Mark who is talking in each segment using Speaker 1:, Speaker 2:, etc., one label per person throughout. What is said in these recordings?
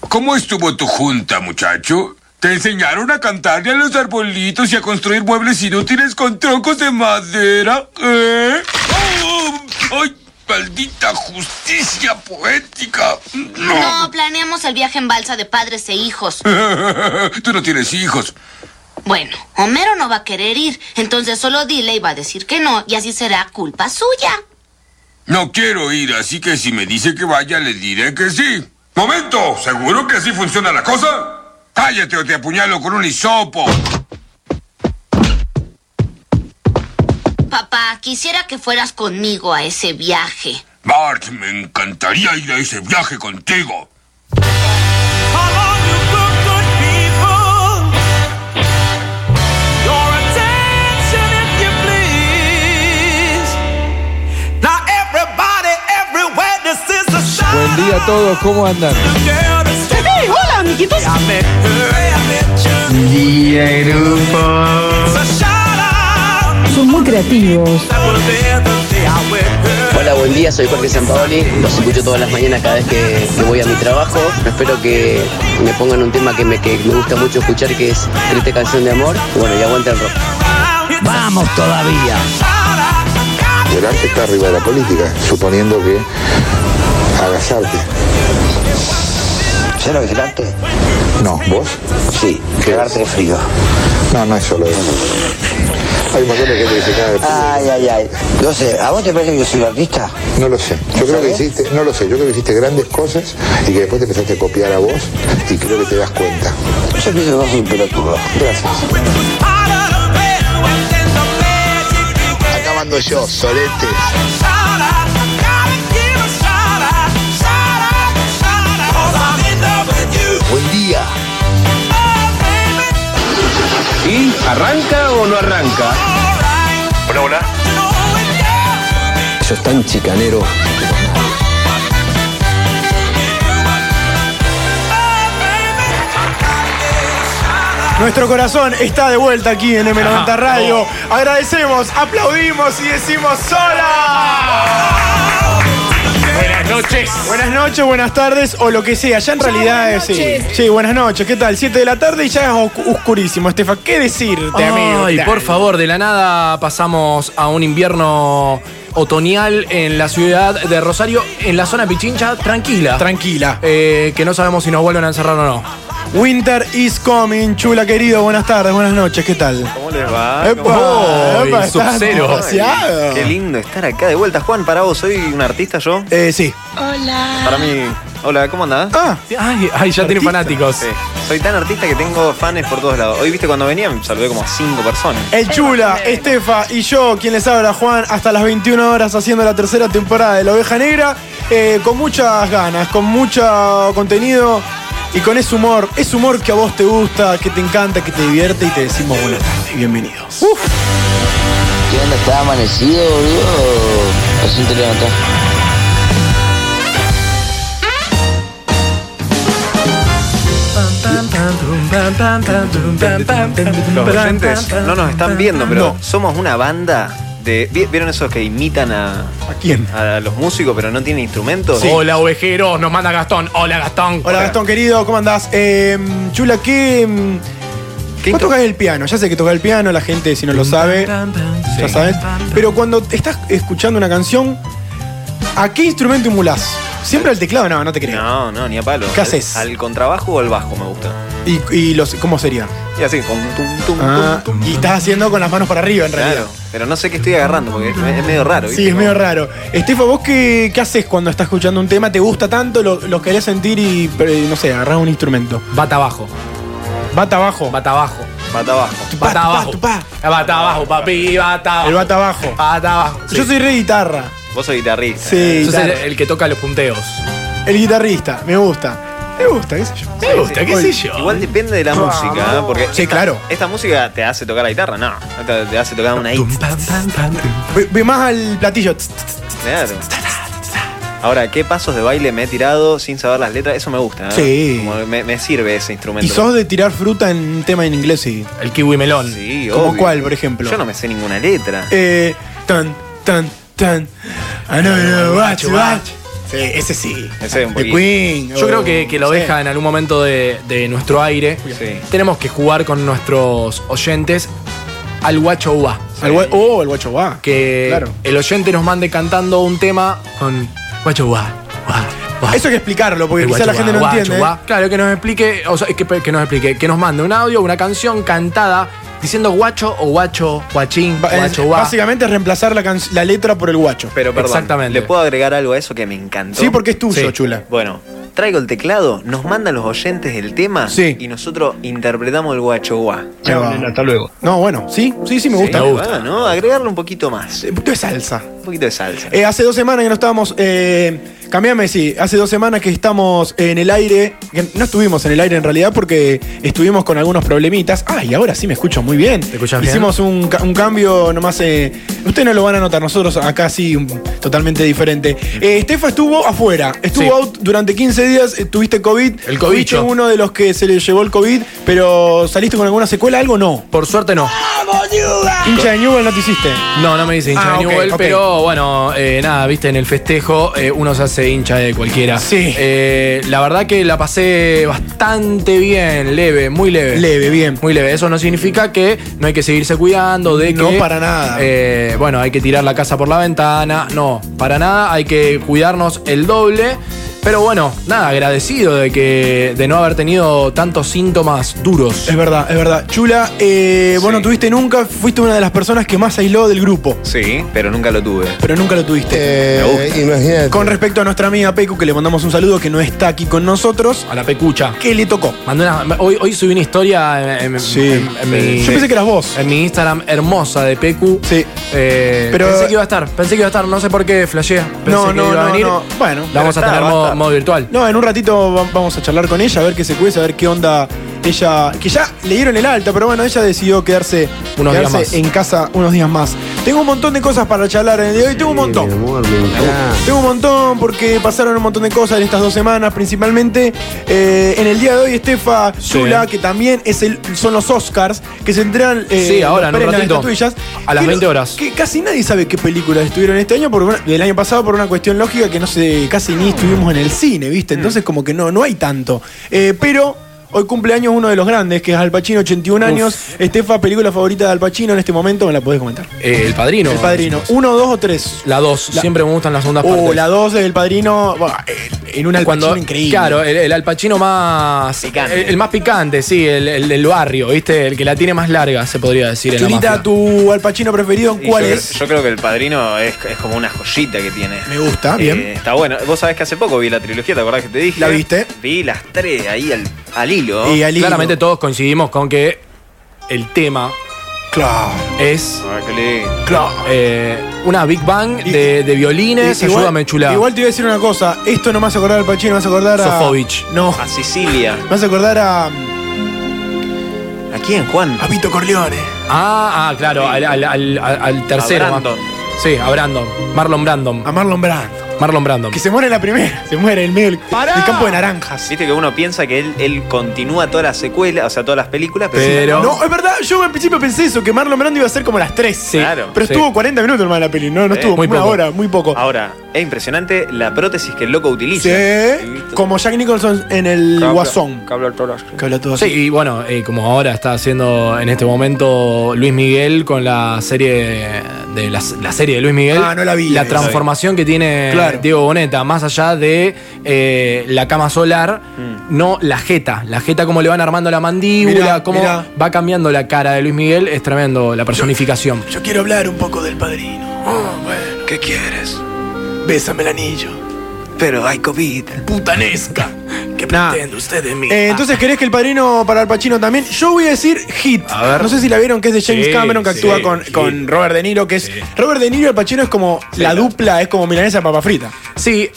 Speaker 1: ¿Cómo estuvo tu junta, muchacho? ¿Te enseñaron a cantarle a los arbolitos y a construir muebles inútiles con troncos de madera? ¿Eh? ¡Oh! ¡Ay, maldita justicia poética!
Speaker 2: No. planeamos el viaje en balsa de padres e hijos.
Speaker 1: Tú no tienes hijos.
Speaker 2: Bueno, Homero no va a querer ir, entonces solo dile y va a decir que no, y así será culpa suya.
Speaker 1: No quiero ir, así que si me dice que vaya, le diré que sí. ¡Momento! ¿Seguro que así funciona la cosa? ¡Cállate o te apuñalo con un hisopo!
Speaker 2: Papá, quisiera que fueras conmigo a ese viaje.
Speaker 1: Bart, me encantaría ir a ese viaje contigo.
Speaker 3: Buen día a todos, ¿cómo andan?
Speaker 4: ¡Hey! ¡Hola, amiguitos!
Speaker 5: Día grupo.
Speaker 4: Son muy creativos.
Speaker 6: Hola, buen día, soy Jorge Sampaoli. Los escucho todas las mañanas cada vez que, que voy a mi trabajo. Espero que me pongan un tema que me, que me gusta mucho escuchar, que es Triste Canción de Amor. Bueno, y aguanta el rock.
Speaker 7: Vamos todavía.
Speaker 8: Y el arte está arriba de la política, suponiendo que hagas arte.
Speaker 6: ¿Sabes lo que es el arte?
Speaker 8: No, ¿vos?
Speaker 6: Sí, quedarte de frío.
Speaker 8: No, no es solo eso. Hay un montón de gente que se cae de frío.
Speaker 6: Ay, ay, ay. No sé, ¿a vos te parece que yo soy un artista?
Speaker 8: No lo sé. Yo creo que hiciste, no lo sé, yo creo que hiciste grandes cosas y que después te empezaste a copiar a vos y creo que te das cuenta.
Speaker 6: Yo pienso que vos sos un pelotudo.
Speaker 8: Gracias.
Speaker 9: Acabando yo, solete.
Speaker 5: Buen día.
Speaker 10: ¿Y arranca o no arranca?
Speaker 5: Hola, hola.
Speaker 10: Eso es tan chicanero.
Speaker 3: Nuestro corazón está de vuelta aquí en M90
Speaker 11: Oh.
Speaker 3: Radio. Agradecemos, aplaudimos y decimos ¡Sola!
Speaker 11: Buenas noches.
Speaker 3: Buenas noches, buenas tardes o lo que sea. Ya en realidad,
Speaker 11: buenas
Speaker 3: sí.
Speaker 11: noches.
Speaker 3: Sí, buenas noches. ¿Qué tal? 7 de la tarde y ya es oscu- oscurísimo, Estefa. ¿Qué decirte, amigo?
Speaker 11: Ay,
Speaker 3: Tal.
Speaker 11: por favor, de la nada pasamos a un invierno otoñal en la ciudad de Rosario, en la zona Pichincha, tranquila. Eh,
Speaker 3: Tranquila.
Speaker 11: que no sabemos si nos vuelven a encerrar o no.
Speaker 3: Winter is coming, chula querido. Buenas tardes, buenas noches. ¿Qué tal?
Speaker 12: ¿Cómo les va?
Speaker 3: Epa,
Speaker 12: ¿Cómo-
Speaker 3: epa, estás Sub-Zero. demasiado.
Speaker 12: Qué lindo estar acá de vuelta. Juan, para vos, ¿soy un artista yo?
Speaker 3: Eh, sí.
Speaker 13: Hola.
Speaker 12: Para mí. Hola, ¿cómo andás?
Speaker 3: Ah,
Speaker 11: ay, ay, ya tiene fanáticos.
Speaker 12: Sí. Soy tan artista que tengo fans por todos lados. Hoy, viste, cuando venía, me saludé como a cinco personas.
Speaker 3: El Chula, Estefa y yo, quien les habla, Juan, hasta las 21 horas haciendo la tercera temporada de La Oveja Negra, eh, con muchas ganas, con mucho contenido y con ese humor, ese humor que a vos te gusta, que te encanta, que te divierte y te decimos buenas tardes y bienvenidos.
Speaker 12: Uh.
Speaker 6: ¿Qué onda? ¿Está amanecido, boludo? Recién te levantás.
Speaker 12: Los oyentes no nos están viendo, pero somos una banda de. ¿vi- ¿Vieron esos que imitan a.
Speaker 3: ¿A quién?
Speaker 12: A los músicos, pero no tienen instrumentos?
Speaker 11: Hola, ovejeros, nos manda Gastón. Hola, Gastón.
Speaker 3: Hola Gastón querido, ¿cómo andás? Eh, chula, ¿qué, mm, ¿vos tocas el piano? Ya sé que tocas el piano, la gente si no lo sabe, ya
Speaker 12: Sí.
Speaker 3: sabes. Pero cuando estás escuchando una canción, ¿a qué instrumento emulás? ¿Siempre al teclado? No, no te creo.
Speaker 12: No, no, ni a palo.
Speaker 3: ¿Qué haces?
Speaker 12: ¿Al contrabajo o al bajo me gusta?
Speaker 3: ¿Y, y los, cómo sería?
Speaker 12: Y así, con tum, tum,
Speaker 3: Ah,
Speaker 12: tum, tum.
Speaker 3: y estás haciendo con las manos para arriba en realidad.
Speaker 12: Claro, pero no sé qué estoy agarrando porque es, es medio raro. ¿viste?
Speaker 3: Sí, es medio raro. Estefa, ¿vos qué, qué haces cuando estás escuchando un tema? ¿Te gusta tanto? ¿Lo, lo querés sentir y, pero, no sé, agarrás un instrumento?
Speaker 11: Bata abajo.
Speaker 3: Bata abajo.
Speaker 11: Bata abajo.
Speaker 12: Bata abajo.
Speaker 11: Bata abajo. Bata abajo, papi, bata abajo.
Speaker 3: El bata abajo.
Speaker 11: Bata abajo.
Speaker 3: Yo soy re guitarra.
Speaker 12: Vos sos guitarrista. eh.
Speaker 3: Sí,
Speaker 11: Sos el,
Speaker 3: guitarra.
Speaker 11: el que toca los punteos.
Speaker 3: El guitarrista, me gusta. Me gusta, qué sé yo.
Speaker 11: Me gusta, qué sé yo.
Speaker 12: Igual depende de la música, ¿eh? porque
Speaker 3: Sí,
Speaker 12: esta-
Speaker 3: claro.
Speaker 12: Esta música te hace tocar la guitarra, no. Esta te hace tocar una guitarra.
Speaker 3: Ve, ve más al platillo. Tss, tss, tss.
Speaker 12: Claro. Ahora, ¿qué pasos de baile me he tirado sin saber las letras? Eso me gusta. ¿eh?
Speaker 3: Sí.
Speaker 12: Como me, me sirve ese
Speaker 3: Y
Speaker 12: instrumento.
Speaker 3: sos de tirar fruta en un tema en inglés, sí.
Speaker 11: El kiwi melón.
Speaker 12: Sí,
Speaker 3: ¿Como
Speaker 12: obvio.
Speaker 3: cuál, por ejemplo?
Speaker 12: Yo no me sé ninguna letra.
Speaker 3: Eh, tan, tan, tan. I know you watch, watch. Sí, ese sí.
Speaker 12: Ese es un
Speaker 3: The
Speaker 12: poquito.
Speaker 3: Queen. oh.
Speaker 11: Yo creo que, que la
Speaker 3: Sí.
Speaker 11: oveja en algún momento de, de nuestro aire. Tenemos que jugar con nuestros oyentes al guacho UA.
Speaker 3: Al gua- oh, el guacho va.
Speaker 11: Que
Speaker 3: Claro.
Speaker 11: el oyente nos mande cantando un tema con guacho UA.
Speaker 3: Eso hay que explicarlo, porque
Speaker 11: El
Speaker 3: quizá
Speaker 11: guacho
Speaker 3: la
Speaker 11: va,
Speaker 3: gente no
Speaker 11: guacho
Speaker 3: entiende. ¿eh?
Speaker 11: va. Claro, que nos explique, o sea, que, que nos explique, que nos mande un audio, una canción cantada diciendo guacho o guacho, guachín,
Speaker 3: Ba-
Speaker 11: guacho
Speaker 3: es-
Speaker 11: guá.
Speaker 3: Básicamente es reemplazar la, can- la letra por el guacho.
Speaker 12: Pero perdón,
Speaker 11: Exactamente.
Speaker 12: ¿le puedo agregar algo a eso que me encantó?
Speaker 3: Sí, porque es tuyo, chula.
Speaker 12: Bueno, traigo el teclado, nos mandan los oyentes del tema
Speaker 3: Sí.
Speaker 12: y nosotros interpretamos el guacho guá.
Speaker 3: Chao, nena, hasta luego. No, bueno, sí, sí, sí, me gusta.
Speaker 12: Sí, bueno, ¿no? Agregarle un poquito más,
Speaker 3: Un poquito de salsa.
Speaker 12: un poquito de salsa.
Speaker 3: Eh, hace dos semanas que no estábamos. Eh, cambiame, sí. Hace dos semanas que estamos en el aire. que no estuvimos en el aire en realidad porque estuvimos con algunos problemitas. Ah, y ahora sí me escucho muy bien. ¿Te
Speaker 11: escuchás bien?
Speaker 3: Hicimos Un, ca- un cambio nomás. eh, ustedes no lo van a notar, nosotros acá sí, un- totalmente diferente. Eh, Estefa estuvo afuera. Estuvo
Speaker 11: Sí.
Speaker 3: out durante 15 días. eh, Tuviste COVID.
Speaker 11: El
Speaker 3: Fuiste
Speaker 11: cobicho.
Speaker 3: uno de los que se le llevó el COVID, pero ¿saliste con alguna secuela? ¿Algo no?
Speaker 11: Por suerte no.
Speaker 3: Hincha de Newell no te hiciste.
Speaker 11: No, no me dice hincha
Speaker 3: Ah,
Speaker 11: de
Speaker 3: ok,
Speaker 11: Newell,
Speaker 3: ok.
Speaker 11: pero bueno, eh, nada, viste, en el festejo eh, uno se hace hincha de cualquiera.
Speaker 3: Sí.
Speaker 11: Eh, la verdad que la pasé bastante bien, leve, muy leve.
Speaker 3: Leve, bien.
Speaker 11: Muy leve. Eso no significa que no hay que seguirse cuidando, de
Speaker 3: No,
Speaker 11: que.
Speaker 3: para nada.
Speaker 11: eh, bueno, hay que tirar la casa por la ventana. No, para nada. Hay que cuidarnos el doble. Pero bueno, nada, agradecido de que. de no haber tenido tantos síntomas duros.
Speaker 3: Es verdad, es verdad. Chula, eh, vos no tuviste nunca, fuiste una de las personas que más se aisló del grupo,
Speaker 12: Sí, pero nunca lo tuve.
Speaker 3: pero nunca lo tuviste.
Speaker 12: Eh,
Speaker 10: imagínate.
Speaker 3: Con respecto a nuestra amiga Pecu, que le mandamos un saludo, que no está aquí con nosotros,
Speaker 11: A la pecucha.
Speaker 3: ¿qué le tocó?
Speaker 11: Mandé una- hoy, hoy subí una historia en, en- en- en mi,
Speaker 3: Yo pensé que eras vos.
Speaker 11: en mi Instagram hermosa de PQ.
Speaker 3: Sí.
Speaker 11: Eh,
Speaker 3: Pero-
Speaker 11: pensé que iba a estar, pensé que iba a estar, no sé por qué flashea. Pensé
Speaker 3: No,
Speaker 11: que
Speaker 3: no,
Speaker 11: iba a
Speaker 3: no,
Speaker 11: venir.
Speaker 3: no. Bueno,
Speaker 11: la vamos a
Speaker 12: pero está,
Speaker 11: tener
Speaker 12: va a
Speaker 11: modo,
Speaker 12: estar.
Speaker 11: modo virtual.
Speaker 3: No, en un ratito va- vamos a charlar con ella, a ver qué se cuece, a ver qué onda ella. Que ya le dieron el alta, pero bueno, ella decidió quedarse,
Speaker 11: Unos días
Speaker 3: quedarse
Speaker 11: más.
Speaker 3: en casa unos días más. Tengo un montón de cosas para charlar en el día de hoy, tengo un montón. Tengo un montón porque pasaron un montón de cosas en estas dos semanas, principalmente eh, en el día de hoy Estefa Zula, que también es el, son los Oscars, que se entregan eh,
Speaker 11: Sí, ahora,
Speaker 3: los
Speaker 11: en un
Speaker 3: premios,
Speaker 11: ratito.
Speaker 3: las estatuillas,
Speaker 11: A las
Speaker 3: que
Speaker 11: 20
Speaker 3: no-
Speaker 11: horas.
Speaker 3: Que casi nadie sabe qué películas estuvieron este año, por una- del año pasado, por una cuestión lógica que no sé, casi ni estuvimos en el cine, ¿viste? Entonces como que no, no hay tanto. Eh, pero... Hoy cumpleaños uno de los grandes, que es Al Pacino, 81 años. Estefa, película favorita de Al Pacino en este momento, me la podés comentar.
Speaker 11: Eh, el padrino.
Speaker 3: El Padrino, ¿uno, dos o tres?
Speaker 11: La 2.
Speaker 3: La-
Speaker 11: Siempre me gustan las segundas
Speaker 3: Oh,
Speaker 11: partes.
Speaker 3: la 2 del padrino. bueno, en un alpacino increíble.
Speaker 11: Claro, el, el alpachino más.
Speaker 12: Picante.
Speaker 11: El, el más picante, sí, el, el del barrio, ¿viste? El que la tiene más larga, se podría decir. en la
Speaker 3: Chulita,
Speaker 11: mafia.
Speaker 3: tu alpacino preferido,
Speaker 12: Y
Speaker 3: ¿cuál
Speaker 12: yo,
Speaker 3: es?
Speaker 12: Yo creo que el padrino es, es como una joyita que tiene.
Speaker 3: Me gusta,
Speaker 12: Eh,
Speaker 3: Ah, bien.
Speaker 12: Está bueno. Vos sabés que hace poco vi la trilogía, ¿te acordás que te dije?
Speaker 3: ¿La viste?
Speaker 12: Vi las tres ahí al, al hilo.
Speaker 3: Y al hilo.
Speaker 11: Claramente todos coincidimos con que el tema
Speaker 3: Claro.
Speaker 11: es.
Speaker 12: Ah, qué lindo.
Speaker 11: eh, una Big Bang de, de violines,
Speaker 3: Igual-
Speaker 11: ayúdame chula.
Speaker 3: Igual te iba a decir una cosa. Esto no me hace acordar al Pacino, me hace acordar a.
Speaker 11: Sofovich.
Speaker 3: No.
Speaker 12: A Sicilia.
Speaker 3: Me hace acordar a. mm,
Speaker 12: ¿A quién, Juan?
Speaker 3: A Vito Corleone.
Speaker 11: Ah, ah, claro, al, al- al- al- al tercero.
Speaker 12: A Brandon.
Speaker 11: ma- Sí, a Brandon. Marlon Brandon.
Speaker 3: A Marlon Brando.
Speaker 11: Marlon Brandon.
Speaker 3: Que se muere en la primera. Se muere en el medio del
Speaker 11: Pará.
Speaker 3: del campo de naranjas.
Speaker 12: Viste que uno piensa que él, él continúa todas las secuelas, o sea, todas las películas, pero.
Speaker 11: Pero-
Speaker 3: No, es verdad, yo en principio pensé eso, que Marlon Brando iba a ser como las 3.
Speaker 12: Claro,
Speaker 3: Pero
Speaker 11: sí.
Speaker 3: estuvo 40 minutos hermano la peli, no, no
Speaker 12: Sí,
Speaker 3: estuvo
Speaker 11: muy
Speaker 3: una
Speaker 11: poco.
Speaker 3: hora, muy poco.
Speaker 12: Ahora, es impresionante la prótesis que el loco utiliza.
Speaker 3: Sí, como Jack Nicholson en el
Speaker 12: Cabla-
Speaker 3: Guasón.
Speaker 12: cabla toras.
Speaker 3: Que habla todo
Speaker 11: Sí,
Speaker 3: así.
Speaker 11: y bueno, eh, como ahora está haciendo en este momento Luis Miguel con la serie de la, la serie de Luis Miguel.
Speaker 3: Ah, no la vi,
Speaker 11: La
Speaker 3: no la
Speaker 11: transformación que tiene
Speaker 3: Claro.
Speaker 11: Diego Boneta, más allá de eh, la cama solar,
Speaker 12: Mm.
Speaker 11: no la jeta. La jeta, cómo le van armando la mandíbula,
Speaker 3: Mirá,
Speaker 11: cómo
Speaker 3: mirá.
Speaker 11: va cambiando la cara de Luis Miguel, es tremendo la personificación.
Speaker 3: Yo quiero hablar un poco del padrino. Oh, ¿Qué quieres? Bésame el anillo.
Speaker 12: Pero hay COVID. Eh,
Speaker 11: Putanesca. ¿Qué
Speaker 3: Nah.
Speaker 11: pretende usted de mí?
Speaker 3: Eh, entonces, ¿querés que el padrino para el Pacino también? Yo voy a decir Hit.
Speaker 11: A ver.
Speaker 3: No sé si la vieron, que es de James
Speaker 11: Sí,
Speaker 3: Cameron, que
Speaker 11: sí,
Speaker 3: actúa con,
Speaker 11: Hit.
Speaker 3: con Robert De Niro, que es. Robert De Niro y el Pacino es como la dupla, es como milanesa papa frita.
Speaker 11: Sí,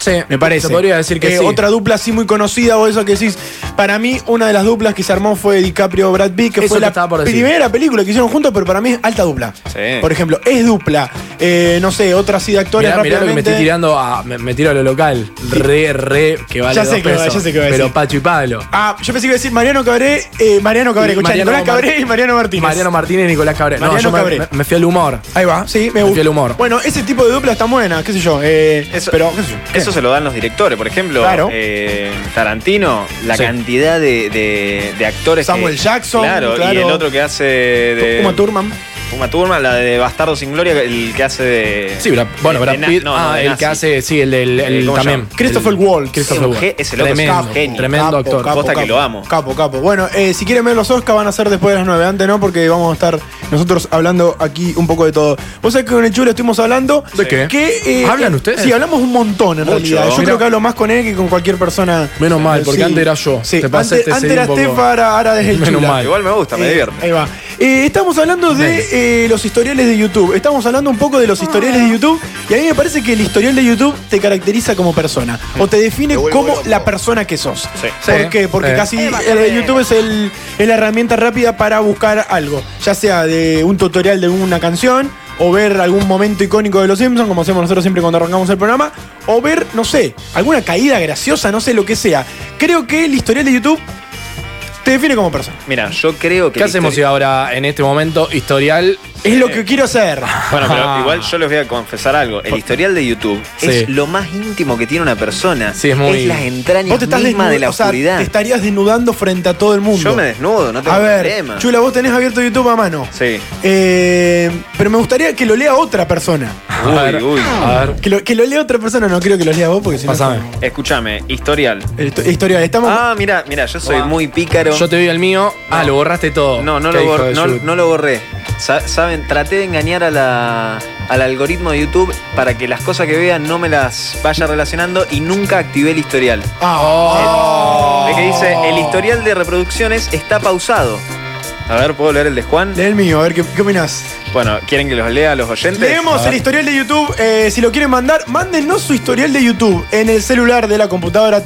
Speaker 11: parece.
Speaker 3: Me parece.
Speaker 11: Se podría decir que
Speaker 3: Eh,
Speaker 11: sí.
Speaker 3: Otra dupla así muy conocida, o eso que decís. Para mí, una de las duplas que se armó fue DiCaprio-Brad Pitt, que
Speaker 11: Eso
Speaker 3: fue
Speaker 11: te
Speaker 3: la
Speaker 11: estaba por decir.
Speaker 3: primera película que hicieron juntos, pero para mí es alta dupla.
Speaker 11: Sí.
Speaker 3: Por ejemplo, es dupla. Eh, no sé, otra así de actores
Speaker 11: Mirá, mirá lo que me
Speaker 3: rápidamente.
Speaker 11: estoy tirando a. Me, me tiro a lo local. Re, re, que vale
Speaker 3: Ya sé
Speaker 11: dos
Speaker 3: que va,
Speaker 11: pesos.
Speaker 3: ya sé que va a
Speaker 11: Pero
Speaker 3: decir.
Speaker 11: Pacho y Pablo.
Speaker 3: Ah, yo pensé que iba a decir Mariano Cabré, eh, Mariano Cabré, escuchá,
Speaker 11: Mariano
Speaker 3: Nicolás
Speaker 11: Mar-
Speaker 3: Cabré y Mariano Martínez.
Speaker 11: Mariano Martínez y Nicolás Cabré. no,
Speaker 3: Mariano
Speaker 11: yo me-
Speaker 3: Cabré.
Speaker 11: Me, me fui al humor.
Speaker 3: Ahí va, sí,
Speaker 11: Me
Speaker 3: me
Speaker 11: fui
Speaker 3: gusta.
Speaker 11: al humor.
Speaker 3: Bueno, ese tipo de dupla está buena, qué sé yo. eh,
Speaker 12: Eso,
Speaker 3: pero, qué sé yo, ¿qué?
Speaker 12: eso se lo dan los directores. Por ejemplo,
Speaker 3: Claro.
Speaker 12: eh, Tarantino, la
Speaker 3: Sí.
Speaker 12: cantidad de, de- de actores. que-
Speaker 3: Samuel Jackson,
Speaker 12: Claro, y
Speaker 3: claro.
Speaker 12: el otro que hace de.
Speaker 3: Uma Thurman.
Speaker 12: Uma Thurman, la de Bastardo sin Gloria, el que hace de.
Speaker 11: Sí, Brad- bueno,
Speaker 12: de-
Speaker 11: Brad
Speaker 12: de na-
Speaker 11: Pitt.
Speaker 12: no, no,
Speaker 11: ah,
Speaker 12: de
Speaker 11: el
Speaker 12: nazi.
Speaker 11: que hace, sí, el del. el
Speaker 12: Eh, ¿cómo se
Speaker 11: también.
Speaker 12: llama?
Speaker 3: Christopher
Speaker 11: El-
Speaker 3: Wall, Christopher
Speaker 12: un
Speaker 3: Wall.
Speaker 12: ge- ese loco es un
Speaker 11: tremendo,
Speaker 12: genio.
Speaker 11: Tremendo
Speaker 3: Capo,
Speaker 11: actor.
Speaker 3: capo,
Speaker 12: Posta que
Speaker 3: capo.
Speaker 12: lo amo.
Speaker 3: Capo, capo. Bueno, eh, si quieren ver los Oscar van a ser después de las 9, antes no, porque vamos a estar nosotros hablando aquí un poco de todo. Vos sabés que con el chulo estuvimos hablando.
Speaker 11: ¿De qué?
Speaker 3: que, eh,
Speaker 11: ¿Hablan ustedes?
Speaker 3: Sí, hablamos un montón en
Speaker 12: Mucho.
Speaker 3: realidad. Yo
Speaker 11: Mirá.
Speaker 3: creo que hablo más con él que con cualquier persona.
Speaker 11: Menos mal, porque
Speaker 3: Sí.
Speaker 11: antes era yo.
Speaker 3: Sí,
Speaker 11: Te
Speaker 3: antes,
Speaker 11: pasaste ese
Speaker 3: antes
Speaker 11: día
Speaker 3: era
Speaker 11: un poco.
Speaker 3: Estefa, ahora, ahora desde el
Speaker 11: Menos
Speaker 3: chula.
Speaker 11: mal.
Speaker 12: Igual me gusta, me
Speaker 3: Eh,
Speaker 12: divierte.
Speaker 3: Ahí va. Eh, estamos hablando de eh, los historiales de YouTube. Estamos hablando un poco de los historiales de YouTube. Y a mí me parece que el historial de YouTube te caracteriza como persona. O te define
Speaker 8: Me vuelvo
Speaker 3: como
Speaker 8: loco.
Speaker 3: la persona que sos.
Speaker 12: Sí.
Speaker 3: ¿Por
Speaker 11: Sí.
Speaker 3: qué? Porque
Speaker 11: Sí.
Speaker 3: casi el YouTube es, el, es la herramienta rápida para buscar algo. Ya sea de un tutorial de una canción. O ver algún momento icónico de Los Simpsons, como hacemos nosotros siempre cuando arrancamos el programa. O ver, no sé, alguna caída graciosa, no sé lo que sea. Creo que el historial de YouTube te define como persona.
Speaker 12: Mira, yo creo que.
Speaker 11: ¿Qué
Speaker 12: la
Speaker 11: hacemos si
Speaker 12: historia-
Speaker 11: ahora, en este momento, historial? Ah.
Speaker 3: Es lo que quiero hacer.
Speaker 12: Bueno, pero igual yo les voy a confesar algo. El historial de YouTube
Speaker 11: Sí.
Speaker 12: es lo más íntimo que tiene una persona.
Speaker 11: Sí, es muy-
Speaker 12: Es las entrañas
Speaker 3: Vos te estás
Speaker 12: mismas
Speaker 3: desnudando,
Speaker 12: de la
Speaker 3: o sea,
Speaker 12: oscuridad.
Speaker 3: te estarías desnudando frente a todo el mundo.
Speaker 12: Yo me desnudo, no tengo
Speaker 3: a ver,
Speaker 12: problema.
Speaker 3: Chula, vos tenés abierto YouTube a mano.
Speaker 12: Sí.
Speaker 3: Eh, pero me gustaría que lo lea otra persona.
Speaker 11: A ver,
Speaker 12: Uy, uy.
Speaker 11: A ver.
Speaker 3: Que lo, que lo lea otra persona, no creo que lo lea vos porque si no.
Speaker 11: Pasame.
Speaker 12: Escúchame, historial.
Speaker 3: El histo- Historial, estamos.
Speaker 12: Ah, mira, mira, yo soy muy pícaro.
Speaker 11: Yo te doy el mío. Ah, lo borraste todo.
Speaker 12: No, no
Speaker 11: Qué
Speaker 12: lo,
Speaker 11: hijo
Speaker 12: bor-
Speaker 11: de
Speaker 12: no,
Speaker 11: Jude.
Speaker 12: no lo borré. Sa- Saben, traté de engañar a la, al algoritmo de YouTube para que las cosas que vean no me las vaya relacionando y nunca activé el historial.
Speaker 3: Ah,
Speaker 10: oh.
Speaker 12: Ve que dice, el historial de reproducciones está pausado. A ver, ¿puedo leer el de Juan?
Speaker 3: Lee el mío, a ver qué, qué opinás.
Speaker 12: Bueno, ¿quieren que los lea a los oyentes?
Speaker 3: Leemos el historial de YouTube. eh, si lo quieren mandar, mándenos su historial de YouTube en el celular de la computadora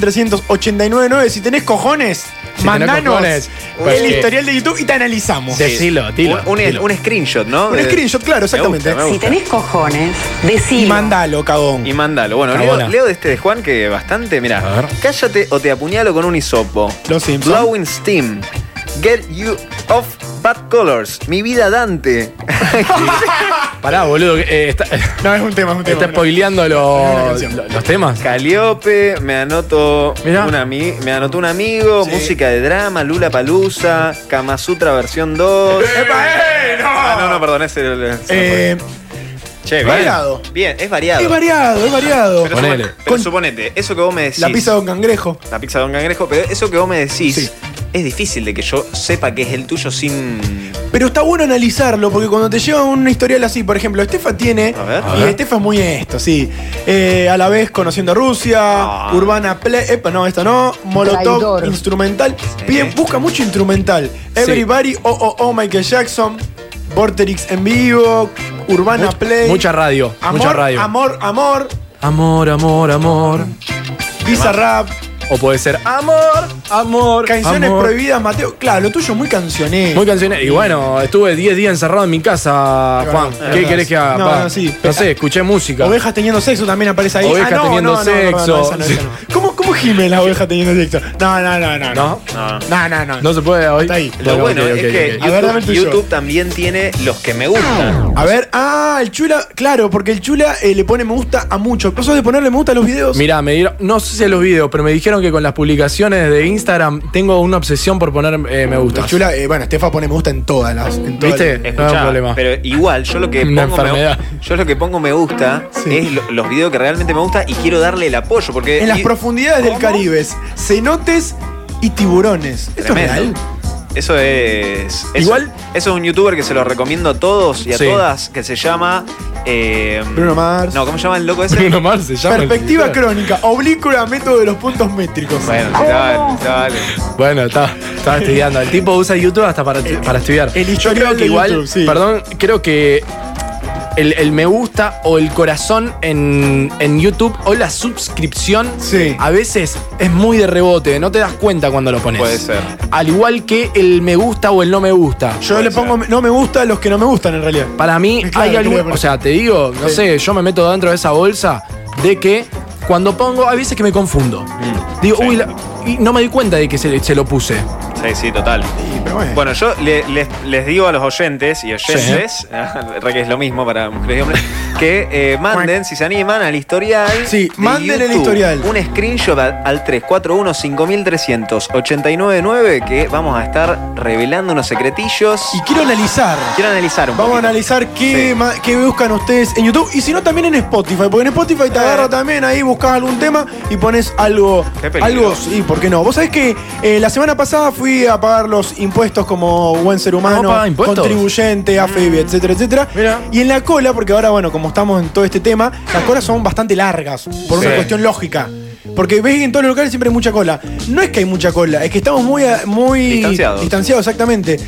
Speaker 3: 341-5389. Si tenés cojones,
Speaker 11: tenés
Speaker 3: mandanos
Speaker 11: cojones,
Speaker 3: el
Speaker 11: porque-
Speaker 3: historial de YouTube y te analizamos.
Speaker 11: Sí. Decilo, tilo,
Speaker 12: Un, un-
Speaker 11: tilo.
Speaker 12: un screenshot, ¿no?
Speaker 3: Un
Speaker 12: De-
Speaker 3: screenshot, claro,
Speaker 12: Me gusta,
Speaker 3: exactamente.
Speaker 12: me gusta.
Speaker 4: cojones,
Speaker 3: Y
Speaker 4: decime.
Speaker 3: mandalo, cagón.
Speaker 12: Y mándalo. Bueno,
Speaker 11: Cabona.
Speaker 12: leo, leo de este de Juan que bastante,
Speaker 11: A
Speaker 12: mira.
Speaker 11: ver.
Speaker 12: Cállate o te apuñalo con un hisopo.
Speaker 3: Los Simpson.
Speaker 12: Blowing Steam. Get you off bad colors. Mi vida Dante.
Speaker 11: Pará, boludo. que, eh, está,
Speaker 3: No, es un tema, es un tema.
Speaker 11: está
Speaker 3: mirá.
Speaker 11: spoileando
Speaker 3: una
Speaker 11: los,
Speaker 3: canción.
Speaker 11: lo- los temas.
Speaker 12: Caliope, me anoto
Speaker 11: Mirá.
Speaker 12: un ami- me anotó un amigo,
Speaker 3: Sí.
Speaker 12: música de drama, Lula Palusa, Kama Sutra versión 2.
Speaker 3: ¡Epa, eh! ¡No!
Speaker 12: Ah, no, no, perdón, ese. ese
Speaker 3: Eh,
Speaker 12: che,
Speaker 3: variado.
Speaker 12: bien. Bien, es variado.
Speaker 3: es variado, es variado.
Speaker 12: Pero,
Speaker 11: Ponele.
Speaker 12: supo- pero
Speaker 3: Con-
Speaker 12: suponete, eso que vos me decís.
Speaker 3: La pizza de un cangrejo.
Speaker 12: la pizza de Don Cangrejo, pero eso que vos me decís
Speaker 3: Sí.
Speaker 12: es difícil de que yo sepa que es el tuyo sin.
Speaker 3: Pero está bueno analizarlo, porque cuando te llevan un historial así, por ejemplo, Estefa tiene.
Speaker 12: A ver.
Speaker 11: A
Speaker 3: Y
Speaker 11: ver.
Speaker 3: Estefa es muy esto, sí. Eh, a la vez conociendo a Rusia,
Speaker 12: Ah.
Speaker 3: Urbana Play. Epa, no, esta no. Molotov,
Speaker 4: Traidor.
Speaker 3: instrumental. Bien, busca mucho instrumental. Everybody, oh, oh, oh, Michael Jackson. Vorterix en vivo. Urbana
Speaker 11: Much-
Speaker 3: Play.
Speaker 11: mucha radio,
Speaker 3: Amor,
Speaker 11: mucha radio.
Speaker 3: Amor, amor.
Speaker 11: Amor, amor, amor.
Speaker 3: Bizarrap.
Speaker 11: O puede ser amor, amor.
Speaker 3: Canciones
Speaker 11: amor.
Speaker 3: prohibidas, Mateo. Claro, lo tuyo es muy cancionero.
Speaker 11: Muy canciones. Y bueno, estuve 10 días encerrado en mi casa,
Speaker 3: Es
Speaker 11: Juan.
Speaker 3: verdad, es
Speaker 11: ¿Qué
Speaker 3: verdad.
Speaker 11: querés que haga?
Speaker 3: No,
Speaker 11: pa?
Speaker 3: no, sí.
Speaker 11: No sé, escuché música.
Speaker 3: Ovejas teniendo sexo también aparece ahí.
Speaker 11: Ovejas teniendo sexo.
Speaker 3: esa no, esa no. ¿Cómo, ¿Cómo gime la oveja teniendo sexo? No, no, no, no.
Speaker 11: ¿No?
Speaker 12: No.
Speaker 3: no, no. no.
Speaker 11: No se puede hoy.
Speaker 3: Está ahí.
Speaker 12: Lo bueno
Speaker 11: ok,
Speaker 12: es
Speaker 11: ok,
Speaker 12: que
Speaker 11: ok.
Speaker 3: A ver, dame el
Speaker 12: YouTube,
Speaker 3: tuyo.
Speaker 12: YouTube también tiene los que me gustan.
Speaker 3: A ver, ah, el chula, claro, porque el chula eh, le pone me gusta a mucho. ¿Vos sos de ponerle me gusta a los videos?
Speaker 11: Mirá, me dieron, no sé si a los videos, pero me dijeron que con las publicaciones de Instagram tengo una obsesión por poner eh, me gusta.
Speaker 3: El chula, eh, bueno, Estefa pone me gusta en todas las. en todas
Speaker 11: ¿Viste?
Speaker 3: las-
Speaker 11: No hay
Speaker 12: Escuchá,
Speaker 11: problema.
Speaker 12: pero igual yo lo que
Speaker 11: Una
Speaker 12: pongo me,
Speaker 11: enfermedad.
Speaker 12: yo lo que pongo me gusta
Speaker 3: Sí.
Speaker 12: es lo- los videos que realmente me gusta y quiero darle el apoyo porque
Speaker 3: En las
Speaker 12: y-
Speaker 3: profundidades del
Speaker 12: ¿Cómo?
Speaker 3: Caribe, cenotes y tiburones. ¿Esto es real?
Speaker 12: Tremendo. Eso es. eso-
Speaker 11: Igual-
Speaker 12: Eso es un youtuber que se lo recomiendo a todos y a
Speaker 11: Sí.
Speaker 12: todas, que se llama. eh,
Speaker 3: Bruno Mars.
Speaker 12: No, ¿cómo se llama el loco ese?
Speaker 11: Bruno Mars se llama. el
Speaker 3: Perspectiva
Speaker 11: director.
Speaker 3: crónica, oblícula, método de los puntos métricos.
Speaker 12: Bueno, dale, dale.
Speaker 11: Bueno, estaba, estaba estudiando. El tipo usa YouTube hasta para, para estudiar.
Speaker 3: el
Speaker 11: Yo
Speaker 3: historial
Speaker 11: creo que
Speaker 3: de
Speaker 11: igual,
Speaker 3: YouTube, sí.
Speaker 11: perdón, creo que el, el me gusta o el corazón en, en YouTube o la suscripción, a veces es muy de rebote, no te das cuenta cuando lo pones.
Speaker 12: Puede ser.
Speaker 11: Al igual que el me gusta o el no me gusta.
Speaker 3: Yo le pongo no me gusta a los que no me gustan en realidad.
Speaker 11: Para mí
Speaker 3: Claro,
Speaker 11: hay
Speaker 3: te voy a
Speaker 11: algo,
Speaker 3: poner.
Speaker 11: o sea, te digo, no
Speaker 3: Sí.
Speaker 11: sé, yo me meto dentro de esa bolsa de que cuando pongo, hay veces que me confundo.
Speaker 12: Mm.
Speaker 11: Digo, uy, la- y no me di cuenta de que se, se lo puse.
Speaker 12: Sí, sí, total. bueno. yo le- les, les digo a los oyentes y oyentes, re que es lo mismo para mujeres y hombres, que eh, manden, si se animan, al historial.
Speaker 3: Sí,
Speaker 12: de
Speaker 3: manden el
Speaker 12: YouTube,
Speaker 3: historial.
Speaker 12: Un screenshot al, al 341-5300-899 que vamos a estar revelando unos secretillos.
Speaker 3: Y quiero analizar.
Speaker 12: Quiero analizar un
Speaker 3: Vamos a
Speaker 12: poquito.
Speaker 3: analizar qué, ma- qué buscan ustedes en YouTube y si no también en Spotify, porque en Spotify te agarra también ahí, buscas algún tema y pones algo.
Speaker 12: Qué peligro.
Speaker 3: Algo, sí, ¿por qué no? Vos sabés que eh, la semana pasada fui a pagar los impuestos como buen ser humano,
Speaker 11: paga impuestos? Mm.
Speaker 3: contribuyente, AFEBI, etcétera, etcétera. Y en la cola, porque ahora, bueno, como estamos en todo este tema, las colas son bastante largas, por
Speaker 11: Sí.
Speaker 3: una cuestión lógica. Porque ves que en todos los locales siempre hay mucha cola. No es que hay mucha cola, es que estamos muy, a- muy
Speaker 12: Distanciados.
Speaker 3: distanciado, exactamente.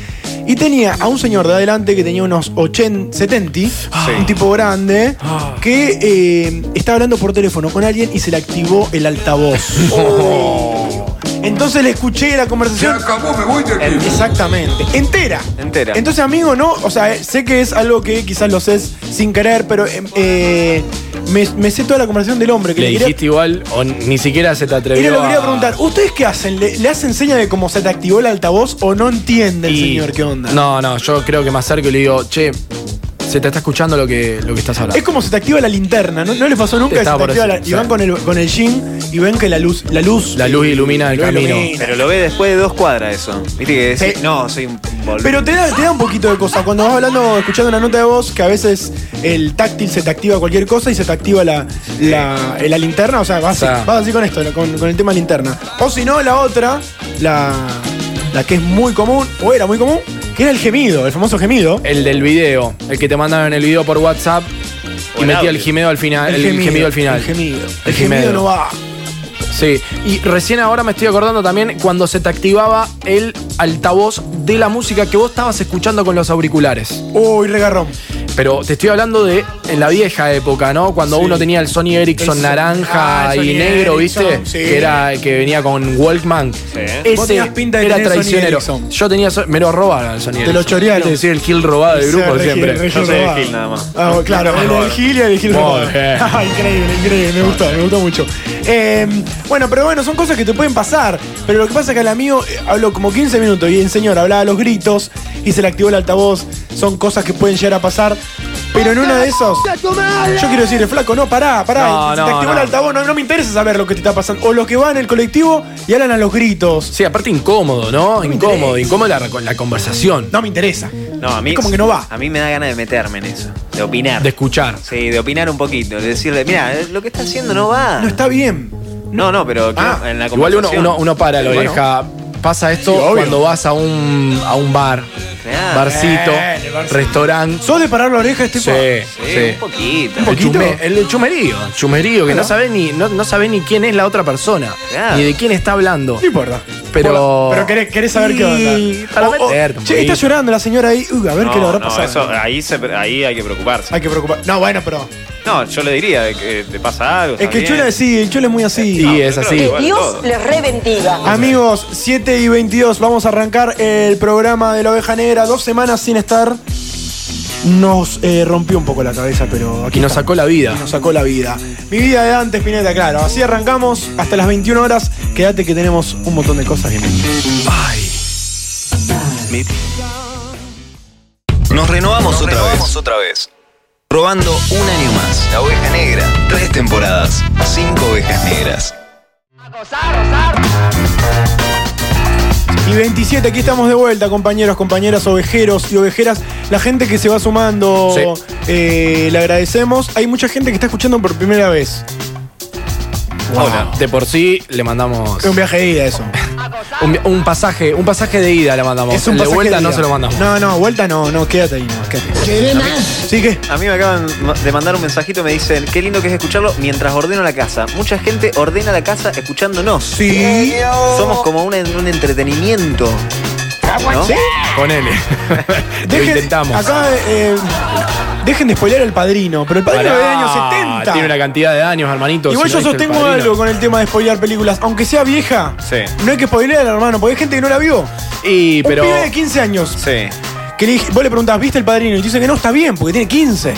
Speaker 3: Y tenía a un señor de adelante que tenía unos 80, 70, un tipo grande, que eh, estaba hablando por teléfono con alguien y se le activó el altavoz. Entonces le escuché la conversación. Exactamente, entera.
Speaker 12: Entera.
Speaker 3: Entonces, amigo, no, o sea, eh, sé que es algo que quizás lo sé sin querer, pero eh, eh, me, me sé toda la conversación del hombre que
Speaker 11: Le
Speaker 3: le, quería-
Speaker 11: dijiste igual o ni siquiera se te
Speaker 3: y
Speaker 11: atrevió
Speaker 3: le lo quería
Speaker 11: a-
Speaker 3: preguntar, ¿ustedes qué hacen? ¿Le, le hacen seña de cómo se te activó el altavoz o no entiende el
Speaker 11: Y-
Speaker 3: señor qué onda?
Speaker 11: No, no, yo creo que más cerca le digo, che, se te está escuchando lo que, lo que estás hablando.
Speaker 3: Es como se te activa la linterna, ¿no? No les pasó nunca que se te
Speaker 11: Estaba por
Speaker 3: activa la,
Speaker 11: decir,
Speaker 3: y
Speaker 11: sí.
Speaker 3: van con el, con el jean y ven que la luz, la luz.
Speaker 11: La luz ilumina el
Speaker 3: Lo
Speaker 11: camino.
Speaker 3: ilumina.
Speaker 12: Pero lo ve después de dos cuadras eso. Viste que decís, no, soy un boludo.
Speaker 3: Pero te da, te da un poquito de cosa. Cuando vas hablando, escuchando una nota de voz, que a veces el táctil se te activa cualquier cosa y se te activa la, la, eh, la linterna. O sea, vas,
Speaker 11: O sea.
Speaker 3: así, vas así con esto, la- con, con el tema linterna. O si no, la otra, la, la que es muy común, o era muy común, que era el gemido, el famoso gemido.
Speaker 11: El del video, el que te mandaron el video por WhatsApp
Speaker 12: O
Speaker 11: y
Speaker 12: el
Speaker 11: metía
Speaker 12: audio.
Speaker 11: el gemido al final. El, gemido, al final.
Speaker 3: El gemido.
Speaker 11: El
Speaker 3: El gemido,
Speaker 11: gemido.
Speaker 3: no va.
Speaker 11: Sí, y recién ahora me estoy acordando también cuando se te activaba el altavoz de la música que vos estabas escuchando con los auriculares.
Speaker 3: Uy, regarrón.
Speaker 11: Pero te estoy hablando de en la vieja época, ¿no? Cuando
Speaker 3: Sí.
Speaker 11: uno tenía el Sony Ericsson
Speaker 3: El-
Speaker 11: naranja
Speaker 3: Ah, el
Speaker 11: y
Speaker 3: Sony
Speaker 11: negro,
Speaker 3: Ericsson,
Speaker 11: ¿viste?
Speaker 3: sí.
Speaker 11: Que era el que venía con Walkman.
Speaker 3: Vos
Speaker 11: Ese
Speaker 3: tenías pinta de
Speaker 11: era
Speaker 3: tener Sony
Speaker 11: traicionero.
Speaker 3: Ericsson.
Speaker 11: Yo tenía so- me lo robaron el Sony
Speaker 3: Te lo chorearon.
Speaker 11: Es decir, el kill robado del
Speaker 3: Sí,
Speaker 11: grupo
Speaker 3: re-
Speaker 11: siempre.
Speaker 3: re- re-
Speaker 12: Yo soy de
Speaker 3: robado.
Speaker 12: Gil nada más.
Speaker 3: Ah, bueno, claro, el del Gil y el del Gil
Speaker 11: Muy
Speaker 3: Romano.
Speaker 11: bien.
Speaker 3: Ah, increíble, increíble, me gustó, me gustó mucho. Eh, bueno, pero bueno, son cosas que te pueden pasar. Pero lo que pasa es que al amigo eh, habló como 15 minutos y el señor hablaba a los gritos y se le activó el altavoz. Son cosas que pueden llegar a pasar. Pero en una de esos, yo quiero decir, flaco, no, pará, pará.
Speaker 11: No,
Speaker 3: se
Speaker 11: no,
Speaker 3: te activó el
Speaker 11: no.
Speaker 3: altavoz, no, no me interesa saber lo que te está pasando. O los que van en el colectivo y hablan a los gritos.
Speaker 11: Sí, aparte incómodo, ¿no?
Speaker 3: me
Speaker 11: incómodo,
Speaker 3: interesa.
Speaker 11: incómoda la, la conversación.
Speaker 3: No me interesa.
Speaker 12: No, a mí.
Speaker 3: Es como que no va.
Speaker 12: A mí me da ganas de meterme en eso. De opinar.
Speaker 11: De escuchar.
Speaker 12: Sí, de opinar un poquito. De decirle, mira, Eh, lo que está haciendo no va.
Speaker 3: No está bien.
Speaker 12: No, no, pero
Speaker 3: Ah,
Speaker 12: que- en la
Speaker 11: Igual uno,
Speaker 12: conversación.
Speaker 11: uno, uno para la
Speaker 12: Sí, bueno.
Speaker 11: oreja. Pasa esto
Speaker 3: Sí, obvio.
Speaker 11: cuando vas a un, a un bar,
Speaker 12: Claro.
Speaker 11: barcito,
Speaker 3: Eh, el barcito.
Speaker 11: restaurante.
Speaker 3: ¿Sos de parar la oreja, este
Speaker 11: Sí,
Speaker 12: Sí,
Speaker 11: sí.
Speaker 12: un poquito.
Speaker 11: El,
Speaker 3: poquito.
Speaker 11: chume- el chumerío, chumerío, que no sabés ni, no, no sabés ni quién es la otra persona,
Speaker 12: Claro.
Speaker 11: ni de quién está hablando.
Speaker 3: No importa.
Speaker 11: Pero-
Speaker 3: Pero querés, querés saber qué
Speaker 11: Sí,
Speaker 3: onda.
Speaker 11: para
Speaker 3: O- o-
Speaker 11: meterte un
Speaker 3: che, está
Speaker 11: poquito.
Speaker 3: llorando la señora ahí. Uy, a ver
Speaker 12: No,
Speaker 3: qué le habrá
Speaker 12: no,
Speaker 3: pasado.
Speaker 12: eso- ahí, se, ahí hay que preocuparse.
Speaker 3: Hay que preocupar. No, bueno, pero.
Speaker 12: No, yo le diría de que te pasa algo.
Speaker 3: Es
Speaker 12: está
Speaker 3: que el
Speaker 12: bien.
Speaker 3: Chula es sí, el Chula es muy así.
Speaker 11: Y
Speaker 12: No,
Speaker 11: es
Speaker 12: yo creo
Speaker 11: así.
Speaker 12: que igual todo.
Speaker 4: les rebendiga.
Speaker 3: Amigos, 7 y 22, vamos a arrancar el programa de la oveja negra. Dos semanas sin estar. Nos eh, rompió un poco la cabeza, pero aquí
Speaker 11: Y nos
Speaker 3: estamos.
Speaker 11: sacó la vida.
Speaker 3: nos sacó la vida. Mi vida de antes, Pineta, claro. Así arrancamos hasta las 21 horas. Quédate que tenemos un montón de cosas. Bienvenidos.
Speaker 5: Nos renovamos, otra, vez. Robando un año más. La oveja negra. Tres temporadas. Cinco ovejas negras.
Speaker 3: Y 27, aquí estamos de vuelta, compañeros, compañeras, ovejeros y ovejeras. La gente que se va sumando,
Speaker 11: Sí.
Speaker 3: eh, le agradecemos. Hay mucha gente que está escuchando por primera vez.
Speaker 11: Hola. De por sí le mandamos
Speaker 3: Es un viaje de ida eso.
Speaker 11: un, un pasaje, un pasaje de ida le mandamos.
Speaker 3: Es un
Speaker 11: El de
Speaker 3: pasaje
Speaker 11: vuelta
Speaker 3: de
Speaker 11: no
Speaker 3: ida.
Speaker 11: se lo mandamos.
Speaker 3: No, no, vuelta no, no, quédate ahí, no, quédate. Sí que
Speaker 12: A mí me acaban de mandar un mensajito, me dicen, qué lindo que es escucharlo mientras ordeno la casa. Mucha gente ordena la casa escuchándonos.
Speaker 3: sí.
Speaker 12: Somos como un, un entretenimiento. ¿no?
Speaker 3: ¿Sí?
Speaker 11: Ponele. Lo
Speaker 3: Dejen-
Speaker 11: intentamos.
Speaker 3: Acá, eh, dejen de spoiler el padrino, pero el padrino
Speaker 11: Pará,
Speaker 3: es de años 70.
Speaker 11: Tiene una cantidad de años, hermanito.
Speaker 3: Igual
Speaker 11: si
Speaker 3: yo
Speaker 11: no viste El
Speaker 3: sostengo
Speaker 11: Padrino.
Speaker 3: algo con el tema de spoilear películas, aunque sea vieja.
Speaker 12: Sí.
Speaker 3: No hay que spoilear, hermano, porque hay gente que no la vio.
Speaker 11: Y,
Speaker 3: Un
Speaker 11: pero-
Speaker 3: pibe de 15 años.
Speaker 12: Sí.
Speaker 3: Que le dije- vos le preguntás, ¿viste el padrino? Y te dice que no, está bien, porque tiene 15.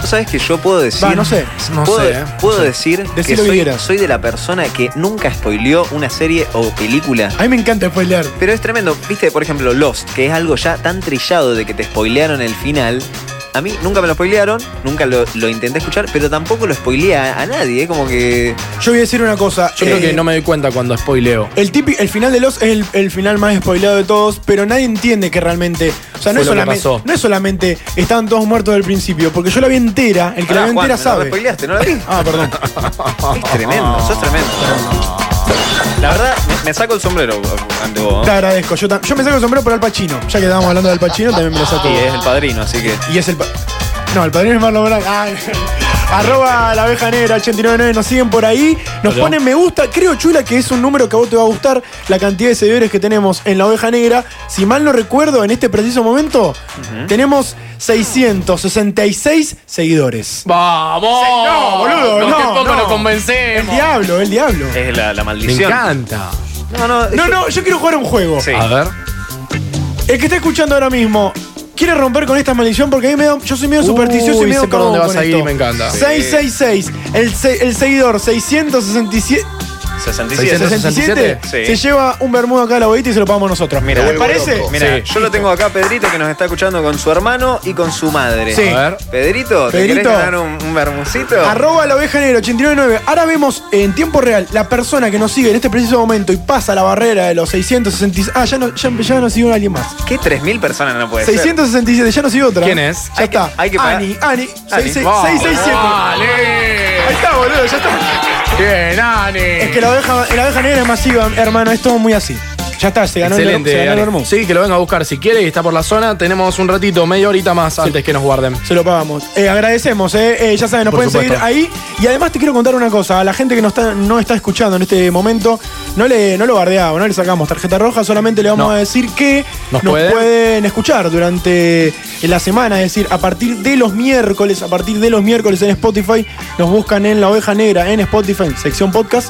Speaker 12: ¿Tú sabes que yo puedo decir?
Speaker 3: Va, no sé. No
Speaker 12: puedo
Speaker 3: sé, eh.
Speaker 12: puedo
Speaker 3: No sé.
Speaker 12: decir
Speaker 3: Decí
Speaker 12: que
Speaker 3: lo que
Speaker 12: soy,
Speaker 3: quieras.
Speaker 12: soy de la persona que nunca spoileó una serie o película.
Speaker 3: A mí me encanta spoilear.
Speaker 12: Pero es tremendo. Viste, por ejemplo, Lost, que es algo ya tan trillado de que te spoilearon el final. A mí nunca me lo spoilearon, nunca lo, lo intenté escuchar, pero tampoco lo spoileé a, a nadie. Es como que.
Speaker 3: Yo voy a decir una cosa.
Speaker 11: Yo creo
Speaker 3: eh,
Speaker 11: que no me doy cuenta cuando spoileo.
Speaker 3: El, tipi- el final de los es el, el final más spoileado de todos, pero nadie entiende que realmente. O sea, no
Speaker 11: Fue
Speaker 3: es,
Speaker 11: lo que
Speaker 3: solamente,
Speaker 11: pasó.
Speaker 3: no es solamente estaban todos muertos del principio, porque yo la vi entera, el que la
Speaker 12: Pará,
Speaker 3: vio
Speaker 12: Juan, me
Speaker 3: entera
Speaker 12: lo
Speaker 3: sabe.
Speaker 12: spoileaste, ¿no la vi?
Speaker 3: Ah, perdón.
Speaker 12: Es tremendo,
Speaker 11: Ah.
Speaker 12: sos tremendo. La verdad, me, me saco el sombrero ante vos.
Speaker 3: Te
Speaker 12: ¿no?
Speaker 3: agradezco. Yo, tam- yo me saco el sombrero por Al Pacino. Ya que estábamos hablando de Al Pacino, también me lo saco.
Speaker 12: Y es el padrino, así que.
Speaker 3: Y es el. pa- No, el padrino es Marlon Brando. Ay. Arroba la abeja negra 899, nos siguen por ahí, nos
Speaker 11: Hola.
Speaker 3: ponen me gusta, creo Chula que es un número que a vos te va a gustar, la cantidad de seguidores que tenemos en la oveja negra, si mal no recuerdo, en este preciso momento tenemos 666 seguidores.
Speaker 11: ¡Vamos!
Speaker 3: No, boludo,
Speaker 11: Con
Speaker 3: no,
Speaker 11: qué poco
Speaker 3: no.
Speaker 11: nos
Speaker 3: El
Speaker 11: convencemos.
Speaker 3: diablo, el diablo.
Speaker 12: Es la, la
Speaker 11: Me
Speaker 12: maldición.
Speaker 11: encanta.
Speaker 12: No, no,
Speaker 3: No,
Speaker 12: yo-
Speaker 3: no, yo quiero jugar a un juego.
Speaker 12: Sí.
Speaker 11: A ver.
Speaker 3: El que está escuchando ahora mismo quiere romper con esta maldición porque a mí me da- yo soy medio supersticioso
Speaker 11: Uy,
Speaker 3: y medio
Speaker 11: sé por dónde
Speaker 3: cagón
Speaker 11: vas
Speaker 3: con
Speaker 11: a ir,
Speaker 3: esto.
Speaker 11: me encanta.
Speaker 3: 666, el, se- el seguidor 667
Speaker 12: 67.
Speaker 3: 67,
Speaker 12: Sí.
Speaker 3: se lleva un bermudo acá a la bodita y se lo pagamos nosotros.
Speaker 12: Mira,
Speaker 3: ¿Te parece?
Speaker 12: Mira,
Speaker 11: Sí.
Speaker 12: yo lo tengo acá, a Pedrito, que nos está escuchando con su hermano y con su madre.
Speaker 3: Sí.
Speaker 11: A ver.
Speaker 12: Pedrito, ¿te
Speaker 3: Pedrito.
Speaker 12: querés ganar un, un bermucito?
Speaker 3: Arroba la oveja negra 899. Ahora vemos en tiempo real la persona que nos sigue en este preciso momento y pasa la barrera de los 666. Ah, ya, no, ya, ya nos siguió alguien más.
Speaker 12: ¿Qué 3.000 personas no puede
Speaker 3: 667, ya nos siguió otra.
Speaker 11: ¿Quién es?
Speaker 3: Ya
Speaker 12: Hay que-
Speaker 3: está.
Speaker 12: hay que pagar.
Speaker 3: Ani, Ani,
Speaker 12: Ani.
Speaker 3: 667. Ahí está, boludo, ya está.
Speaker 11: ¡Bien, Ani!
Speaker 3: Es que la oveja, la oveja negra es masiva, hermano, es todo muy así. Ya está, se ganó
Speaker 11: Excelente.
Speaker 3: el, se ganó el
Speaker 11: Ani.
Speaker 3: Bermú.
Speaker 11: sí, que lo venga a buscar si quiere y está por la zona. Tenemos un ratito, media horita más antes que nos guarden.
Speaker 3: Se lo pagamos. Eh, agradecemos, eh. Eh, ya saben, nos
Speaker 11: Por
Speaker 3: pueden
Speaker 11: supuesto.
Speaker 3: seguir ahí. Y además te quiero contar una cosa. A la gente que no está, no está escuchando en este momento, no, le, no lo bardeamos, no le sacamos tarjeta roja, solamente le vamos
Speaker 11: No.
Speaker 3: a decir que
Speaker 11: Nos
Speaker 3: nos,
Speaker 11: pueden.
Speaker 3: pueden. escuchar durante la semana. Es decir, a partir de los miércoles, a partir de los miércoles en Spotify, nos buscan en La Oveja Negra, en Spotify, en sección podcast.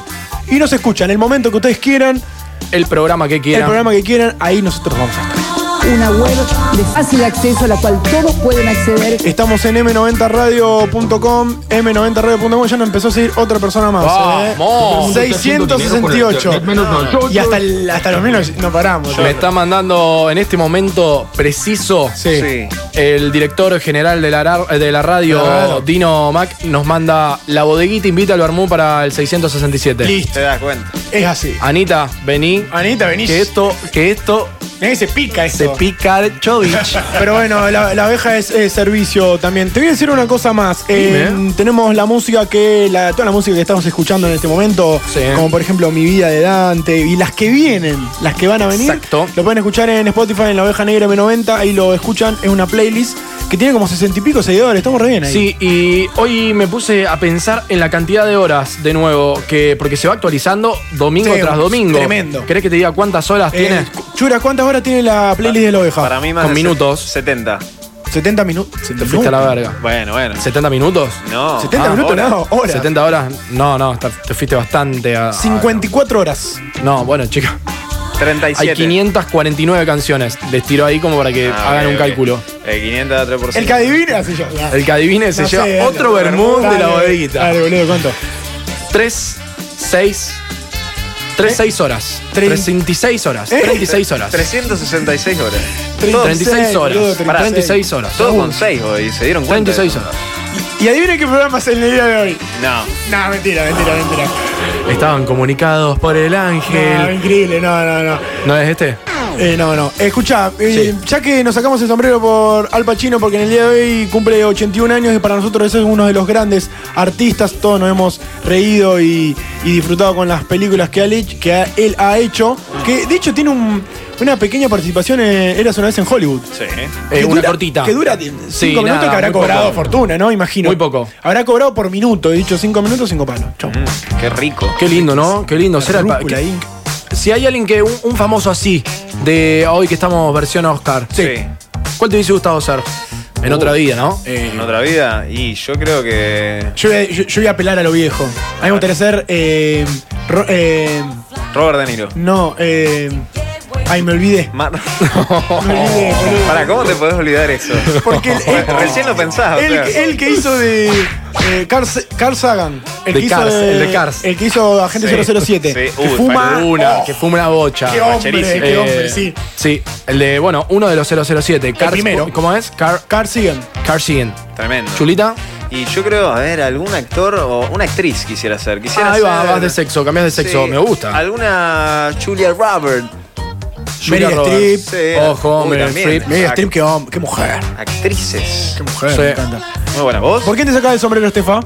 Speaker 3: Y nos escuchan el momento que ustedes quieran,
Speaker 11: El programa que
Speaker 3: el
Speaker 11: quieran.
Speaker 3: programa que quieran, ahí nosotros vamos a estar.
Speaker 4: Una web de fácil acceso a la cual todos pueden acceder.
Speaker 3: Estamos en m90radio.com, m90radio.com, ya nos empezó a seguir otra persona más. ¿eh?
Speaker 11: ¡Vamos!
Speaker 3: 668. Y hasta, el- hasta los menos no paramos.
Speaker 11: Me está mandando en este momento preciso
Speaker 3: Sí.
Speaker 12: Sí.
Speaker 11: el director general de la, ra- de la radio,
Speaker 3: Claro.
Speaker 11: Dino Mac, nos manda la bodeguita invita al Bermú para el 667.
Speaker 3: Listo.
Speaker 12: Te das cuenta.
Speaker 3: Es así.
Speaker 11: Anita, vení.
Speaker 3: Anita, venís.
Speaker 11: Que esto, que esto
Speaker 3: Mirá que se pica
Speaker 11: se
Speaker 3: esto.
Speaker 11: pica de Chovich.
Speaker 3: Pero bueno, la, la abeja es eh, servicio también. Te voy a decir una cosa más. Eh,
Speaker 11: Dime.
Speaker 3: tenemos la música que. La, toda la música que estamos escuchando en este momento.
Speaker 11: Sí.
Speaker 3: Como por ejemplo Mi vida de Dante. Y las que vienen, las que van a venir.
Speaker 11: Exacto.
Speaker 3: Lo pueden escuchar en Spotify, en la oveja negra M90. Ahí lo escuchan. Es una playlist que tiene como sesenta y pico seguidores. Estamos re bien ahí.
Speaker 11: Sí, y hoy me puse a pensar en la cantidad de horas de nuevo, que porque se va actualizando domingo
Speaker 3: Sí,
Speaker 11: tras domingo.
Speaker 3: tremendo.
Speaker 11: ¿Querés que te diga cuántas horas
Speaker 3: Eh,
Speaker 11: tiene?
Speaker 3: Chura, ¿cuántas horas tiene la playlist de la oveja?
Speaker 12: Para mí más
Speaker 11: Con
Speaker 12: de
Speaker 11: minutos.
Speaker 12: se- 70.
Speaker 3: 70 minutos.
Speaker 11: Te fuiste a la verga.
Speaker 12: Bueno, bueno.
Speaker 11: ¿70 minutos?
Speaker 12: No.
Speaker 3: 70
Speaker 12: Ah,
Speaker 3: minutos,
Speaker 12: ahora.
Speaker 3: no, horas.
Speaker 11: 70 horas. No, no, está- te fuiste bastante a. a-
Speaker 3: 54 horas.
Speaker 11: No, bueno, chica.
Speaker 12: 37.
Speaker 11: Hay 549 canciones. Les tiro ahí como para que
Speaker 12: Ah,
Speaker 11: hagan
Speaker 12: ok,
Speaker 11: un
Speaker 12: ok.
Speaker 11: cálculo.
Speaker 12: Eh, 500 a 3%.
Speaker 3: El que adivina, así yo. Ya.
Speaker 11: El que adivine se
Speaker 3: No
Speaker 11: lleva
Speaker 3: sé,
Speaker 11: otro
Speaker 3: dale,
Speaker 11: vermú de la
Speaker 3: dale,
Speaker 11: bodeguita.
Speaker 3: Dale, boludo, ¿cuánto?
Speaker 11: 3, 6.
Speaker 3: ¿Eh?
Speaker 11: 3, 6 horas.
Speaker 3: Tre-
Speaker 11: 36 horas.
Speaker 3: ¿Eh?
Speaker 11: 36 horas.
Speaker 12: 366 horas.
Speaker 11: 36 horas.
Speaker 3: boludo,
Speaker 11: Pará, 36
Speaker 3: 36.
Speaker 11: horas.
Speaker 12: Todos con 6 hoy. ¿Se dieron cuenta?
Speaker 11: 36 horas.
Speaker 3: Y adivinen qué programa es el día de hoy.
Speaker 12: No.
Speaker 3: No, mentira, mentira, mentira.
Speaker 11: Estaban comunicados por el
Speaker 3: No,
Speaker 11: ángel.
Speaker 3: increíble, no, no, no.
Speaker 11: ¿No es este?
Speaker 3: Eh, no, no. Escucha,
Speaker 11: Sí.
Speaker 3: ya que nos sacamos el sombrero por Al Pacino, porque en el día de hoy cumple 81 años y para nosotros ese es uno de los grandes artistas. Todos nos hemos reído y, y disfrutado con las películas que, ha le- que ha- él ha hecho. Que de hecho tiene un- una pequeña participación en Eras una vez en Hollywood.
Speaker 12: Sí.
Speaker 11: Eh,
Speaker 3: Que
Speaker 11: una
Speaker 3: dura-
Speaker 11: cortita.
Speaker 3: Que dura 5
Speaker 11: Sí,
Speaker 3: minutos
Speaker 11: nada,
Speaker 3: que habrá
Speaker 11: muy
Speaker 3: cobrado
Speaker 11: poco.
Speaker 3: fortuna, ¿no? Imagino.
Speaker 11: Muy poco.
Speaker 3: Habrá cobrado por minuto, he dicho 5 minutos, 5 palos. Chau.
Speaker 11: Mm.
Speaker 12: Qué rico.
Speaker 11: Qué lindo, ¿no? Qué lindo.
Speaker 3: La
Speaker 11: Ser al pa-
Speaker 3: rúcula
Speaker 11: que-
Speaker 3: ahí.
Speaker 11: Si hay alguien que, un, un famoso así, de hoy que estamos versión Oscar. Sí. ¿Cuál te hubiese gustado ser? En otra vida, ¿no? Eh,
Speaker 12: En otra vida, y yo creo que.
Speaker 3: Yo voy, a, yo- yo voy a apelar a lo viejo. A mí me gustaría ser. eh, Ro- eh,
Speaker 12: Robert De Niro.
Speaker 3: no, eh, ay, me olvidé.
Speaker 12: Mar-
Speaker 3: Me olvidé, Eh, boludo.
Speaker 12: Pará, ¿cómo te podés olvidar eso?
Speaker 3: Porque el- el-
Speaker 12: recién lo
Speaker 11: Ah,
Speaker 12: pensaba.
Speaker 3: El,
Speaker 12: o sea.
Speaker 3: el que hizo de. eh, Carl, S- Carl Sagan. El,
Speaker 11: De
Speaker 3: que hizo
Speaker 11: Cars, el de Cars.
Speaker 3: El que hizo Agente
Speaker 11: Sí.
Speaker 3: 007.
Speaker 11: Sí,
Speaker 3: que
Speaker 11: uy,
Speaker 3: fuma. Oh.
Speaker 11: para una, que fuma una bocha. Eh,
Speaker 3: Qué hombre, Facherísimo. qué hombre, sí.
Speaker 11: Sí, el de, bueno, uno de los 007. Cars-
Speaker 3: primero.
Speaker 11: ¿Cómo es? Car,
Speaker 3: Carl Sagan.
Speaker 11: Carl Sagan.
Speaker 12: Tremendo.
Speaker 11: Chulita.
Speaker 12: Y yo creo, a ver, algún actor o una actriz quisiera ser. Quisiera
Speaker 11: Ah, ahí va,
Speaker 12: ser-
Speaker 11: vas de sexo, cambias de sexo,
Speaker 12: Sí.
Speaker 11: me gusta.
Speaker 12: Alguna Julia Robert.
Speaker 11: Julia
Speaker 3: Meryl
Speaker 11: Roberts.
Speaker 3: Streep.
Speaker 12: Sí.
Speaker 11: Ojo,
Speaker 12: Uy,
Speaker 11: Meryl
Speaker 12: también.
Speaker 11: Streep.
Speaker 3: Meryl Streep, qué, hom- qué mujer.
Speaker 12: Actrices.
Speaker 3: Qué mujer,
Speaker 11: Sí.
Speaker 3: me encanta.
Speaker 12: Muy buena voz.
Speaker 3: ¿Por qué te sacas el sombrero, Estefa?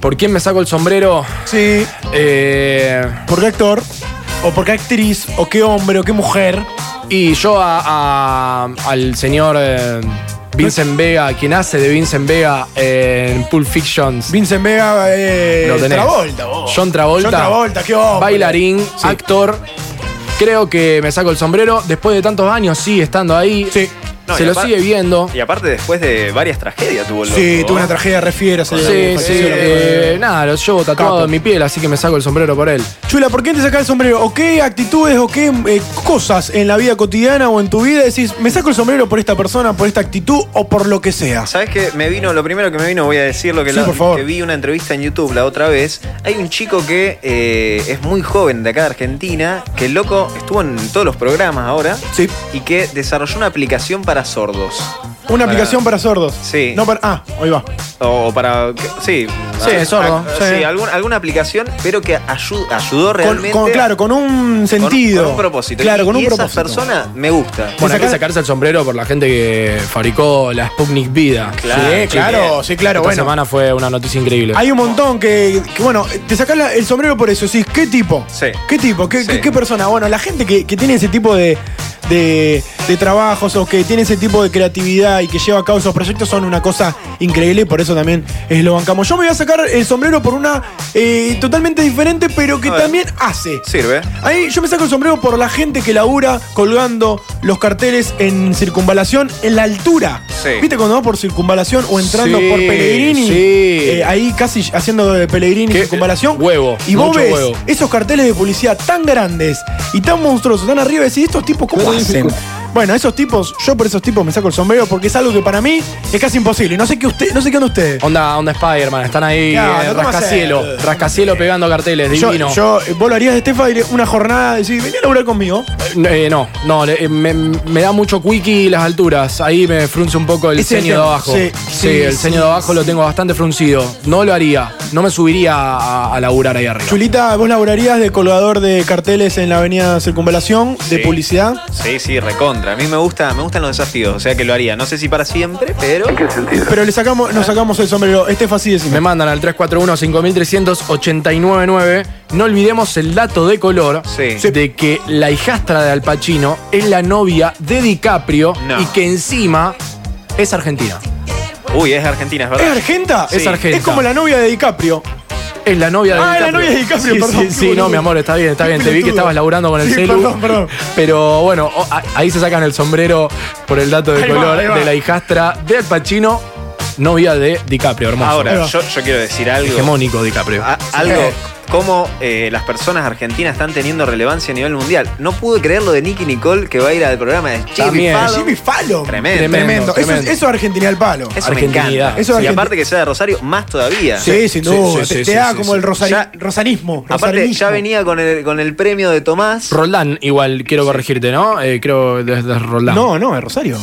Speaker 11: ¿Por quién me saco el sombrero?
Speaker 3: Sí.
Speaker 11: Eh,
Speaker 3: ¿Por qué actor? ¿O por qué actriz? ¿O qué hombre? ¿O qué mujer?
Speaker 11: y yo a- a- al señor eh, Vincent Vega, quien hace de Vincent Vega en Pulp Fiction.
Speaker 3: Vincent Vega, eh,
Speaker 11: Lo tenés.
Speaker 3: Travolta, vos.
Speaker 11: John Travolta.
Speaker 3: John Travolta, qué hombre.
Speaker 11: Bailarín,
Speaker 3: Sí.
Speaker 11: actor. Creo que me saco el sombrero. Después de tantos años sigue estando ahí.
Speaker 3: Sí.
Speaker 12: No,
Speaker 11: se
Speaker 12: y
Speaker 11: lo
Speaker 12: apar-
Speaker 11: sigue viendo.
Speaker 12: Y aparte, después de varias tragedias tuvo el
Speaker 3: Sí,
Speaker 12: loco. ¿eh?
Speaker 3: tuve una tragedia refiera. se-
Speaker 11: Sí, sí.
Speaker 3: falleció la
Speaker 11: eh,
Speaker 3: mujer.
Speaker 11: nada, lo llevo tatuado
Speaker 3: Capo.
Speaker 11: en mi piel, así que me saco el sombrero por él.
Speaker 3: Chula, ¿por qué te sacas el sombrero? ¿O qué actitudes o qué eh, cosas en la vida cotidiana o en tu vida decís, me saco el sombrero por esta persona, por esta actitud o por lo que sea?
Speaker 12: ¿Sabes qué? Me vino, lo primero que me vino, voy a decir lo que,
Speaker 3: Sí,
Speaker 12: la-
Speaker 3: por favor.
Speaker 12: que vi una entrevista en YouTube la otra vez. Hay un chico que eh, es muy joven de acá de Argentina, que el loco estuvo en todos los programas ahora
Speaker 3: Sí.
Speaker 12: y que desarrolló una aplicación para sordos.
Speaker 3: Una aplicación para sordos.
Speaker 12: Sí.
Speaker 3: No para. Ah, ahí va.
Speaker 12: O para. Sí. Ah,
Speaker 11: Sí, sordo,
Speaker 12: sí,
Speaker 11: sí.
Speaker 12: algún- alguna aplicación, pero que ayu- ayudó
Speaker 3: Con,
Speaker 12: realmente.
Speaker 3: con- claro, con un
Speaker 12: con- con
Speaker 3: sentido.
Speaker 12: un propósito.
Speaker 3: Claro,
Speaker 12: Y-
Speaker 3: con
Speaker 12: y
Speaker 3: un propósito.
Speaker 12: Esa persona me gusta.
Speaker 11: Bueno, hay que
Speaker 3: sacás-
Speaker 11: sacarse el sombrero por la gente que fabricó la Sputnik Vida.
Speaker 12: Claro,
Speaker 3: sí, claro, sí, claro.
Speaker 11: Esta
Speaker 3: Bueno,
Speaker 11: semana fue una noticia increíble.
Speaker 3: hay un montón que, que, bueno, te sacás la- el sombrero por eso. Sí, ¿qué tipo?
Speaker 12: Sí.
Speaker 3: ¿Qué tipo? ¿Qué,
Speaker 12: Sí.
Speaker 3: qué- qué persona? Bueno, la gente que, que tiene ese tipo de, de, de trabajos o que tiene ese tipo de creatividad y que lleva a cabo esos proyectos son una cosa increíble y por eso también eh, lo bancamos. Yo me voy a sacar el sombrero por una eh, totalmente diferente, pero que
Speaker 12: A ver.
Speaker 3: también hace.
Speaker 12: Sirve.
Speaker 3: Ahí yo me saco el sombrero por la gente que labura colgando los carteles en circunvalación en la altura.
Speaker 12: Sí.
Speaker 3: ¿Viste cuando vas por circunvalación o entrando
Speaker 11: Sí,
Speaker 3: por Pellegrini?
Speaker 11: sí.
Speaker 3: Eh, ahí casi haciendo de Pellegrini
Speaker 11: Qué
Speaker 3: circunvalación.
Speaker 11: huevo,
Speaker 3: Y vos
Speaker 11: mucho
Speaker 3: ves eh,
Speaker 11: huevo.
Speaker 3: esos carteles de publicidad tan grandes y tan monstruosos, tan arriba, y decís, ¿estos tipos cómo hacen? Bueno, esos tipos, yo por esos tipos me saco el sombrero porque es algo que para mí es casi imposible. No sé qué usted, no sé qué onda ustedes.
Speaker 11: Onda, onda Spider-Man, están ahí
Speaker 3: Claro,
Speaker 11: eh,
Speaker 3: no tomas
Speaker 11: rascacielo,
Speaker 3: el-
Speaker 11: rascacielo pegando carteles,
Speaker 3: Yo,
Speaker 11: divino.
Speaker 3: yo, eh, vos lo harías de Estefa y una jornada, decís, vení a laburar conmigo.
Speaker 11: Eh, no, no, le- eh, me, me da mucho quickie las alturas. Ahí me frunce un poco el
Speaker 3: Ese
Speaker 11: ceño
Speaker 3: tema,
Speaker 11: de abajo.
Speaker 3: sí,
Speaker 11: Sí,
Speaker 3: sí,
Speaker 11: el
Speaker 3: sí,
Speaker 11: ceño de abajo lo tengo bastante fruncido. No lo haría, no me subiría a, a laburar ahí arriba.
Speaker 3: Chulita, vos laborarías de colgador de carteles en la avenida Circunvalación, de
Speaker 12: Sí.
Speaker 3: publicidad.
Speaker 12: Sí, sí, recontra. A mí me gusta, me gustan los desafíos, o sea que lo haría. No sé si para siempre, pero.
Speaker 3: Pero le sacamos, nos sacamos el sombrero. Este fácil
Speaker 11: Me
Speaker 3: decime.
Speaker 11: mandan al 341-5300-899. No olvidemos el dato de color
Speaker 12: Sí. Sí.
Speaker 11: de que la hijastra de Al Pacino es la novia de DiCaprio
Speaker 12: No.
Speaker 11: y que encima es argentina.
Speaker 12: Uy, es Argentina, es
Speaker 3: ¿Es
Speaker 12: verdad.
Speaker 3: argenta?
Speaker 11: Es argenta.
Speaker 3: Es como la novia de DiCaprio.
Speaker 11: Es la novia de
Speaker 3: Ah,
Speaker 11: DiCaprio.
Speaker 3: la novia de DiCaprio,
Speaker 11: sí,
Speaker 3: perdón,
Speaker 11: Sí,
Speaker 3: qué
Speaker 11: sí,
Speaker 3: boludo.
Speaker 11: no, mi amor, está bien, está
Speaker 3: Qué
Speaker 11: bien. Te vi que
Speaker 3: pelotudo.
Speaker 11: estabas laburando con el
Speaker 3: Sí,
Speaker 11: celu.
Speaker 3: perdón, perdón.
Speaker 11: Pero bueno, o- a- ahí se sacan el sombrero por el dato de
Speaker 3: Ahí va,
Speaker 11: color
Speaker 3: ahí va.
Speaker 11: de la hijastra de Al Pacino, novia de DiCaprio, hermoso.
Speaker 3: Ahí
Speaker 12: Ahora,
Speaker 3: va.
Speaker 12: yo, yo quiero decir algo.
Speaker 11: Hegemónico DiCaprio.
Speaker 12: A- algo como eh, las personas argentinas están teniendo relevancia a nivel mundial. No pude creer lo de Nicky Nicole que va a ir al programa de Jimmy
Speaker 11: También.
Speaker 12: Fallon.
Speaker 3: Jimmy Fallon.
Speaker 12: Tremendo.
Speaker 3: Tremendo.
Speaker 11: Tremendo,
Speaker 3: Eso, es-
Speaker 11: tremendo.
Speaker 3: eso es Argentina al palo.
Speaker 12: Eso me
Speaker 11: Argentinidad.
Speaker 12: encanta.
Speaker 3: Eso es
Speaker 12: y
Speaker 3: argenti-
Speaker 12: aparte que sea de Rosario, más todavía.
Speaker 3: Sí, sin
Speaker 11: sí,
Speaker 3: duda.
Speaker 11: sí,
Speaker 3: te
Speaker 11: sí,
Speaker 3: te
Speaker 11: sí,
Speaker 3: da
Speaker 11: sí,
Speaker 3: como
Speaker 11: sí.
Speaker 3: el rosari-
Speaker 12: Ya-
Speaker 3: rosanismo.
Speaker 12: Aparte,
Speaker 3: rosarinismo.
Speaker 12: ya venía con el, con el premio de Tomás.
Speaker 11: Roldán, igual quiero corregirte, ¿no? Eh, creo desde Roldán.
Speaker 3: No, no, es Rosario.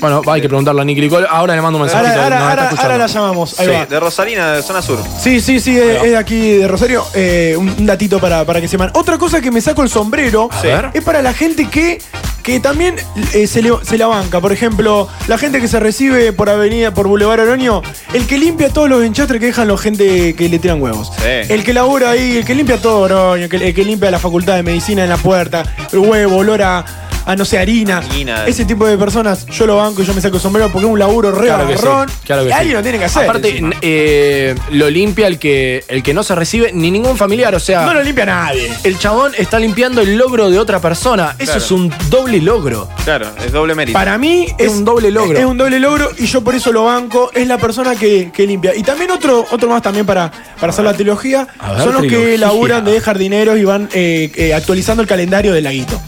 Speaker 11: Bueno, hay que preguntarle a Nicky Nicole. Ahora le mando un mensaje.
Speaker 3: Ahora, ahora-
Speaker 11: Ah,
Speaker 3: ahora- ahora la llamamos. Ahí
Speaker 12: Sí,
Speaker 3: va.
Speaker 12: de Rosalina, de Zona Sur.
Speaker 3: Sí, sí, sí, es, es de aquí de Rosario. Eh, un, un datito para, para que sepan. Otra cosa que me saco el sombrero
Speaker 11: A ver.
Speaker 3: es para la gente que, que también eh, se, le- se la banca. Por ejemplo, la gente que se recibe por avenida, por Boulevard Oroño, el que limpia todos los enchastres que dejan la gente que le tiran huevos.
Speaker 12: Sí.
Speaker 3: El que labura ahí, el que limpia todo Oroño, el que, el que limpia la facultad de medicina en la puerta, el huevo, olor a. a no sé, harina.
Speaker 12: Harina.
Speaker 3: Ese tipo de personas, yo lo banco y yo me saco el sombrero porque es un laburo re
Speaker 11: Claro que sí,
Speaker 3: agarrón.
Speaker 11: claro que
Speaker 3: y
Speaker 11: sí.
Speaker 3: alguien lo tiene que hacer.
Speaker 11: Aparte,
Speaker 3: encima.
Speaker 11: n- eh, lo limpia el que, el que no se recibe, ni ningún familiar, o sea.
Speaker 3: no lo limpia nadie.
Speaker 11: El chabón está limpiando el logro de otra persona. Eso
Speaker 12: Claro.
Speaker 11: es un doble logro.
Speaker 12: Claro, es doble mérito.
Speaker 3: Para mí es,
Speaker 11: un doble logro.
Speaker 3: Es un doble logro y yo por eso lo banco. Es la persona que, que limpia. Y también otro, otro más también para, para hacer la trilogía.
Speaker 11: A ver,
Speaker 3: son los que
Speaker 11: trilogía.
Speaker 3: laburan de jardineros y van eh, eh, actualizando el calendario del laguito.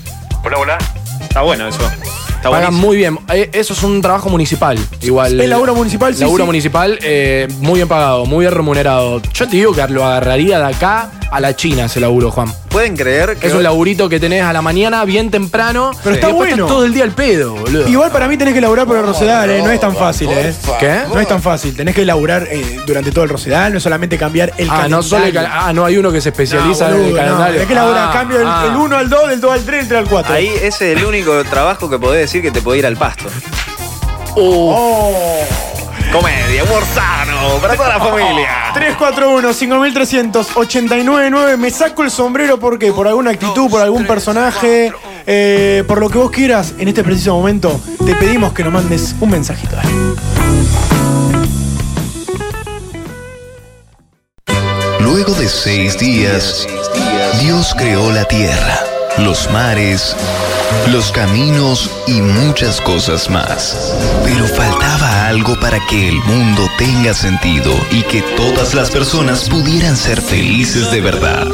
Speaker 12: Hola, hola. Está bueno eso. Está buenísimo.
Speaker 11: Pagan muy bien. Eh, Eso es un trabajo municipal. Igual.
Speaker 3: Es laburo municipal, sí,
Speaker 11: Laburo
Speaker 3: sí.
Speaker 11: municipal, eh, muy bien pagado, muy bien remunerado. Yo te digo que lo agarraría de acá a la China ese laburo, Juan.
Speaker 12: Pueden creer que.
Speaker 11: Es un laburito que tenés a la mañana, bien temprano.
Speaker 3: Pero
Speaker 11: y
Speaker 3: está
Speaker 11: después
Speaker 3: bueno.
Speaker 11: estás todo el día al pedo, boludo.
Speaker 3: Igual para mí tenés que laburar por el Rosedal, eh, no es tan fácil, eh.
Speaker 11: ¿Qué?
Speaker 3: No es tan fácil, tenés que laburar eh, durante todo el Rosedal, no es solamente cambiar el
Speaker 11: Ah,
Speaker 3: calendario.
Speaker 11: no solo el cal- Ah, no hay uno que se especializa en
Speaker 3: No,
Speaker 11: el
Speaker 3: boludo, no.
Speaker 11: calendario.
Speaker 3: Tenés que laburar,
Speaker 11: Ah,
Speaker 3: cambio del-
Speaker 11: ah.
Speaker 3: del 1 al 2, del 2 al 3, del 3 al 4.
Speaker 12: Ahí ese es el único trabajo que podés decir que te puede ir al pasto.
Speaker 3: Oh.
Speaker 12: Comedia, humor sano, para toda la familia.
Speaker 3: 341 5389 Me saco el sombrero porque por alguna actitud, por algún personaje, eh, por lo que vos quieras, en este preciso momento, te pedimos que nos mandes un mensajito. dale.
Speaker 5: Luego de seis días, Dios creó la tierra, los mares, los caminos y muchas cosas más. Pero faltaba algo para que el mundo tenga sentido y que todas las personas pudieran ser felices de verdad.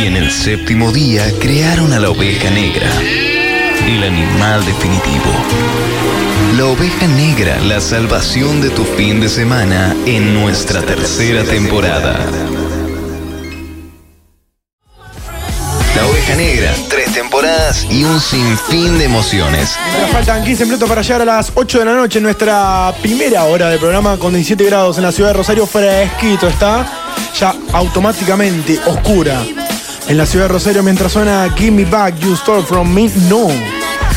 Speaker 5: Y en el séptimo día crearon a la oveja negra, el animal definitivo. La oveja negra, la salvación de tu fin de semana en nuestra tercera temporada. La oveja negra, tres temporadas y un sinfín de emociones.
Speaker 3: Nos faltan 15 minutos para llegar a las 8 de la noche, nuestra primera hora de programa con 17 grados en la ciudad de Rosario, fresquito está, ya automáticamente oscura. En la ciudad de Rosario, mientras suena Give Me Back, You Stole From Me, no.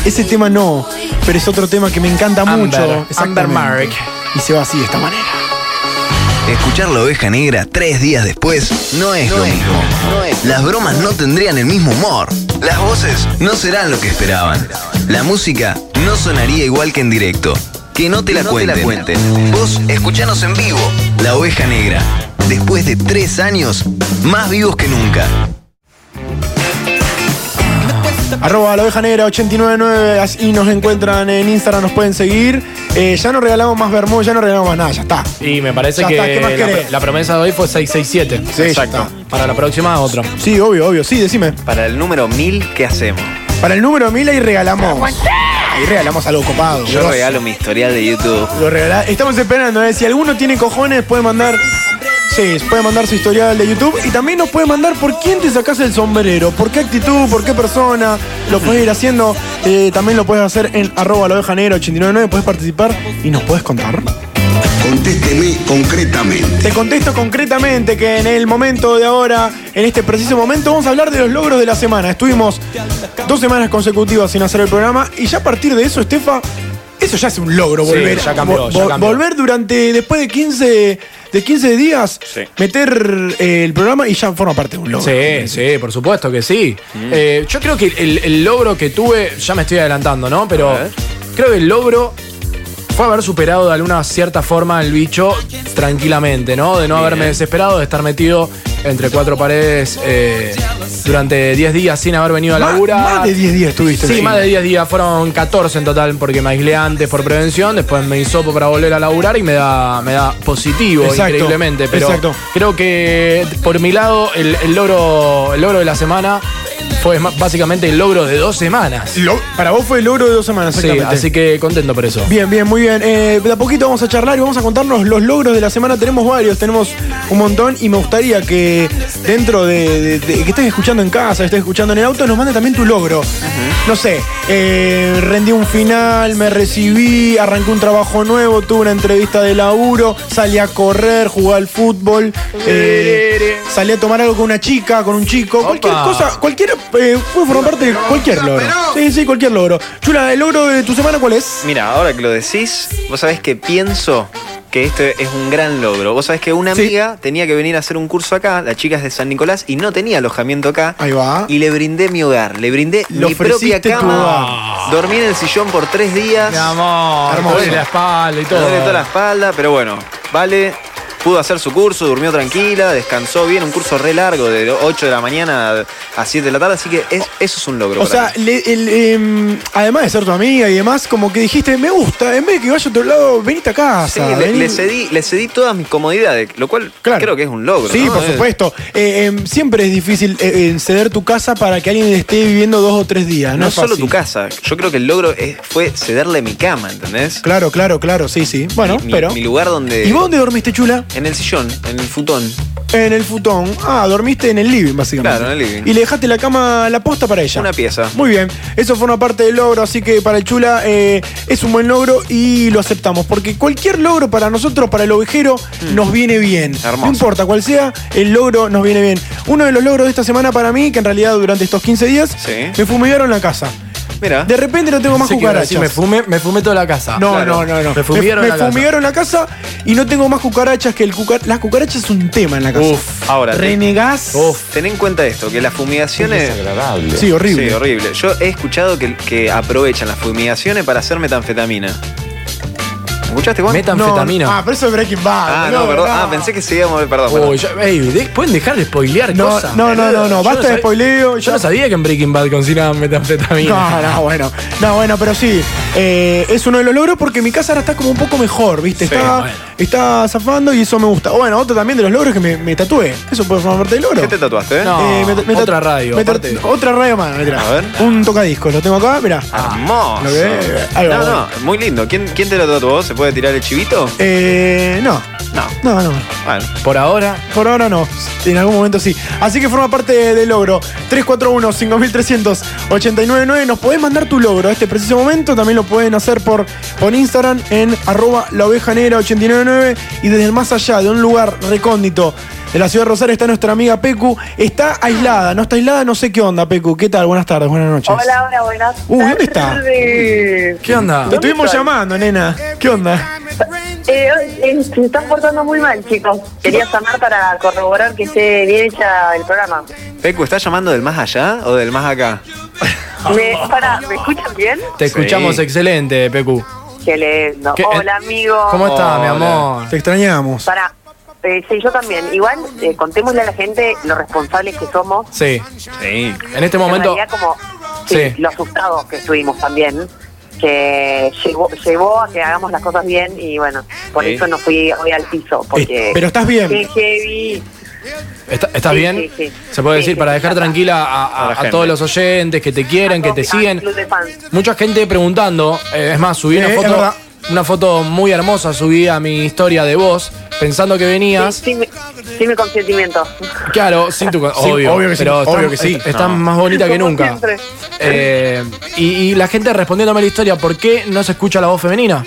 Speaker 3: Ese tema no, pero es otro tema que me encanta
Speaker 11: Amber,
Speaker 3: mucho.
Speaker 11: Amber
Speaker 3: Exactamente.
Speaker 11: Mark.
Speaker 3: Y se va así de esta manera.
Speaker 5: Escuchar la oveja negra tres días después no es lo mismo. Las bromas no tendrían el mismo humor. Las voces no serán lo que esperaban. La música no sonaría igual que en directo. Que no te la cuenten. Vos escuchanos en vivo. La oveja negra. Después de tres años, más vivos que nunca.
Speaker 3: Arroba la oveja negra 899, así nos encuentran en Instagram, nos pueden seguir. Eh, ya no regalamos más Bermuda, ya no regalamos más nada, ya está.
Speaker 11: Y me parece
Speaker 3: Ya
Speaker 11: que
Speaker 3: está, ¿qué más
Speaker 11: la,
Speaker 3: querés?
Speaker 11: la promesa de hoy fue 667.
Speaker 3: Sí, ya
Speaker 11: Para la próxima, otro.
Speaker 3: Sí, obvio, obvio, sí, decime.
Speaker 12: Para el número 1000, ¿qué hacemos?
Speaker 3: Para el número 1000 ahí regalamos. Ahí regalamos algo copado.
Speaker 12: Yo
Speaker 3: Grosso.
Speaker 12: regalo mi historial de YouTube.
Speaker 3: Lo regala- Estamos esperando, ¿eh? Si alguno tiene cojones, puede mandar. Sí, puede mandar su historial de YouTube y también nos puede mandar por quién te sacas el sombrero, por qué actitud, por qué persona. Lo puedes ir haciendo. eh, también lo puedes hacer en arroba la oveja negra 899. Puedes participar y nos puedes contar.
Speaker 10: Contésteme concretamente.
Speaker 3: Te contesto concretamente que en el momento de ahora, en este preciso momento, vamos a hablar de los logros de la semana. Estuvimos dos semanas consecutivas sin hacer el programa y ya a partir de eso, Estefa, eso ya es un logro
Speaker 11: Sí,
Speaker 3: volver.
Speaker 11: ya cambió,
Speaker 3: Vo-
Speaker 11: ya
Speaker 3: vo-
Speaker 11: cambió.
Speaker 3: Volver durante, después de 15, de 15 días,
Speaker 12: Sí.
Speaker 3: meter eh, el programa y ya forma parte de un logro.
Speaker 11: Sí, sí, por supuesto que sí.
Speaker 12: Mm.
Speaker 11: Eh, yo creo que el, el logro que tuve, ya me estoy adelantando, ¿no? Pero
Speaker 12: A ver.
Speaker 11: creo que el logro fue haber superado de alguna cierta forma el bicho tranquilamente, ¿no? De no haberme desesperado, de estar metido entre cuatro paredes eh, durante 10 días sin haber venido a
Speaker 3: Más,
Speaker 11: laburar.
Speaker 3: más de 10 días estuviste.
Speaker 11: Sí,
Speaker 3: encima.
Speaker 11: más de 10 días, fueron 14 en total porque me aislé antes por prevención, después me hisopo para volver a laburar y me da, me da positivo
Speaker 3: Exacto,
Speaker 11: increíblemente. Pero
Speaker 3: exacto.
Speaker 11: creo que por mi lado el, el logro, el logro de la semana fue ma- básicamente el logro de dos semanas.
Speaker 3: Lo- para vos fue el logro de dos semanas,
Speaker 11: Sí,
Speaker 3: exactamente.
Speaker 11: así que contento por eso.
Speaker 3: Bien, bien, muy bien. Eh, de a poquito vamos a charlar y vamos a contarnos los logros de la semana. Tenemos varios, tenemos un montón y me gustaría que dentro de, de- de- que estés escuchando en casa, que estés escuchando en el auto, nos mande también tu logro. No sé, eh, rendí un final, me recibí, arranqué un trabajo nuevo, tuve una entrevista de laburo, salí a correr, jugué al fútbol, eh, salí a tomar algo con una chica, con un chico, cualquier cosa, cualquier, eh, puede formar parte de cualquier logro. Sí, sí, cualquier logro. Chula, ¿el logro de tu semana cuál es?
Speaker 12: Mira, ahora que lo decís, vos sabés que pienso que esto es un gran logro. Vos sabés que una amiga tenía que venir a hacer un curso acá, la chica es de San Nicolás, y no tenía alojamiento acá.
Speaker 3: Ahí va.
Speaker 12: Y le brindé mi hogar, le brindé
Speaker 3: Ah. Le
Speaker 12: mi propia
Speaker 3: ofreciste tu
Speaker 12: cama. Dormí en el sillón por tres días.
Speaker 11: Mi amor,
Speaker 12: Hermoso.
Speaker 11: duele la espalda y
Speaker 12: Le duele toda
Speaker 11: todo.
Speaker 12: la espalda, pero bueno, vale. Pudo hacer su curso, durmió tranquila, descansó bien, un curso re largo, de 8 de la mañana a 7 de la tarde, así que es- eso es un logro.
Speaker 3: O
Speaker 12: para mí.
Speaker 3: sea, le- el, em, además de ser tu amiga y demás, como que dijiste, me gusta, en vez de que vaya a otro lado, venite a casa.
Speaker 12: Sí, le,
Speaker 3: vení".
Speaker 12: le cedí, le cedí todas mis comodidades, lo cual
Speaker 3: ¿eh? Claro.
Speaker 12: creo que es un logro.
Speaker 3: Sí,
Speaker 12: ¿no?
Speaker 3: por
Speaker 12: Eh,
Speaker 3: supuesto. Eh, em, siempre es difícil eh, em, ceder tu casa para que alguien esté viviendo dos o tres días. No,
Speaker 12: No
Speaker 3: es
Speaker 12: solo
Speaker 3: fácil.
Speaker 12: tu casa, yo creo que el logro es- fue cederle mi cama, ¿entendés?
Speaker 3: Claro, claro, claro, sí, sí. Bueno,
Speaker 12: mi, mi-
Speaker 3: pero.
Speaker 12: mi lugar donde.
Speaker 3: ¿Y vos dónde dormiste, chula?
Speaker 12: En el sillón, en el futón.
Speaker 3: En el futón. Ah, dormiste en el living, básicamente.
Speaker 12: Claro, en el living.
Speaker 3: Y le dejaste la cama, la posta para ella.
Speaker 12: Una pieza.
Speaker 3: Muy bien, eso forma parte del logro, así que para el Chula eh, es un buen logro y lo aceptamos, porque cualquier logro para nosotros, para el ovejero,
Speaker 11: Mm.
Speaker 3: nos viene bien. No importa cuál sea, el logro nos viene bien. Uno de los logros de esta semana para mí, que en realidad durante estos 15 días,
Speaker 12: Sí.
Speaker 3: me fumigaron la casa.
Speaker 12: Mira.
Speaker 3: De repente no tengo más
Speaker 11: Pensé que iba a decir,
Speaker 3: cucarachas.
Speaker 11: me fumé, me fumé toda la casa.
Speaker 3: No,
Speaker 11: Ah, Claro.
Speaker 3: no, no, no.
Speaker 11: Me fumigaron
Speaker 3: me,
Speaker 11: la casa.
Speaker 3: fumigaron la casa y no tengo más cucarachas que el cucar... Las cucarachas es un tema en la casa.
Speaker 12: Uf, ahora. te-
Speaker 3: Renegás.
Speaker 12: Ten en cuenta esto, que las fumigaciones.
Speaker 3: Sí, horrible.
Speaker 12: Sí, horrible. Yo he escuchado que, que aprovechan las fumigaciones para hacer metanfetamina. ¿Escuchaste, Juan?
Speaker 11: Metanfetamina.
Speaker 3: No, ah, pero eso es Breaking Bad.
Speaker 12: Ah, no,
Speaker 3: boludo,
Speaker 12: perdón.
Speaker 3: no.
Speaker 12: Ah, pensé que seguíamos. Perdón, perdón.
Speaker 11: Uy, ya- ey, de- ¿Pueden dejar de spoilear
Speaker 3: No,
Speaker 11: cosas?
Speaker 3: no, no, no,
Speaker 11: Yo
Speaker 3: no, basta de
Speaker 11: sabía-
Speaker 3: spoileo,
Speaker 11: Yo
Speaker 3: ya-
Speaker 11: no sabía que en Breaking Bad cocinaban metanfetamina.
Speaker 3: No, no, bueno. No, bueno, pero sí. eh, es uno de los logros porque mi casa ahora está como un poco mejor, ¿viste?
Speaker 11: Sí,
Speaker 3: está,
Speaker 11: bueno.
Speaker 3: está zafando y eso me gusta. Bueno, otro también de los logros que me, me tatué. Eso puede formar parte del logro.
Speaker 12: ¿Qué te tatuaste? eh?
Speaker 11: No.
Speaker 3: Eh, me ta- me ta-
Speaker 11: otra radio,
Speaker 3: me ta-
Speaker 11: aparte.
Speaker 3: Otra radio más, mirá.
Speaker 12: A ver.
Speaker 3: Un tocadiscos, lo tengo acá, mirá.
Speaker 11: Ah.
Speaker 12: Hermoso.
Speaker 3: ¿Lo ves? Ahí va,
Speaker 12: no,
Speaker 3: bueno.
Speaker 12: no, muy lindo. ¿Quién, quién te lo tatuó? ¿Se puede tirar el chivito?
Speaker 3: Eh, no,
Speaker 12: No.
Speaker 3: no, no.
Speaker 12: Bueno.
Speaker 11: Por ahora,
Speaker 3: Por ahora no, en algún momento sí. Así que forma parte del logro. 341-5389-9. Nos podés mandar tu logro a este preciso momento. También lo pueden hacer por, por Instagram en arroba la oveja negra 899. Y desde el más allá, de un lugar recóndito de la ciudad de Rosario, está nuestra amiga Pecu. Está aislada, no está aislada, no sé qué onda, Pecu. ¿Qué tal? Buenas tardes, buenas noches.
Speaker 9: Hola, hola, buenas
Speaker 3: Uh, ¿dónde está?
Speaker 9: tardes.
Speaker 11: ¿qué onda?
Speaker 3: Te estuvimos llamando, nena. ¿Qué onda?
Speaker 9: Eh, eh, se están portando muy mal, chicos. Quería llamar para corroborar que esté bien hecha el programa.
Speaker 12: Pecu, ¿estás llamando del más allá o del más acá?
Speaker 9: Me, para, ¿me escuchan bien?
Speaker 11: Ah. Te
Speaker 12: Sí.
Speaker 11: escuchamos excelente, Pecu.
Speaker 9: Qué lindo.
Speaker 11: ¿Qué? eh?
Speaker 9: Hola, amigo.
Speaker 11: ¿Cómo estás, mi
Speaker 12: Hola.
Speaker 11: amor?
Speaker 3: Te extrañamos.
Speaker 9: Para. eh, sí, yo también. Igual, eh, contémosle a la gente lo responsables que somos.
Speaker 11: Sí.
Speaker 12: Sí.
Speaker 11: En este momento.
Speaker 9: En realidad, como sí,
Speaker 11: Sí.
Speaker 9: lo asustados que estuvimos también, que llevó, llevó a que hagamos las cosas bien y bueno, por
Speaker 12: Sí.
Speaker 9: eso no fui hoy al piso. Porque
Speaker 3: Eh, pero estás bien.
Speaker 9: Qué heavy.
Speaker 11: ¿Está- ¿Estás
Speaker 9: Sí,
Speaker 11: bien?
Speaker 9: sí, sí.
Speaker 11: Se puede
Speaker 9: Sí,
Speaker 11: decir,
Speaker 9: sí,
Speaker 11: para
Speaker 9: sí,
Speaker 11: dejar
Speaker 9: ya está.
Speaker 11: tranquila a, a-
Speaker 12: A la
Speaker 11: a
Speaker 12: gente.
Speaker 11: todos los oyentes que te quieren, que te
Speaker 9: Ah,
Speaker 11: siguen.
Speaker 9: Club de fans.
Speaker 11: Mucha gente preguntando, eh, es más, subí una
Speaker 3: Eh, es
Speaker 11: foto,
Speaker 3: verdad.
Speaker 11: una foto muy hermosa, subí a mi historia de vos, pensando que venías.
Speaker 9: Sí, Sin, mi- sin mi consentimiento.
Speaker 11: Claro, sin tu con-
Speaker 3: Sí,
Speaker 11: obvio,
Speaker 3: obvio que sí,
Speaker 11: pero
Speaker 3: obvio
Speaker 11: está-
Speaker 3: que sí.
Speaker 11: está- está más bonita que
Speaker 9: Como
Speaker 11: nunca.
Speaker 9: siempre.
Speaker 11: Eh, y, y la gente respondiéndome la historia, ¿por qué no se escucha la voz femenina?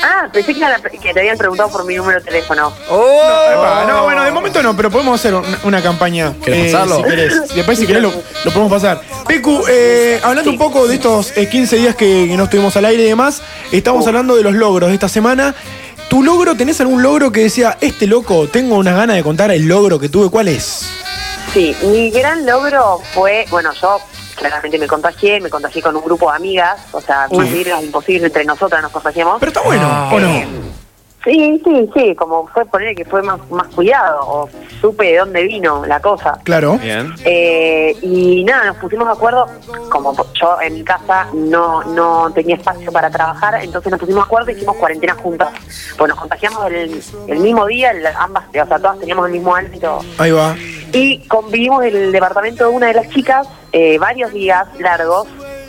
Speaker 9: Ah, pensé que, era- que te habían preguntado por mi número de teléfono.
Speaker 11: Oh,
Speaker 3: Epa, Ah, no, bueno, de momento no, pero podemos hacer una, una campaña.
Speaker 11: Eh,
Speaker 3: eh,
Speaker 11: ¿Querés pasarlo?
Speaker 3: Si querés. Después, si querés, lo, lo podemos pasar. Pecu, eh, hablando un poco de estos eh, 15 días que, que no estuvimos al aire y demás, estamos hablando de los logros de esta semana. ¿Tu logro, tenés algún logro que decía, este loco, tengo unas ganas de contar el logro que tuve? ¿Cuál es?
Speaker 9: Sí, mi gran logro fue, bueno, yo claramente me contagié, me contagié con un grupo de amigas, o sea, más virgas imposible entre nosotras nos contagiamos.
Speaker 3: Pero está bueno,
Speaker 11: Ah.
Speaker 3: ¿o no?
Speaker 9: Eh, Sí, sí, sí, como fue poner que fue más, más cuidado, o supe de dónde vino la cosa.
Speaker 3: Claro.
Speaker 12: Bien.
Speaker 9: Eh, y nada, nos pusimos de acuerdo, como yo en mi casa no, no tenía espacio para trabajar, entonces nos pusimos de acuerdo y hicimos cuarentena juntas. Pues nos contagiamos el, el mismo día, el- ambas, o sea, todas teníamos el mismo ámbito.
Speaker 3: Ahí va.
Speaker 9: Y convivimos en el departamento de una de las chicas eh, varios días largos,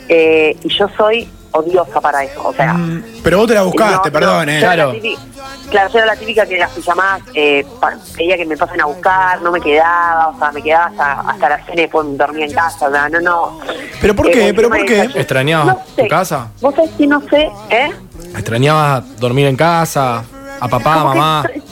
Speaker 9: eh, y yo soy odiosa para eso, o sea...
Speaker 3: Mm, Pero vos te la buscaste,
Speaker 9: No,
Speaker 3: perdón,
Speaker 9: no,
Speaker 3: eh.
Speaker 9: yo era
Speaker 11: Claro.
Speaker 9: la típica- claro, yo era la típica que las pijamadas eh, pa- pedía que me pasen a buscar, no me quedaba, o sea, me quedaba hasta, hasta la cena y después dormía en casa, o sea, no, no.
Speaker 3: ¿Pero por
Speaker 9: Eh,
Speaker 3: qué?
Speaker 9: el
Speaker 3: ¿Pero
Speaker 9: tema
Speaker 3: por
Speaker 9: de
Speaker 3: qué?
Speaker 9: desayuno.
Speaker 11: ¿Extrañabas tu casa?
Speaker 9: Vos sabés que no sé, ¿eh?
Speaker 11: ¿Extrañabas dormir en casa? ¿A papá,
Speaker 9: Como que
Speaker 11: mamá?
Speaker 9: extra-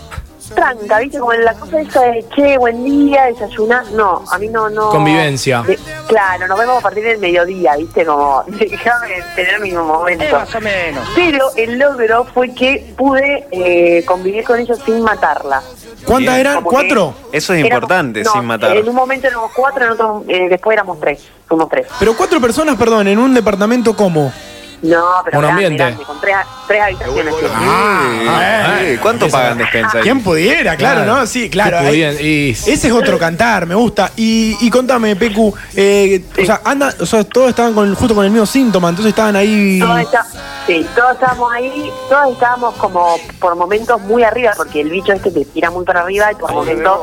Speaker 9: tranca, ¿viste? Como en la cosa esa de che, buen día, desayunar. No, a mí no, no.
Speaker 11: Convivencia.
Speaker 9: De- claro, nos vemos a partir del mediodía, ¿viste? Como, déjame tener mi momento. más o menos. Pero el logro fue que pude eh, convivir con ellos sin matarla.
Speaker 3: ¿Cuántas
Speaker 12: Bien.
Speaker 3: eran?
Speaker 9: Como que
Speaker 3: ¿Cuatro?
Speaker 12: Eso es
Speaker 9: éramos-
Speaker 12: importante,
Speaker 9: no,
Speaker 12: sin matar.
Speaker 9: En un momento éramos cuatro, en otro, eh, después éramos tres. Fuimos tres.
Speaker 3: Pero cuatro personas, perdón, en un departamento como.
Speaker 9: No, pero
Speaker 3: Un
Speaker 9: grande,
Speaker 3: ambiente.
Speaker 9: grande, con tres, tres habitaciones.
Speaker 3: Ah,
Speaker 12: Eh, ¿Cuánto pagan despensa ahí?
Speaker 3: ¿Quién pudiera? Claro,
Speaker 11: Claro.
Speaker 3: ¿no? Sí, claro.
Speaker 11: Que
Speaker 3: ahí-
Speaker 11: pudieran, y-
Speaker 3: Ese es otro cantar, me gusta. Y, y contame, Pecu, eh, o sea, anda, o sea, todos estaban con, justo con el mismo síntoma, entonces estaban ahí.
Speaker 9: Todos está- sí, todos estábamos ahí, todos estábamos como por momentos muy arriba, porque el bicho este te tira muy para arriba y por momentos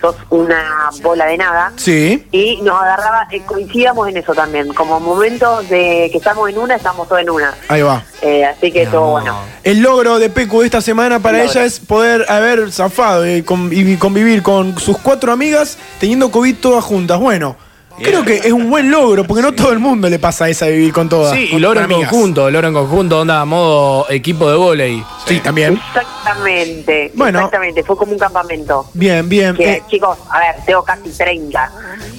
Speaker 9: sos una bola de nada.
Speaker 3: Sí.
Speaker 9: Y nos agarraba, eh, coincidíamos en eso también, como momentos de que estamos en una, estamos todos en una.
Speaker 3: Ahí va.
Speaker 9: Eh, así que todo bueno.
Speaker 3: El logro de Pecu de esta semana para
Speaker 9: Logro.
Speaker 3: ella es poder haber zafado y, con- y convivir con sus cuatro amigas teniendo COVID todas juntas. Bueno, creo que es un buen logro, porque no todo el mundo le pasa esa de vivir con todas.
Speaker 11: Sí, y
Speaker 3: con-
Speaker 11: logro
Speaker 3: con
Speaker 11: en
Speaker 3: amigas.
Speaker 11: conjunto, logro en conjunto, onda modo equipo de volei.
Speaker 3: Sí, también.
Speaker 9: Exactamente,
Speaker 3: Bueno.
Speaker 9: exactamente, fue como un campamento.
Speaker 3: Bien, bien.
Speaker 9: Que,
Speaker 3: eh,
Speaker 9: chicos, a ver, tengo casi 30.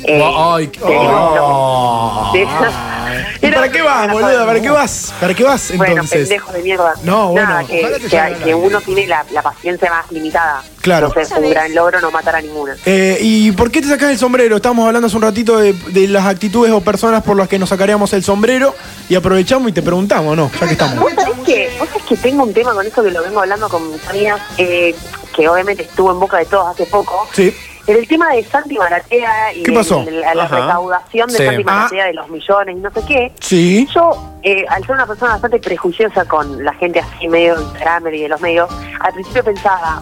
Speaker 9: Eh,
Speaker 11: Ay,
Speaker 9: te digo,
Speaker 3: Ah.
Speaker 11: oh.
Speaker 9: Sí.
Speaker 3: ¿Y para qué vas, boludo? ¿Para qué vas? ¿Para qué vas
Speaker 9: Bueno,
Speaker 3: entonces?
Speaker 9: pendejo de mierda.
Speaker 3: No, bueno,
Speaker 9: Nada, que,
Speaker 3: ojalá te
Speaker 9: que-
Speaker 3: lleven a la
Speaker 9: que uno tiene la, la paciencia más limitada.
Speaker 3: Claro.
Speaker 9: Entonces fue un gran logro no matar a ninguna.
Speaker 3: Eh, ¿Y por qué te sacás el sombrero? Estábamos hablando hace un ratito de, de las actitudes o personas por las que nos sacaríamos el sombrero y aprovechamos y te preguntamos, ¿no? Ya que estamos.
Speaker 9: ¿Vos sabés, que, vos sabés que tengo un tema con eso que lo vengo hablando con mis amigas, eh, que obviamente estuvo en boca de todos hace poco.
Speaker 3: Sí.
Speaker 9: En el tema de Santi Maratea y
Speaker 3: ¿Qué pasó? Ah.
Speaker 9: el- la, la
Speaker 11: Ajá.
Speaker 9: recaudación de
Speaker 11: Sí.
Speaker 9: Santi Maratea de los millones y no sé qué,
Speaker 3: Sí.
Speaker 9: Yo, eh, al ser una persona bastante prejuiciosa con la gente así medio Instagramer y de los medios, al principio pensaba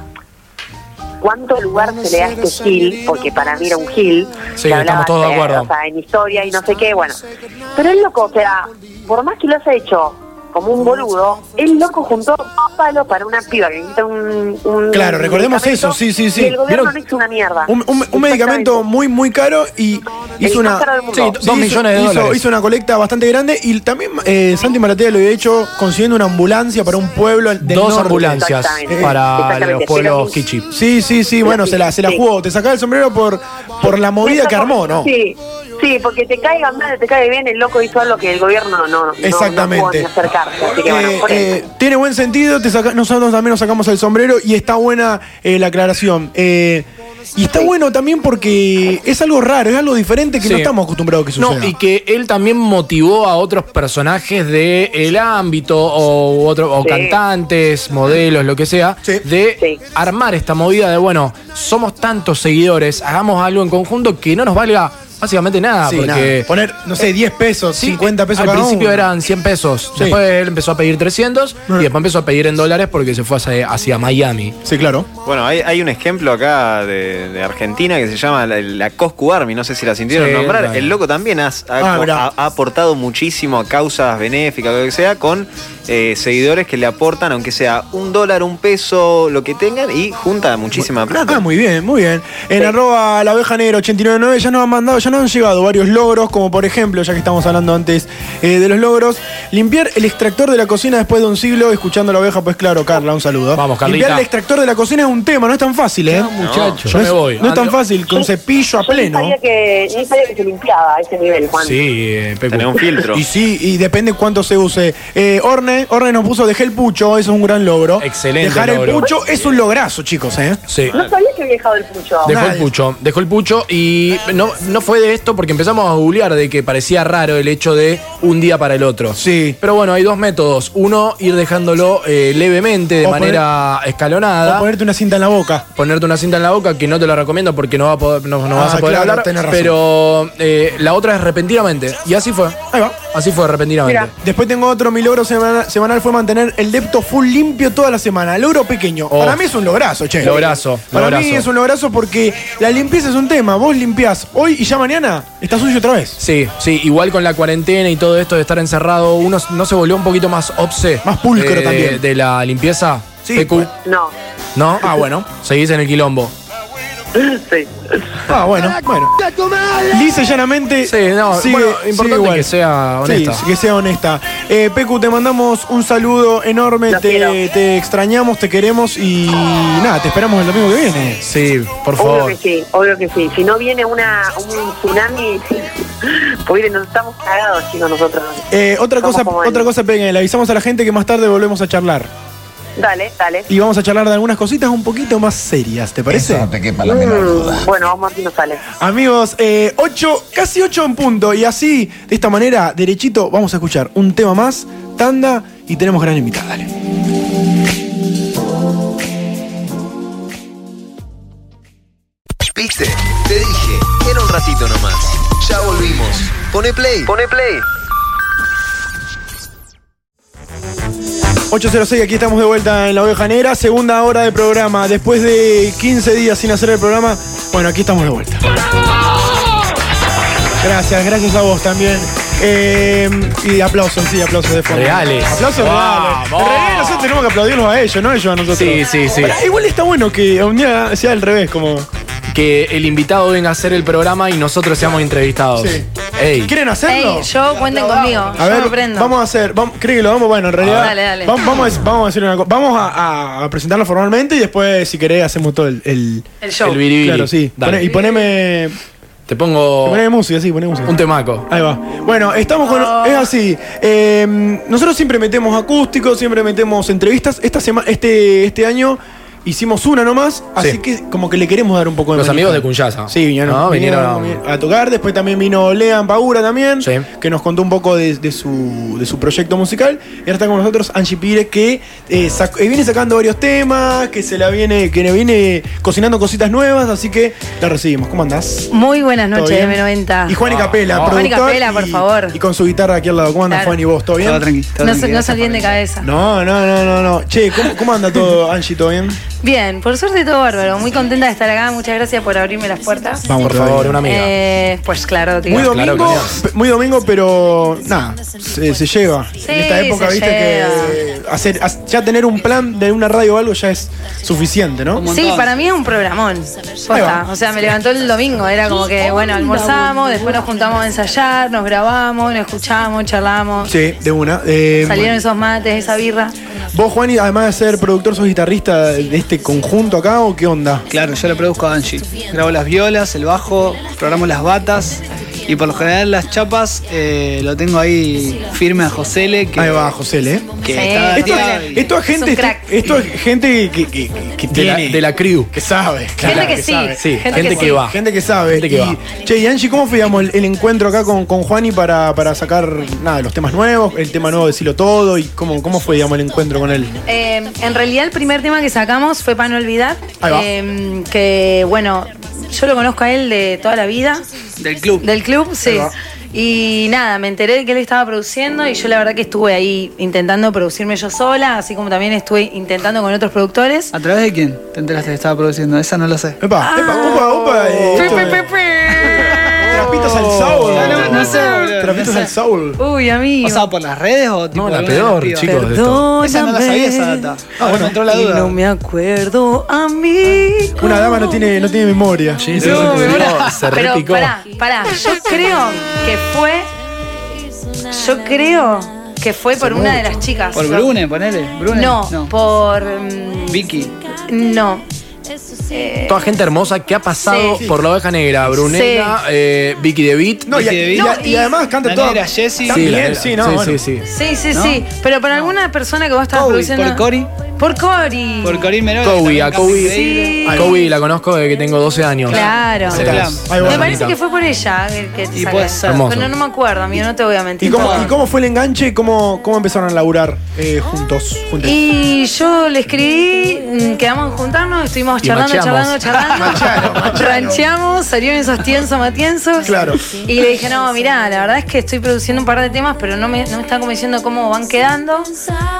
Speaker 9: cuánto lugar se le da a este Gil, porque para mí era un Gil.
Speaker 11: Sí,
Speaker 9: que
Speaker 11: estamos
Speaker 9: hablaba,
Speaker 11: todos de
Speaker 9: eh,
Speaker 11: acuerdo.
Speaker 9: o sea, en historia y no sé qué, bueno. Pero el loco, o sea, por más que lo haya hecho como un boludo, el loco juntó dos palos para una piba que necesita un, un-
Speaker 3: Claro, recordemos
Speaker 9: medicamento,
Speaker 3: eso, sí, sí, sí.
Speaker 9: Y el gobierno
Speaker 3: ¿Vieron?
Speaker 9: no hizo una mierda.
Speaker 3: Un, un- un medicamento muy, muy caro y hizo
Speaker 9: más
Speaker 3: una.
Speaker 9: caro del mundo.
Speaker 11: Sí, dos millones de
Speaker 3: hizo-
Speaker 11: dólares.
Speaker 3: hizo una colecta bastante grande y también eh, Santi Maratea lo había hecho consiguiendo una ambulancia para un pueblo del
Speaker 11: Dos
Speaker 3: norte.
Speaker 11: ambulancias
Speaker 9: Exactamente.
Speaker 11: para
Speaker 9: Exactamente,
Speaker 11: los
Speaker 9: pero-
Speaker 11: pueblos Kichi.
Speaker 3: Sí, sí, sí, bueno, se la, se la
Speaker 9: Sí.
Speaker 3: jugó. Te sacaba el sombrero por, por la movida que armó, ¿no?
Speaker 9: Sí, sí, porque te caiga mal, te cae bien, el loco hizo algo que el gobierno no, no, no- no pudo
Speaker 3: Exactamente.
Speaker 9: ni acercarse. Así que
Speaker 3: Eh,
Speaker 9: bueno, por
Speaker 3: eh,
Speaker 9: eso.
Speaker 3: tiene buen sentido, te saca- nosotros también nos sacamos el sombrero y está buena eh, la aclaración. Eh, y está bueno también porque es algo raro, es algo diferente que
Speaker 11: Sí.
Speaker 3: no estamos acostumbrados a que suceda.
Speaker 11: No, y que él también motivó a otros personajes del ámbito o, otro, o
Speaker 9: Sí.
Speaker 11: cantantes, modelos, lo que sea,
Speaker 3: Sí.
Speaker 11: de
Speaker 9: Sí.
Speaker 11: armar esta movida de, bueno, somos tantos seguidores, hagamos algo en conjunto que no nos valga básicamente nada.
Speaker 3: Sí,
Speaker 11: porque Eh,
Speaker 3: nada. Poner, no sé, 10 pesos,
Speaker 11: Sí,
Speaker 3: 50 pesos
Speaker 11: Al
Speaker 3: cada
Speaker 11: principio
Speaker 3: uno.
Speaker 11: eran 100 pesos.
Speaker 3: Sí.
Speaker 11: Después él empezó a pedir 300 y
Speaker 3: Ah.
Speaker 11: después empezó a pedir en dólares porque se fue hacia, hacia Miami.
Speaker 3: Sí, claro.
Speaker 12: Bueno, hay, hay un ejemplo acá de, de Argentina que se llama la, la Coscu Army, no sé si la sintieron
Speaker 11: Sí,
Speaker 12: nombrar.
Speaker 11: claro.
Speaker 12: El loco también has-
Speaker 3: Ah,
Speaker 12: ha,
Speaker 3: mirá.
Speaker 12: ha- ha aportado muchísimo a causas benéficas, lo que sea, con eh, seguidores que le aportan, aunque sea un dólar, un peso, lo que tengan, y junta muchísima plata.
Speaker 3: Ah, muy bien, muy bien. En arroba la oveja negra 899 ya nos han mandado, ya nos han llegado varios logros, como por ejemplo, ya que estamos hablando antes eh, de los logros, limpiar el extractor de la cocina después de un siglo escuchando a la oveja, pues claro, Carla, un saludo.
Speaker 11: Vamos, Carlita.
Speaker 3: Limpiar el extractor de la cocina es un tema, no es tan fácil, ¿eh?
Speaker 11: Muchacho,
Speaker 3: No
Speaker 11: yo me
Speaker 3: es-
Speaker 11: voy.
Speaker 3: No es tan
Speaker 11: Ando-
Speaker 3: fácil, con cepillo a
Speaker 9: Yo ni
Speaker 3: pleno.
Speaker 9: sabía, que, ni sabía que se limpiaba a ese nivel, Juan.
Speaker 11: Sí, eh, Pecu.
Speaker 12: Tener un filtro.
Speaker 3: Y sí, y depende cuánto se use. Eh, Orne, Orne nos puso dejé el pucho, eso es un gran logro.
Speaker 11: Excelente
Speaker 3: Dejar el
Speaker 11: logro.
Speaker 3: pucho es un lograzo, chicos, ¿eh?
Speaker 11: Sí.
Speaker 9: No sabía que había dejado el pucho.
Speaker 11: Dejó el
Speaker 3: Nadie.
Speaker 11: pucho, dejó el pucho y no, no fue de esto porque empezamos a googlear de que parecía raro el hecho de un día para el otro.
Speaker 3: Sí.
Speaker 11: Pero bueno, hay dos métodos. Uno, ir dejándolo eh, levemente, de
Speaker 3: O
Speaker 11: manera
Speaker 3: O
Speaker 11: escalonada.
Speaker 3: ponerte una cinta en la boca.
Speaker 11: ponerte una cinta en la boca que no te la recomiendo porque no, va a poder- no, no vas
Speaker 3: Ah,
Speaker 11: a poder
Speaker 3: claro,
Speaker 11: hablar.
Speaker 3: tenés razón.
Speaker 11: Pero eh, la otra es repentinamente. Y así fue.
Speaker 3: Ahí va.
Speaker 11: Así fue, repentinamente.
Speaker 9: Mira.
Speaker 3: Después tengo otro, mi logro semana- semanal fue mantener el depto full limpio toda la semana. Logro pequeño.
Speaker 11: Oh.
Speaker 3: Para mí es un lograzo, che.
Speaker 11: Lograzo,
Speaker 3: Para
Speaker 11: lograzo.
Speaker 3: mí es un lograzo porque la limpieza es un tema. Vos limpiás hoy y ya mañana está sucio otra vez.
Speaker 11: Sí, sí, igual con la cuarentena y todo esto de estar encerrado, uno no se volvió un poquito más obse.
Speaker 3: Más pulcro
Speaker 11: de-
Speaker 3: también.
Speaker 11: De la limpieza.
Speaker 3: Sí,
Speaker 11: Pecu.
Speaker 3: pues.
Speaker 9: No.
Speaker 11: ¿No? Ah, bueno. Seguís en el quilombo.
Speaker 9: Sí.
Speaker 3: Ah, bueno, bueno. Lisa y llanamente.
Speaker 11: Sí, no, bueno, importante que sea honesta.
Speaker 3: Sí, que sea honesta. Eh, Pecu, te mandamos un saludo enorme. Te, te extrañamos, te queremos y nada, te esperamos el domingo que viene.
Speaker 11: Sí, por
Speaker 9: Obvio que sí, obvio que sí. Si no viene una, un tsunami, pues nos estamos cagados, chicos, nosotros.
Speaker 3: Eh, otra
Speaker 9: Somos
Speaker 3: cosa,
Speaker 9: como él.
Speaker 3: otra cosa, Peque, le avisamos a la gente que más tarde volvemos a charlar.
Speaker 9: Dale, dale.
Speaker 3: Y vamos a charlar de algunas cositas un poquito más serias, ¿te parece?
Speaker 9: Eso no
Speaker 3: te quepa
Speaker 9: Mm, bueno, vamos a ver si nos sale.
Speaker 3: Amigos, eh, ocho, casi 8 en punto. Y así, de esta manera, derechito, vamos a escuchar un tema más, tanda, y tenemos gran invitada. Dale.
Speaker 5: ¿Viste? Te dije, era un ratito nomás. Ya volvimos. Pone play. Pone play.
Speaker 3: 806, aquí estamos de vuelta en la oveja negra, segunda hora de programa. Después de 15 días sin hacer el programa, bueno, aquí estamos de vuelta. Gracias, gracias a vos también. Eh, y aplausos, sí, aplausos de fondo.
Speaker 11: Reales.
Speaker 3: Aplausos reales.
Speaker 11: Vamos.
Speaker 3: En realidad nosotros tenemos que aplaudirlos a ellos, no ellos a nosotros.
Speaker 11: Sí, sí, sí.
Speaker 3: Pará, igual está bueno que un día sea al revés, como.
Speaker 11: Que el invitado venga a hacer el programa y nosotros seamos entrevistados.
Speaker 3: Sí.
Speaker 11: Ey.
Speaker 3: ¿Quieren hacerlo?
Speaker 13: Ey, yo cuenten conmigo.
Speaker 3: A
Speaker 13: yo
Speaker 3: ver,
Speaker 13: me prendo.
Speaker 3: vamos a hacer, vamos, creo que lo vamos, bueno, en realidad.
Speaker 13: Dale, dale.
Speaker 3: Vamos, vamos a, vamos a decir una cosa. Vamos a, a- a presentarlo formalmente y después, si querés, hacemos todo el, el,
Speaker 13: El show.
Speaker 11: El biribiri.
Speaker 3: Claro, sí.
Speaker 11: Dale.
Speaker 3: Poné- y poneme.
Speaker 11: Te pongo.
Speaker 3: Poneme música, sí, poneme música.
Speaker 11: Un temaco.
Speaker 3: Ahí va. Bueno, estamos con. Es así. eh, nosotros siempre metemos acústicos, siempre metemos entrevistas. Esta semana, este, este año hicimos una nomás, así
Speaker 11: Sí.
Speaker 3: que como que le queremos dar un poco de
Speaker 11: Los
Speaker 3: manija.
Speaker 11: amigos de Cunyasa.
Speaker 3: Sí, vinieron,
Speaker 11: No,
Speaker 3: vinieron
Speaker 11: vinieron-
Speaker 3: a tocar. Después también vino Lean Paura también, que nos contó un poco de, de su, de su proyecto musical. Y ahora está con nosotros Angie Pires, que eh, sac- eh, viene sacando varios temas, que se la viene, que le viene cocinando cositas nuevas, así que la recibimos. ¿Cómo andás?
Speaker 13: Muy buenas
Speaker 3: ¿Todo
Speaker 13: noches,
Speaker 3: bien?
Speaker 13: M90.
Speaker 3: Y Juani Capela,
Speaker 13: Juani
Speaker 3: productor
Speaker 13: Capela, por
Speaker 3: y-
Speaker 13: favor.
Speaker 3: Y con su guitarra aquí al lado. ¿Cómo andas,
Speaker 13: Claro.
Speaker 3: Juan y vos? ¿Todo bien?
Speaker 13: Todo tranqui, No, se- no se olviden de cabeza.
Speaker 3: No, no, no, no, no. Che, ¿cómo, cómo anda todo, Angie? ¿Todo bien?
Speaker 13: Bien, por suerte todo bárbaro. Muy contenta de estar acá. Muchas gracias por abrirme las puertas.
Speaker 3: Vamos,
Speaker 11: Por favor, una amiga.
Speaker 13: Eh, pues claro, tío.
Speaker 3: Muy domingo, pe- muy domingo, pero nada, se, se lleva. en esta
Speaker 13: Sí,
Speaker 3: época,
Speaker 13: se
Speaker 3: viste, que hacer, ha- ya tener un plan de una radio o algo ya es suficiente, ¿no?
Speaker 13: Sí, para mí es un programón. Posta.
Speaker 3: Ahí va.
Speaker 13: O sea, me levantó el domingo. Era como que, bueno, almorzamos, después nos juntamos a ensayar, nos grabamos, nos escuchamos, charlamos.
Speaker 3: Sí, de una. Eh,
Speaker 13: Salieron esos mates, esa birra.
Speaker 3: ¿Vos, Juani, además de ser productor, sos guitarrista de este conjunto acá o qué onda?
Speaker 14: Claro, yo lo produzco a Angie. Grabo las violas, el bajo, programo las batas y por lo general las chapas eh, lo tengo ahí firme a Josele. Que,
Speaker 3: Ahí va, Josele.
Speaker 14: Que
Speaker 3: Sí,
Speaker 14: está
Speaker 3: esto,
Speaker 14: acá y-
Speaker 3: esto es
Speaker 14: Es
Speaker 3: gente, este
Speaker 14: un crack.
Speaker 3: esto es gente que, que- que
Speaker 11: De la-
Speaker 3: tiene-
Speaker 11: de la crew.
Speaker 3: que sabe.
Speaker 11: Claro, que sí,
Speaker 3: sabe.
Speaker 11: sí, gente que sí. va.
Speaker 3: Gente que sabe.
Speaker 11: Gente que
Speaker 3: y,
Speaker 11: va.
Speaker 3: Che, y Angie, ¿cómo fue digamos, el, el encuentro acá con, con Juani para, para sacar nada, los temas nuevos, el tema nuevo Decilo Todo? ¿Y cómo, cómo fue digamos, el encuentro con él?
Speaker 13: Eh, en realidad el primer tema que sacamos fue para no olvidar.
Speaker 3: Ahí va.
Speaker 13: Eh, que bueno, yo lo conozco a él de toda la vida.
Speaker 14: Del club.
Speaker 13: Del club,
Speaker 14: Ahí
Speaker 13: sí.
Speaker 14: va.
Speaker 13: Y nada, me enteré de que él estaba produciendo y yo la verdad que estuve ahí intentando producirme yo sola, así como también estuve intentando con otros productores.
Speaker 14: ¿A través de quién te enteraste que estaba produciendo? Esa no la sé.
Speaker 3: Epa, epa, upa, upa. eh, esto de- Trapitos al soul.
Speaker 14: No, no sé, boludo.
Speaker 3: Trapitos
Speaker 14: No sé.
Speaker 3: al soul.
Speaker 13: Uy, amigo.
Speaker 14: O sea, por las redes o tipo.
Speaker 11: la
Speaker 14: alguna
Speaker 11: peor,
Speaker 14: piba?
Speaker 11: chicos, de
Speaker 13: esto.
Speaker 14: Esa no la sabía esa data. Ah, bueno, entró la
Speaker 13: Y
Speaker 14: duda.
Speaker 13: no me acuerdo, amigo.
Speaker 3: Una dama no tiene, no tiene memoria.
Speaker 13: No, me muero. Pero pará, pará. Yo creo que fue. Yo creo que fue por una de las chicas.
Speaker 14: Por Brune, ponele. Brune.
Speaker 13: No, por. mm,
Speaker 14: Vicky.
Speaker 13: No. Eh,
Speaker 11: Toda gente hermosa que ha pasado
Speaker 13: Sí.
Speaker 11: por la oveja negra. Brunella,
Speaker 13: Sí.
Speaker 11: eh, Vicky de Beat.
Speaker 3: No, y, y-
Speaker 13: No,
Speaker 3: y- y además canta
Speaker 14: La
Speaker 3: todo.
Speaker 14: negra Jessie.
Speaker 11: Sí, la
Speaker 3: También,
Speaker 11: negra.
Speaker 3: sí, no.
Speaker 11: Sí,
Speaker 3: bueno.
Speaker 11: sí, sí.
Speaker 13: Sí, sí,
Speaker 14: ¿No?
Speaker 13: sí. Pero para alguna persona que vos estabas
Speaker 14: Cowie,
Speaker 13: produciendo.
Speaker 14: por Cori.
Speaker 13: Por Cori.
Speaker 14: Por Corín Merol.
Speaker 11: Kobe, a Kobe.
Speaker 13: Sí.
Speaker 11: a Kobe la conozco desde que tengo 12 años.
Speaker 13: Claro.
Speaker 11: Sí,
Speaker 14: Claro.
Speaker 11: es
Speaker 3: Ahí va.
Speaker 11: una
Speaker 13: Me parece
Speaker 11: bonita.
Speaker 13: que fue por ella que, que te
Speaker 14: Y
Speaker 13: saqué.
Speaker 14: puede ser.
Speaker 11: Hermoso.
Speaker 13: Pero no me acuerdo, amigo, no te voy a mentir.
Speaker 3: ¿Y cómo, ¿Y cómo fue el enganche y cómo, cómo empezaron a laburar eh, juntos? juntas?
Speaker 13: Y yo le escribí, mm, quedamos en juntarnos, estuvimos
Speaker 3: Y
Speaker 13: charlando, charlando,
Speaker 3: macheamos.
Speaker 13: charlando.
Speaker 3: Macharon, macharon.
Speaker 13: Rancheamos, salieron esos tienzos matienzos.
Speaker 3: Claro.
Speaker 13: Y le dije, no, mirá, la verdad es que estoy produciendo un par de temas, pero no me, no me están convenciendo cómo van quedando.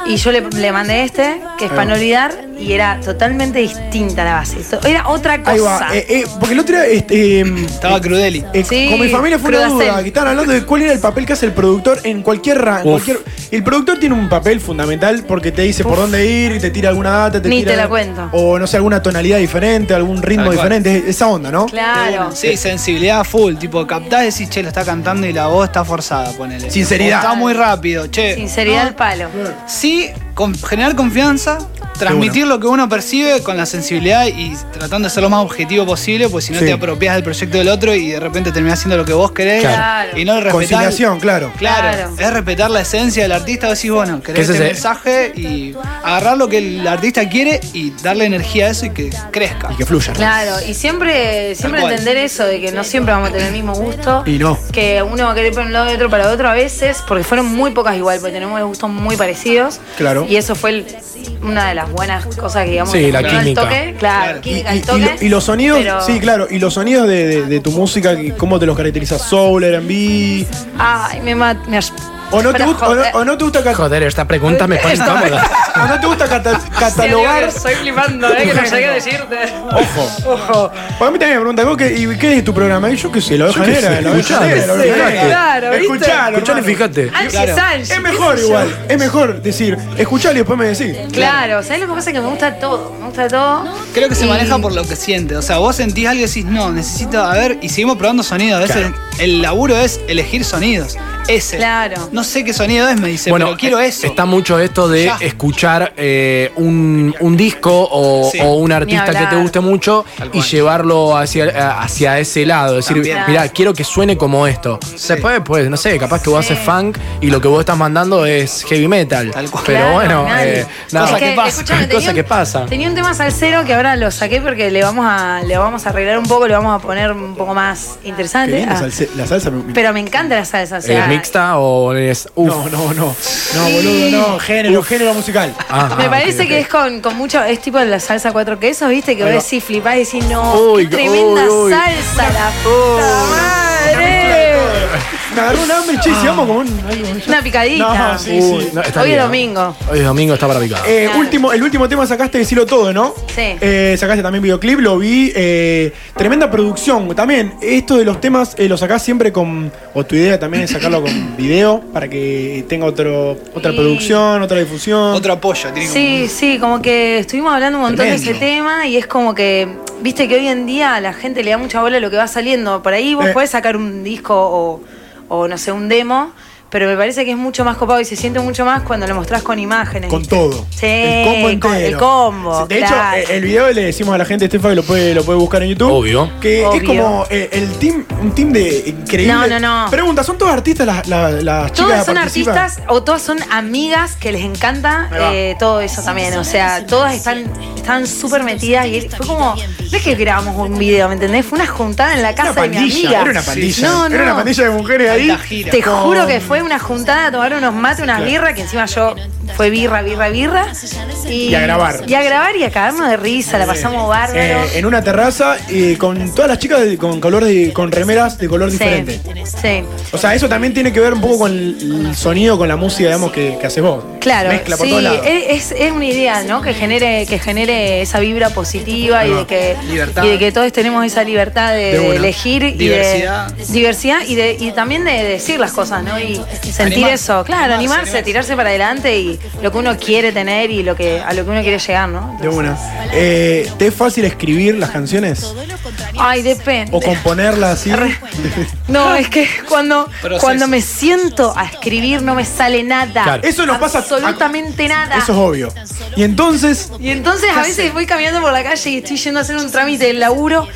Speaker 13: Y yo le, le mandé este, que es para no olvidar y era totalmente distinta la base. To- Era otra cosa.
Speaker 3: Ahí va. eh, eh, porque el otro día. este, Estaba
Speaker 14: Crudeli.
Speaker 13: Sí,
Speaker 3: eh, con mi familia fue una
Speaker 13: Crudacel.
Speaker 3: duda. que Estaban hablando de cuál era el papel que hace el productor en cualquier rango.
Speaker 11: Uf.
Speaker 3: cualquier- El productor tiene un papel fundamental porque te dice por dónde ir y te tira alguna data. Te
Speaker 13: Ni
Speaker 3: tira
Speaker 13: te la cuento.
Speaker 3: O no sé, alguna tonalidad diferente, algún ritmo
Speaker 14: Tal cual.
Speaker 3: diferente. Esa onda, ¿no?
Speaker 13: Claro.
Speaker 14: Sí, sensibilidad full. Tipo, captás y decís, che, lo está cantando y la voz está forzada, ponele.
Speaker 3: Sinceridad.
Speaker 14: O Está muy rápido, che.
Speaker 13: Sinceridad al
Speaker 14: No,
Speaker 13: palo.
Speaker 3: Ah.
Speaker 14: Sí, con- generar confianza, transmitir lo que uno percibe con la sensibilidad y tratando de ser lo más objetivo posible, pues si no
Speaker 3: Sí.
Speaker 14: te apropias del proyecto del otro y de repente terminás haciendo lo que vos querés
Speaker 3: Claro.
Speaker 14: y no respetar.
Speaker 3: Conciliación, claro.
Speaker 14: Claro, es respetar la esencia del artista, decís, bueno, querés
Speaker 3: Que ese
Speaker 14: este
Speaker 3: es
Speaker 14: mensaje y agarrar lo que el artista quiere y darle energía a eso y que crezca.
Speaker 3: Y que fluya.
Speaker 13: Claro, y siempre, siempre
Speaker 14: cual.
Speaker 13: entender eso de que no siempre vamos a tener el mismo gusto.
Speaker 3: Y no.
Speaker 13: Que uno va a querer para un lado y otro para otro a veces, porque fueron muy pocas igual, porque tenemos gustos muy parecidos.
Speaker 3: Claro.
Speaker 13: Y eso fue el- una de las buenas cosas que digamos.
Speaker 3: Sí,
Speaker 13: que
Speaker 3: la
Speaker 13: funcionó al
Speaker 3: química.
Speaker 13: toque. Claro, química al
Speaker 3: Y,
Speaker 13: toque.
Speaker 3: lo- y los sonidos,
Speaker 13: pero-
Speaker 3: sí, claro, y los sonidos de, de- de tu música, que- ¿cómo te los caracterizas? Soul, R&B,
Speaker 13: Ay, me mat- me as-
Speaker 3: o no, te
Speaker 13: Para
Speaker 3: gusta, o, no,
Speaker 13: joder.
Speaker 3: o no te gusta ca-
Speaker 11: Joder, esta pregunta me pone incómoda.
Speaker 3: o no te gusta cata-
Speaker 13: Sí,
Speaker 3: catalogar,
Speaker 13: amigo, Estoy flipando, ¿eh? Que no llegué a decirte.
Speaker 3: ojo,
Speaker 13: Ojo.
Speaker 3: para mí también me preguntan, ¿vos qué, y qué es tu programa? Y yo qué sé, la oveja
Speaker 11: qué
Speaker 3: negra,
Speaker 11: sé,
Speaker 3: la oveja
Speaker 11: escuchá,
Speaker 3: negra, la oveja
Speaker 11: fíjate.
Speaker 3: negra.
Speaker 13: Claro, ¿viste?
Speaker 3: Escuchalo,
Speaker 11: Escuchale,
Speaker 3: hermano.
Speaker 11: fíjate.
Speaker 13: Ansi
Speaker 14: Claro.
Speaker 13: Sanji,
Speaker 3: Es
Speaker 13: qué
Speaker 3: mejor
Speaker 13: sé yo.
Speaker 3: igual, es mejor decir, escuchalo y después me decís. Eh,
Speaker 13: Claro, ¿sabes lo que pasa? Que me gusta todo. Me gusta todo.
Speaker 14: Creo que se
Speaker 13: Y-
Speaker 14: maneja por lo que siente. O sea, vos sentís algo y decís, no, necesito, a ver, y seguimos probando sonidos. A veces
Speaker 3: Claro.
Speaker 14: el laburo es elegir sonidos. Ese.
Speaker 13: Claro.
Speaker 14: No sé qué sonido es, me dice, pero quiero
Speaker 11: eh,
Speaker 14: eso.
Speaker 11: Está mucho esto de
Speaker 14: Ya.
Speaker 11: escuchar eh, un, un disco o,
Speaker 14: Sí.
Speaker 11: o un artista que
Speaker 13: hablar.
Speaker 11: te guste mucho
Speaker 14: Tal
Speaker 11: y
Speaker 14: cual.
Speaker 11: llevarlo hacia, hacia ese lado. Decir,
Speaker 14: También.
Speaker 11: mirá, quiero que suene como esto. Después, pues, no sé, capaz que vos haces funk y lo que vos estás mandando es heavy metal.
Speaker 14: Tal cual.
Speaker 11: Pero
Speaker 13: Claro,
Speaker 11: bueno,
Speaker 13: nadie.
Speaker 11: eh, nada.
Speaker 13: Es
Speaker 11: cosa que pasa.
Speaker 13: escúchame, tenía
Speaker 11: cosa
Speaker 13: un-
Speaker 11: que pasa.
Speaker 13: Tenía un tema salsero que ahora lo saqué porque le vamos a, le vamos a arreglar un poco, le vamos a poner un poco más
Speaker 3: Qué
Speaker 13: interesante.
Speaker 3: bien, la
Speaker 13: Ah,
Speaker 3: salsa, la salsa me- me-
Speaker 13: pero me encanta la salsa. O sea,
Speaker 11: ¿Es mixta o es.? Uf.
Speaker 3: No, no, no, no, boludo, no, género, género musical.
Speaker 11: Ah,
Speaker 13: Me
Speaker 11: ah,
Speaker 13: parece
Speaker 11: ok,
Speaker 13: que
Speaker 11: ok.
Speaker 13: es con, con mucho. Es tipo la salsa cuatro quesos, ¿viste? Que vos
Speaker 3: Ahí va.
Speaker 13: decís, flipás y decís, no,
Speaker 11: Uy,
Speaker 13: qué
Speaker 11: uy,
Speaker 13: tremenda
Speaker 11: uy.
Speaker 13: salsa, la puta madre.
Speaker 3: Me agarró un hambre, che, si vamos con un... algo,
Speaker 13: Una picadita.
Speaker 3: No, sí, sí.
Speaker 11: Uy, no, está
Speaker 13: Hoy es
Speaker 11: bien, ¿no?
Speaker 13: domingo.
Speaker 11: Hoy es domingo, está para picar.
Speaker 3: Eh, último, el último tema sacaste Decirlo Todo, ¿no?
Speaker 13: Sí.
Speaker 3: Eh, sacaste también videoclip, lo vi. eh, tremenda producción. También, esto de los temas eh, lo sacás siempre con. O tu idea también es sacarlo con video para que tenga otro, otra
Speaker 13: Sí.
Speaker 3: producción, otra difusión.
Speaker 14: Otro apoyo, tiene como-
Speaker 11: mm.
Speaker 13: Sí, sí, como que estuvimos hablando un montón de ese
Speaker 3: Tremendo.
Speaker 13: tema y es como que, viste que hoy en día a la gente le da mucha bola a lo que va saliendo. Por ahí vos
Speaker 3: Eh.
Speaker 13: podés sacar un disco o, o, no sé, un demo, pero me parece que es mucho más copado y se siente mucho más cuando lo mostrás con imágenes.
Speaker 3: Con todo.
Speaker 13: Sí,
Speaker 3: el combo
Speaker 13: con-
Speaker 3: entero.
Speaker 13: el combo,
Speaker 3: De
Speaker 13: claro.
Speaker 3: hecho, eh, el video le decimos a la gente, Estefa, que lo puede, lo puede buscar en YouTube.
Speaker 11: Obvio.
Speaker 3: Que es
Speaker 13: Obvio.
Speaker 3: como eh, el team, un team de increíble.
Speaker 13: No, no, no.
Speaker 3: Pregunta, ¿son todas artistas las, las, las chicas
Speaker 13: Todas
Speaker 3: que
Speaker 13: son
Speaker 3: participan?
Speaker 13: artistas o todas son amigas que les encanta
Speaker 3: Ahí va.
Speaker 13: eh, todo eso también. O sea, todas están están súper metidas y fue como, no es que grabamos un video, ¿me entendés? Fue una juntada en la casa
Speaker 3: Una
Speaker 13: de mi
Speaker 3: pandilla,
Speaker 13: amiga.
Speaker 3: era una pandilla.
Speaker 13: No,
Speaker 3: Era una
Speaker 13: no.
Speaker 3: pandilla de mujeres ahí.
Speaker 14: Alta gira.
Speaker 13: Te juro que fue una juntada a tomar unos mates, unas birras, que encima yo fue birra, birra, birra. Y,
Speaker 3: Y a grabar.
Speaker 13: Y a grabar y a cagarnos de risa, la pasamos bárbaro.
Speaker 3: Eh, en una terraza eh, con todas las chicas de- con color de- con remeras de color diferente.
Speaker 13: sí.
Speaker 3: O sea, eso también tiene que ver un poco con el, el sonido, con la música, digamos, que, que haces vos.
Speaker 13: Claro,
Speaker 3: Mezcla por
Speaker 13: sí,
Speaker 3: todos lados.
Speaker 13: es, es una idea, ¿no? Que genere, que genere esa vibra positiva y de, que,
Speaker 14: Libertad.
Speaker 13: y de que todos tenemos esa libertad de, de
Speaker 3: De una.
Speaker 13: elegir y
Speaker 14: Diversidad.
Speaker 13: de diversidad y, de, y también de decir las cosas, ¿no? Y sentir
Speaker 14: Animar.
Speaker 13: eso, claro, animarse,
Speaker 14: Animarse, animarse.
Speaker 13: tirarse para adelante y lo que uno quiere tener y lo que a lo que uno quiere llegar, ¿no?
Speaker 3: De una. Eh, ¿Te es fácil escribir las canciones?
Speaker 13: Ay, depende.
Speaker 3: ¿O componerlas así?
Speaker 13: No, es que cuando,
Speaker 14: Proceso.
Speaker 13: cuando me siento a escribir no me sale nada.
Speaker 11: Claro.
Speaker 3: Eso nos pasa a-
Speaker 13: absolutamente nada.
Speaker 3: Eso es obvio. Y entonces,
Speaker 13: Y entonces a veces voy caminando por la calle y estoy yendo a hacer un trámite del laburo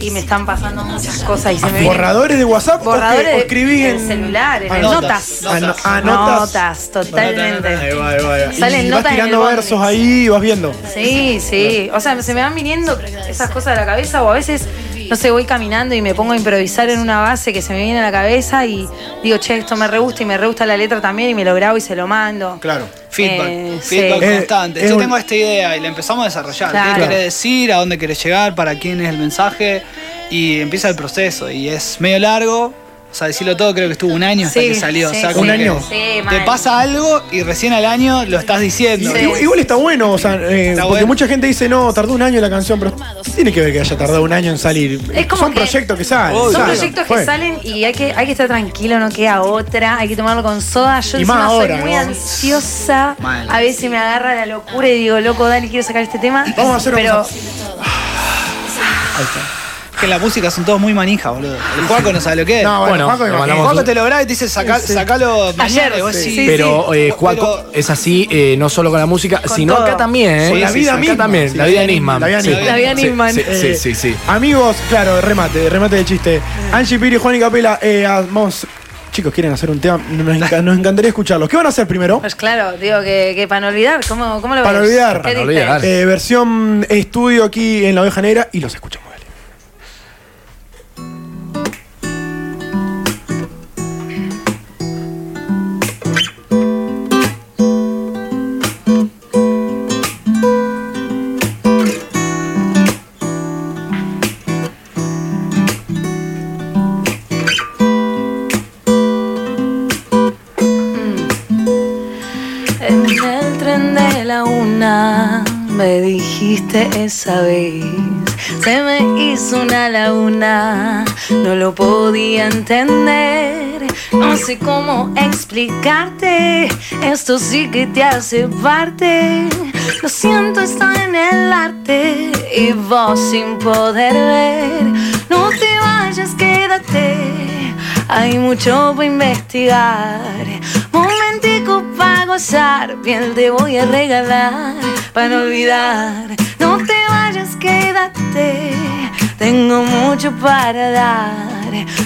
Speaker 13: y me están pasando muchas cosas y se me vienen
Speaker 3: ¿borradores de WhatsApp o,
Speaker 13: borradores
Speaker 3: que- o escribí
Speaker 13: del
Speaker 3: en.
Speaker 13: celular, en
Speaker 3: Ah,
Speaker 13: el
Speaker 3: no.
Speaker 13: notas.
Speaker 3: Ah, no- ah, notas.
Speaker 13: Notas,
Speaker 3: Ahí
Speaker 13: totalmente.
Speaker 3: va, ahí va, ahí va.
Speaker 13: Salen
Speaker 3: y
Speaker 13: notas en el
Speaker 3: vas tirando
Speaker 13: bondi.
Speaker 3: versos ahí y vas viendo.
Speaker 13: Sí, sí. O sea, se me van viniendo esas cosas a la cabeza o a veces, no sé, voy caminando y me pongo a improvisar en una base que se me viene a la cabeza y digo, che, esto me re gusta y me re gusta la letra también y me lo grabo y se lo mando.
Speaker 3: Claro.
Speaker 14: Feedback,
Speaker 13: Eh,
Speaker 14: feedback
Speaker 13: sí.
Speaker 14: constante.
Speaker 3: Eh, es
Speaker 14: Yo
Speaker 3: un-
Speaker 14: tengo esta idea y la empezamos a desarrollar.
Speaker 13: Claro.
Speaker 14: ¿Qué querés decir? ¿A dónde querés llegar? ¿Para quién es el mensaje? Y empieza el proceso y es medio largo, O sea, decirlo todo creo que estuvo un año hasta
Speaker 13: Sí,
Speaker 14: que salió.
Speaker 13: sí,
Speaker 14: o sea,
Speaker 13: sí.
Speaker 14: como
Speaker 13: ¿Un
Speaker 14: que
Speaker 13: año? Sí,
Speaker 14: te
Speaker 13: mal.
Speaker 14: pasa algo y recién al año lo estás diciendo.
Speaker 3: Igual- Igual está bueno, o sea, eh, porque
Speaker 14: bueno.
Speaker 3: mucha gente dice, no, tardó un año la canción, pero ¿qué tiene que ver que haya tardado un año en salir.
Speaker 13: Es como
Speaker 3: Son
Speaker 13: que-
Speaker 3: proyectos que salen.
Speaker 13: Son
Speaker 3: salen,
Speaker 13: proyectos
Speaker 3: fue.
Speaker 13: que salen y hay que, hay que estar tranquilo, no queda otra, hay que tomarlo con soda. Yo
Speaker 3: Y
Speaker 13: encima
Speaker 3: más ahora,
Speaker 13: soy muy
Speaker 3: ¿no?
Speaker 13: ansiosa,
Speaker 3: Mal.
Speaker 13: a veces me agarra la locura y digo, loco, dale, quiero sacar este tema. Vamos a hacer pero,
Speaker 14: Ahí está. Que la música son todos muy manija, boludo. El Juaco no sabe lo que es.
Speaker 11: No, bueno, Bueno, Juaco,
Speaker 14: Juaco,
Speaker 11: le mandamos un-
Speaker 14: te lo graba y te dice, "Saca-
Speaker 11: Sí, sí.
Speaker 14: sacalo mañana. y vos
Speaker 11: Sí,
Speaker 14: decís,
Speaker 11: pero eh, Juaco es así, eh, no solo con la música, sino
Speaker 3: todo.
Speaker 11: acá también. ¿eh?
Speaker 3: Con la vida
Speaker 11: acá
Speaker 3: misma.
Speaker 11: también,
Speaker 3: Sí,
Speaker 11: la vida misma.
Speaker 3: La vida
Speaker 11: Sí.
Speaker 3: misma.
Speaker 11: Sí, Sí, sí,
Speaker 3: Eh,
Speaker 11: sí, sí.
Speaker 3: Amigos, claro, remate, remate de chiste. Angie Piri, Juan y Capela, eh, vamos. Chicos, quieren hacer un tema, nos, enca- nos encantaría escucharlos. ¿Qué van a hacer primero?
Speaker 13: pues claro, digo que, que para no olvidar, ¿cómo, cómo lo
Speaker 3: Para
Speaker 13: ves?
Speaker 3: olvidar.
Speaker 13: ¿Qué dices?
Speaker 3: Eh, versión estudio aquí en La Oveja Negra y los escuchamos. dale.
Speaker 13: En el tren de la una me dijiste esa vez. Se me hizo una laguna, no lo podía entender. No sé cómo explicarte, esto sí que te hace parte. Lo siento, está en el arte y vos sin poder ver. No te vayas, quédate. Hay mucho para investigar. Momentico para gozar, bien te voy a regalar, para no olvidar. No te vayas, quédate. Tengo mucho para dar.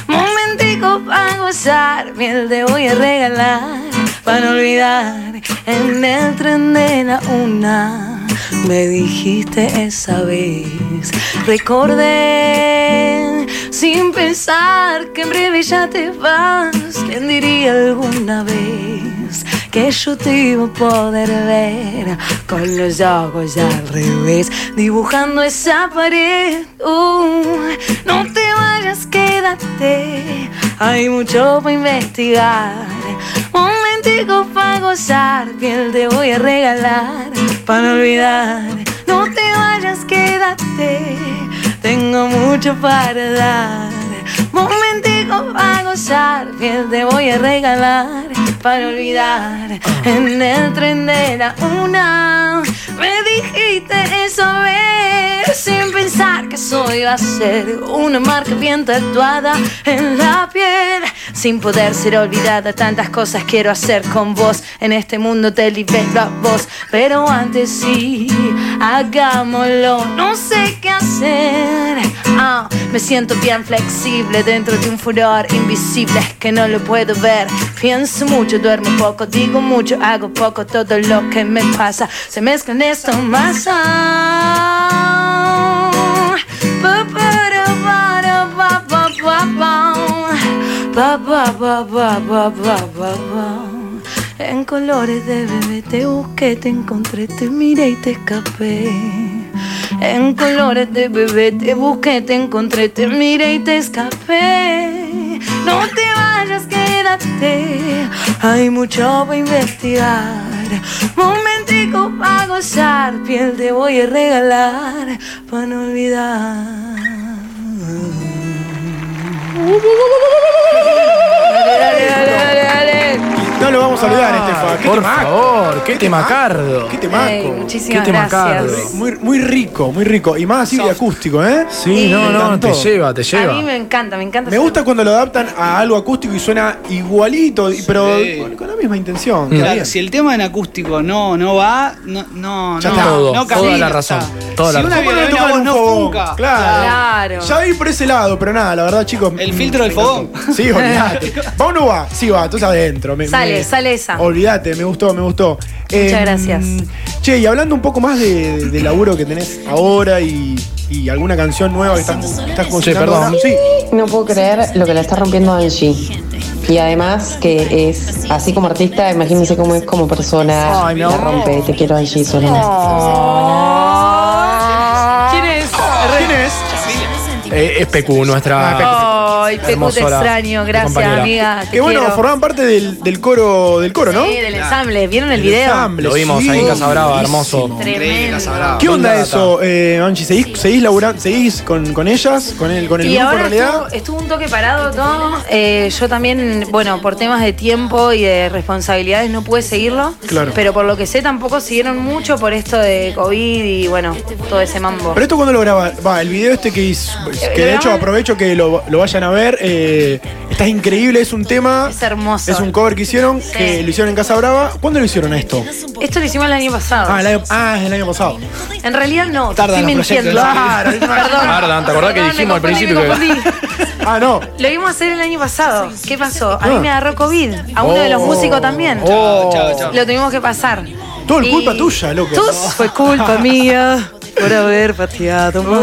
Speaker 13: Momentico para gozar, bien te voy a regalar, para no olvidar. En el tren de la una me dijiste esa vez. Recordé sin pensar que en breve ya te vas. ¿Quién diría alguna vez que yo te iba a poder ver con los ojos al revés? Dibujando esa pared. Uh, no te vayas, quédate. Hay mucho para investigar. Momentico para gozar, piel te voy a regalar para no olvidar. No te vayas, quédate. Tengo mucho para dar. Momentico para gozar, piel te voy a regalar para no olvidar. En el tren de la una me dijiste eso vez sin pensar que soy a ser una marca bien tatuada en la piel. Sin poder ser olvidada, tantas cosas quiero hacer con vos. En este mundo te libero a vos, pero antes sí, hagámoslo. No sé qué hacer. Ah, me siento bien flexible dentro de un furor invisible que no lo puedo ver. Pienso mucho, duermo poco, digo mucho, hago poco. Todo lo que me pasa se mezcla en esta masa. Pa, para, para, pa, pa, pa, pa. Pa, pa, pa, pa, pa, pa, pa, pa. En colores de bebé te busqué, te encontré, te miré y te escapé. En colores de bebé te busqué, te encontré, te miré y te escapé. No te vayas, quédate. Hay mucho para investigar. Momentico para gozar, piel te voy a regalar para no olvidar. Dale, dale, dale, dale.
Speaker 3: No lo vamos a olvidar,
Speaker 11: Ah,
Speaker 3: Estefa. ¿Qué
Speaker 11: Por
Speaker 3: temaco?
Speaker 11: favor, qué temacardo.
Speaker 3: Qué temaco.
Speaker 13: Ey, muchísimas
Speaker 11: Qué temacardo.
Speaker 13: gracias.
Speaker 3: Muy, muy rico, muy rico. Y más así de acústico, ¿eh?
Speaker 11: Sí, no,
Speaker 3: Me
Speaker 11: no,
Speaker 3: encantó.
Speaker 11: te lleva, te
Speaker 13: A mí
Speaker 11: lleva.
Speaker 13: me encanta, me encanta.
Speaker 3: Me
Speaker 13: esa-
Speaker 3: gusta cuando lo adaptan a algo acústico y suena igualito, y- pero
Speaker 14: Sí.
Speaker 3: con, con la misma intención.
Speaker 11: Mm.
Speaker 14: Claro,
Speaker 3: Está bien.
Speaker 14: si el tema en acústico no, no va, no, no,
Speaker 3: Ya
Speaker 14: no,
Speaker 3: está.
Speaker 14: no,
Speaker 3: Todo,
Speaker 11: toda
Speaker 14: camina,
Speaker 11: la
Speaker 14: o sea,
Speaker 11: razón, toda
Speaker 14: si
Speaker 11: la
Speaker 14: una
Speaker 11: razón.
Speaker 14: viola
Speaker 3: ¿Cómo no le
Speaker 14: y una
Speaker 3: tocaron
Speaker 14: voz
Speaker 3: un
Speaker 14: no
Speaker 3: fogón?
Speaker 14: funca.
Speaker 3: Claro.
Speaker 13: Claro.
Speaker 3: Ya vi por ese lado, pero nada, la verdad, chicos.
Speaker 14: El filtro del fogón.
Speaker 3: Sí, olvídate. ¿Va o no va? Sí, va, entonces adentro. Me-
Speaker 13: Sale,
Speaker 3: me-
Speaker 13: sale esa.
Speaker 3: Olvídate, me gustó, me gustó. Em,
Speaker 13: Muchas gracias.
Speaker 3: Che, y hablando un poco más de, de- del laburo que tenés ahora y, y alguna canción nueva que estás, estás considerando
Speaker 11: perdón.
Speaker 3: ahora. Sí,
Speaker 15: No puedo creer lo que la está rompiendo Angie. Y además que es así como artista, imagínense cómo es como persona.
Speaker 11: Ay, no.
Speaker 15: La rompe, te quiero Angie, Solana.
Speaker 13: ¿Quién es? Ah.
Speaker 3: ¿Quién es? Ah,
Speaker 11: Eh, es PQ, nuestra.
Speaker 13: Ay, Pecu, te
Speaker 3: Hermosura,
Speaker 13: extraño. Gracias,
Speaker 3: compañera.
Speaker 13: amiga. Te
Speaker 3: Que bueno,
Speaker 13: quiero.
Speaker 3: formaban parte del, del coro, del coro, ¿no?
Speaker 13: Sí, del ensamble. ¿Vieron el video?
Speaker 3: ensamble,
Speaker 11: Lo vimos ahí en Casa Brava, hermoso. Ah,
Speaker 13: Tremendo.
Speaker 3: ¿Qué onda eso, eh, Angie? ¿Seguís, seguís, labura- seguís con, con ellas? ¿Con el, con el
Speaker 13: y
Speaker 3: grupo en
Speaker 13: ahora
Speaker 3: realidad?
Speaker 13: estuvo, estuvo un toque parado todo. Eh, yo también, bueno, por temas de tiempo y de responsabilidades no pude seguirlo.
Speaker 3: Claro.
Speaker 13: Pero por lo que sé tampoco siguieron mucho por esto de COVID y bueno, todo ese mambo.
Speaker 3: ¿Pero esto cuando lo grabas? Va, el video este que hizo,
Speaker 13: Eh,
Speaker 3: que de hecho aprovecho que lo, lo vayan a ver. eh, está increíble, es un tema. Es
Speaker 13: hermoso.
Speaker 3: Es un cover que hicieron, que lo hicieron en Casa Brava. ¿Cuándo lo hicieron a esto?
Speaker 13: Esto lo hicimos el año pasado.
Speaker 3: Ah, el año, ah, es el año pasado.
Speaker 13: En realidad no,
Speaker 3: Tardan
Speaker 13: estoy
Speaker 3: los proyectos
Speaker 13: mintiendo.
Speaker 3: en salir.
Speaker 13: Claro, perdón.
Speaker 11: Ardan, ¿te acordás que
Speaker 13: Perdón,
Speaker 11: dijimos al
Speaker 13: me confundí,
Speaker 11: principio que.?
Speaker 13: me confundí.
Speaker 3: Ah, no.
Speaker 13: Lo íbamos a hacer el año pasado. ¿Qué pasó? A mí
Speaker 11: Ah.
Speaker 13: me agarró COVID. A uno de los
Speaker 11: Oh.
Speaker 13: músicos también.
Speaker 11: Chao, chao, chao.
Speaker 13: Lo tuvimos que pasar.
Speaker 3: Todo
Speaker 13: Y-
Speaker 3: el culpa tuya, loco.
Speaker 13: Tus- Fue culpa mía por haber pateado mal.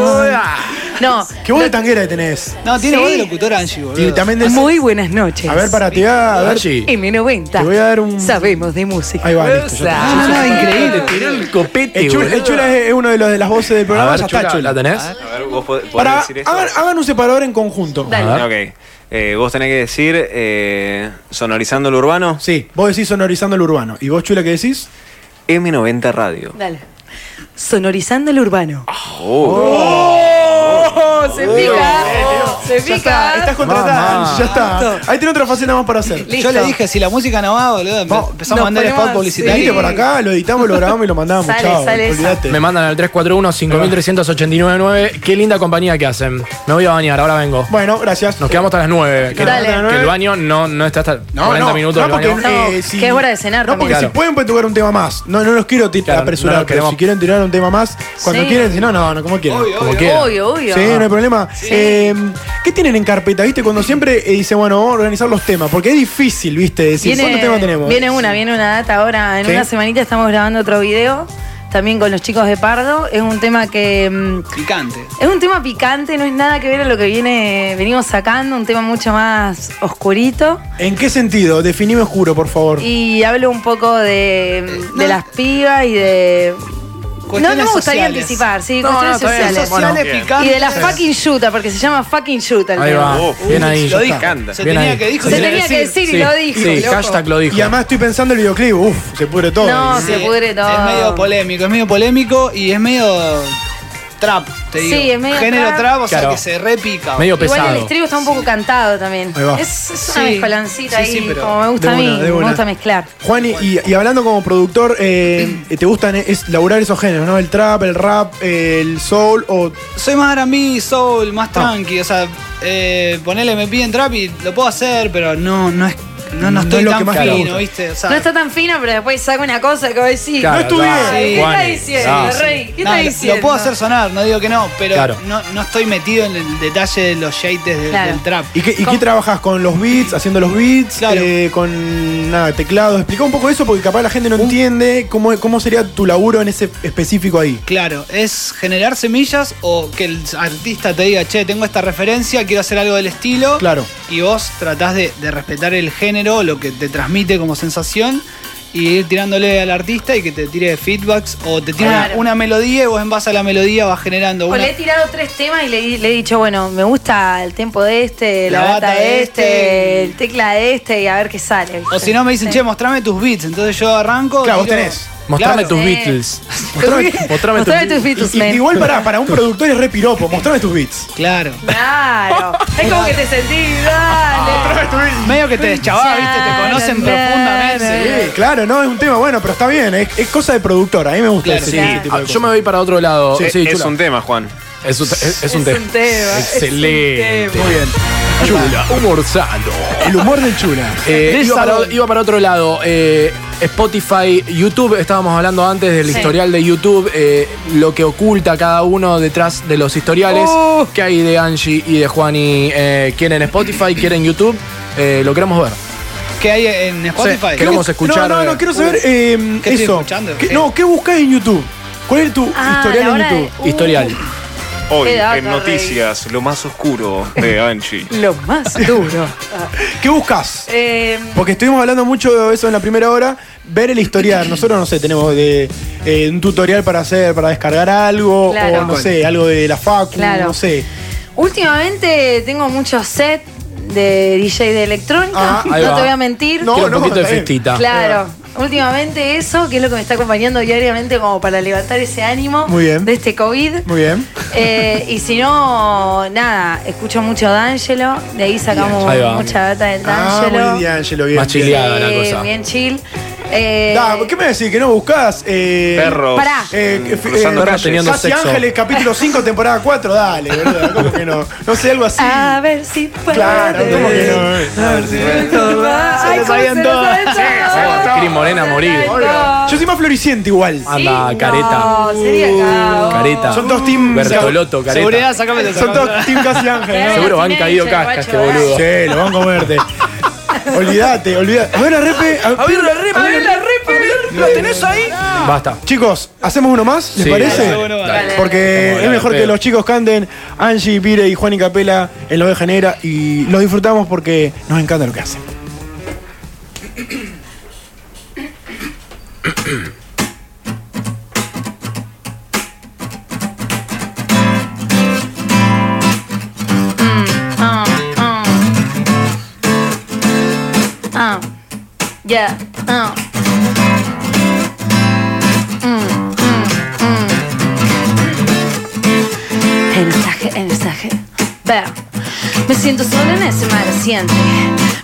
Speaker 13: No.
Speaker 3: ah. ¿Qué voz de tanguera que tenés?
Speaker 14: No, tiene
Speaker 13: Sí.
Speaker 14: voz de locutora Angie, boludo.
Speaker 3: Y también de-
Speaker 13: Muy buenas noches.
Speaker 3: A ver, para ti, a ver.
Speaker 13: En mi 90.
Speaker 3: Te voy a dar un.
Speaker 13: Sabemos de música.
Speaker 3: Ahí va, listo, ya está.
Speaker 13: Ah,
Speaker 3: Sí, sí, sí.
Speaker 11: increíble, tiró el copete.
Speaker 3: El Chula,
Speaker 11: boludo.
Speaker 3: el Chula es es uno de los de las voces del
Speaker 11: A
Speaker 3: programa,
Speaker 11: ver,
Speaker 3: ya está
Speaker 11: Chula,
Speaker 3: Chula.
Speaker 11: ¿la tenés?
Speaker 12: A ver, vos pod- podés
Speaker 3: Para,
Speaker 12: decir esto.
Speaker 3: hagan, hagan un separador en conjunto.
Speaker 12: Ok. Eh, vos tenés que decir, eh, sonorizando lo urbano,
Speaker 3: Sí, vos decís sonorizando el urbano. ¿Y vos, Chula, qué decís?
Speaker 12: M90 Radio.
Speaker 13: Dale. Sonorizando el urbano.
Speaker 11: Oh.
Speaker 13: se pica. Se
Speaker 14: Ya está,
Speaker 13: pica.
Speaker 14: estás
Speaker 3: Contratada,
Speaker 14: Mamá.
Speaker 3: ya está. Ahí tiene otra faceta más para hacer.
Speaker 14: Yo le dije, si la música no va, boludo, empezamos a
Speaker 13: Nos
Speaker 14: mandar
Speaker 13: ponemos
Speaker 14: spot publicitario.
Speaker 3: Venite por acá, lo editamos, lo grabamos y lo mandamos.
Speaker 13: Sale,
Speaker 3: chao,
Speaker 13: sale esa.
Speaker 3: olvidate.
Speaker 11: Me mandan al 341-53899. Qué linda compañía que hacen. Me voy a bañar, ahora vengo.
Speaker 3: Bueno, gracias.
Speaker 11: Nos quedamos hasta las nueve. Que,
Speaker 13: Dale.
Speaker 11: que el baño no, no está hasta 40 minutos.
Speaker 3: no,
Speaker 11: el
Speaker 3: porque,
Speaker 11: baño.
Speaker 3: eh,
Speaker 13: No,
Speaker 3: si-
Speaker 13: que es hora de cenar
Speaker 3: No, porque
Speaker 13: también.
Speaker 3: si pueden, pueden tocar un tema más. No, no los quiero tirar
Speaker 11: Claro,
Speaker 3: apresurar,
Speaker 11: no los
Speaker 3: pero
Speaker 11: queremos.
Speaker 3: si quieren tirar un tema más, cuando
Speaker 13: Sí.
Speaker 3: quieren, si no, no, no, como quieran.
Speaker 11: Como quiera.
Speaker 13: Obvio, obvio.
Speaker 3: Sí, no hay problema. Eh, ¿Qué tienen en carpeta, viste? Cuando siempre eh, dice, bueno, vamos a organizar los temas, porque es difícil, viste, decir, ¿cuántos temas tenemos?
Speaker 13: Viene una, viene una data ahora. En
Speaker 3: Sí.
Speaker 13: una semanita estamos grabando otro video, también con los chicos de Pardo. Es un tema que. mm,
Speaker 14: Picante.
Speaker 13: Es un tema picante, no es nada que ver a lo que viene, venimos sacando, un tema mucho más oscurito.
Speaker 3: ¿En qué sentido? Definime oscuro, por favor.
Speaker 13: Y hablo un poco de, mm, de las pibas y de. No, no me
Speaker 14: Cuestiones
Speaker 13: gustaría
Speaker 14: sociales.
Speaker 13: anticipar, sí,
Speaker 11: No,
Speaker 13: cuestiones
Speaker 11: no, está bien.
Speaker 13: sociales.
Speaker 11: Bueno,
Speaker 14: Sociales,
Speaker 11: bien.
Speaker 14: picantes.
Speaker 13: Y de la fucking yuta, porque se llama fucking yuta el
Speaker 11: Ahí
Speaker 13: tema.
Speaker 11: va. bien ahí.
Speaker 14: Lo dije.
Speaker 12: Canta.
Speaker 14: Se
Speaker 11: Bien
Speaker 14: tenía
Speaker 11: ahí.
Speaker 14: que dijo.
Speaker 13: Se tenía que decir y
Speaker 11: Sí,
Speaker 13: lo dijo.
Speaker 11: Sí,
Speaker 13: loco.
Speaker 11: hashtag lo dijo.
Speaker 3: Y además estoy pensando el videoclip, uff, se pudre todo.
Speaker 13: No,
Speaker 14: Sí,
Speaker 13: se pudre todo.
Speaker 14: Es medio polémico, es medio polémico y es medio trap, te
Speaker 13: Sí,
Speaker 14: digo.
Speaker 13: es medio
Speaker 14: Género
Speaker 13: trap.
Speaker 14: trap, o sea
Speaker 11: Claro.
Speaker 14: que se repica.
Speaker 11: Medio
Speaker 13: Igual el
Speaker 11: pesado.
Speaker 13: estribo está un poco cantado también.
Speaker 3: Ahí va.
Speaker 13: Es, es una
Speaker 14: Sí.
Speaker 13: mezcolancita
Speaker 14: Sí,
Speaker 13: ahí,
Speaker 14: sí, pero
Speaker 13: como me gusta
Speaker 3: de
Speaker 13: a mí,
Speaker 3: una, de
Speaker 13: me
Speaker 3: una.
Speaker 13: gusta mezclar.
Speaker 3: Juan, y, y- y hablando como productor, eh, ¿te gustan eh, es, laburar esos géneros, no? El trap, el rap, eh, el soul o.
Speaker 14: Soy más R&B, soul, más tranqui, o sea, eh, ponele me piden trap y lo puedo hacer, pero no, no es, no,
Speaker 3: No
Speaker 14: no estoy
Speaker 3: es lo que
Speaker 14: tan
Speaker 3: más te
Speaker 14: fino,
Speaker 3: gusta.
Speaker 14: ¿viste? O sea,
Speaker 13: No está tan fino, pero después saca una cosa que voy a decir.
Speaker 11: Claro,
Speaker 3: No estuve.
Speaker 11: dale,
Speaker 13: ¿Qué está
Speaker 11: Juani,
Speaker 13: diciendo,
Speaker 11: dale.
Speaker 13: Rey? ¿Qué
Speaker 14: No,
Speaker 13: está
Speaker 14: lo-
Speaker 13: diciendo?
Speaker 14: Lo puedo hacer sonar, no digo que no, pero
Speaker 11: Claro.
Speaker 14: no, no estoy metido en el detalle de los yates de-
Speaker 13: Claro.
Speaker 14: del trap.
Speaker 3: ¿Y qué, y qué trabajas con los beats, haciendo los beats,
Speaker 14: Claro.
Speaker 3: eh, con nada, teclados? Explica un poco eso porque capaz la gente no entiende cómo, cómo sería tu laburo en ese específico ahí.
Speaker 14: Claro, es generar semillas o que el artista te diga, che, tengo esta referencia, quiero hacer algo del estilo.
Speaker 3: Claro.
Speaker 14: Y vos tratás de, de respetar el género, lo que te transmite como sensación, y ir tirándole al artista y que te tire feedbacks o te tire
Speaker 13: Claro.
Speaker 14: una, una melodía y vos en base a la melodía vas generando
Speaker 13: O
Speaker 14: una.
Speaker 13: Pues le he tirado tres temas y le, le he dicho, bueno, me gusta el tempo de este, la,
Speaker 14: La
Speaker 13: bata
Speaker 14: bata
Speaker 13: de
Speaker 14: de
Speaker 13: este,
Speaker 14: este.
Speaker 13: el tecla de este, y a ver qué sale.
Speaker 14: O si no me dicen, che, mostrame tus beats. Entonces yo arranco.
Speaker 3: Claro, vos
Speaker 14: tiro-
Speaker 3: tenés.
Speaker 11: Mostrame
Speaker 14: Claro.
Speaker 11: tus
Speaker 13: Sí.
Speaker 11: Beatles.
Speaker 3: Mostrame-
Speaker 11: Mostrame tus
Speaker 13: Mostrame tus Beatles,
Speaker 3: Y- y-
Speaker 13: man.
Speaker 3: igual para, para un productor es re piropo, mostrame tus beats.
Speaker 14: Claro.
Speaker 13: Claro. es como que te sentís, dale.
Speaker 14: Medio que te deschabás, viste, te conocen
Speaker 13: Na, na,
Speaker 14: profundamente.
Speaker 3: Eh, claro, no, es un tema bueno, pero está bien, es, es cosa de productor, a mí me gusta
Speaker 14: Claro,
Speaker 3: ese
Speaker 14: sí.
Speaker 3: tipo
Speaker 11: Ah,
Speaker 3: de
Speaker 11: Yo
Speaker 3: cosas.
Speaker 11: me voy para otro lado. Sí,
Speaker 12: es
Speaker 11: Chula.
Speaker 12: un tema, Juan.
Speaker 11: Es un, es- es
Speaker 13: Es
Speaker 11: un tema.
Speaker 13: un tema, es un
Speaker 11: Excelente.
Speaker 13: tema.
Speaker 11: Muy bien. Chula, humor sano.
Speaker 3: El humor del chula.
Speaker 11: Eh,
Speaker 14: De
Speaker 11: iba, para,
Speaker 14: salud.
Speaker 11: iba para otro lado. eh, Spotify, YouTube, estábamos hablando antes del
Speaker 13: Sí.
Speaker 11: historial de YouTube, eh, lo que oculta cada uno detrás de los historiales.
Speaker 3: Oh,
Speaker 11: ¿Qué hay de Angie y de Juani? Eh, ¿Quieren Spotify? ¿Quieren YouTube? Eh, lo queremos ver.
Speaker 14: Que hay en Spotify.
Speaker 11: Sí, queremos escuchar.
Speaker 3: No, no, no, quiero saber eh,
Speaker 14: ¿Qué estoy
Speaker 3: eso.
Speaker 14: escuchando?
Speaker 3: ¿Qué-
Speaker 14: Eh.
Speaker 3: No, ¿qué buscas en YouTube? ¿Cuál es tu
Speaker 13: Ah, la
Speaker 3: historial en
Speaker 13: hora de-
Speaker 3: YouTube?
Speaker 13: Uh.
Speaker 11: Historial.
Speaker 12: Hoy,
Speaker 13: Qué data,
Speaker 12: en Noticias, lo más oscuro de Anchi.
Speaker 13: Lo más duro.
Speaker 3: ¿Qué buscas?
Speaker 13: Eh,
Speaker 3: Porque estuvimos hablando mucho de eso en la primera hora, ver el historial. Nosotros, no sé, tenemos de, eh, un tutorial para hacer, para descargar algo,
Speaker 13: Claro.
Speaker 3: o no sé, algo de la facu,
Speaker 13: Claro.
Speaker 3: no sé.
Speaker 13: Últimamente tengo muchos set de DJ de electrónica,
Speaker 11: Ah, ahí
Speaker 13: no
Speaker 11: va.
Speaker 13: te voy a mentir.
Speaker 11: No, Quiero un no, poquito de está bien. fiestita.
Speaker 13: Claro. Últimamente eso, que es lo que me está acompañando diariamente como para levantar ese ánimo
Speaker 3: Muy bien.
Speaker 13: de este COVID.
Speaker 3: Muy bien.
Speaker 13: Eh, y si no, nada, escucho mucho D'Angelo, de ahí sacamos
Speaker 3: Ahí va.
Speaker 13: mucha data del
Speaker 3: Ah,
Speaker 13: D'Angelo.
Speaker 3: muy D'Angelo, bien.
Speaker 11: Más chileada la
Speaker 13: Eh,
Speaker 11: cosa.
Speaker 13: bien chill. Eh,
Speaker 3: Da, ¿Qué me decís? ¿Que no buscás? Eh,
Speaker 12: Perros.
Speaker 13: Pará.
Speaker 3: Eh,
Speaker 11: Mm,
Speaker 3: eh,
Speaker 12: Cruzando
Speaker 3: eh,
Speaker 12: calles. Teniendo
Speaker 3: Casi
Speaker 12: sexo.
Speaker 3: Ángeles, capítulo 5, temporada 4. Dale, boludo. ¿Cómo que no? No sé, algo así.
Speaker 13: a ver si puedo.
Speaker 3: Claro, ¿cómo que no?
Speaker 11: A ver si.
Speaker 13: Ay,
Speaker 3: lo
Speaker 13: cómo
Speaker 3: sabían
Speaker 13: se lo
Speaker 3: todas.
Speaker 13: saben todas.
Speaker 11: Cris Morena a morir.
Speaker 3: Yo soy más floriciente igual.
Speaker 11: Anda,
Speaker 13: No,
Speaker 11: careta.
Speaker 13: sería caos.
Speaker 11: Careta.
Speaker 3: Son dos team.
Speaker 11: Bertolotto, careta.
Speaker 14: Seguridad, sácamelo.
Speaker 3: Son todos team casi ángeles. ¿no?
Speaker 11: Seguro han caído cascas, este boludo.
Speaker 3: Sí, lo van a comerte. Olvídate, olvídate. A ver, la repe. A ver, la repe.
Speaker 14: ¿Lo tenés ahí?
Speaker 11: Basta.
Speaker 3: Chicos, ¿hacemos uno más? ¿Les
Speaker 11: Sí,
Speaker 3: parece?
Speaker 11: dale, bueno,
Speaker 14: dale.
Speaker 3: Porque
Speaker 11: Dale.
Speaker 3: es mejor
Speaker 11: Dale,
Speaker 3: que
Speaker 11: pero-
Speaker 3: los chicos canten Angie, Pire y Juan y Capela en la oveja negra y los disfrutamos porque nos encanta lo que hacen.
Speaker 13: Ah, ah. Ah. Yeah. Ah. Mm, mm, mm. El mensaje, el mensaje. Vea. Me siento sola en ese mar asiente.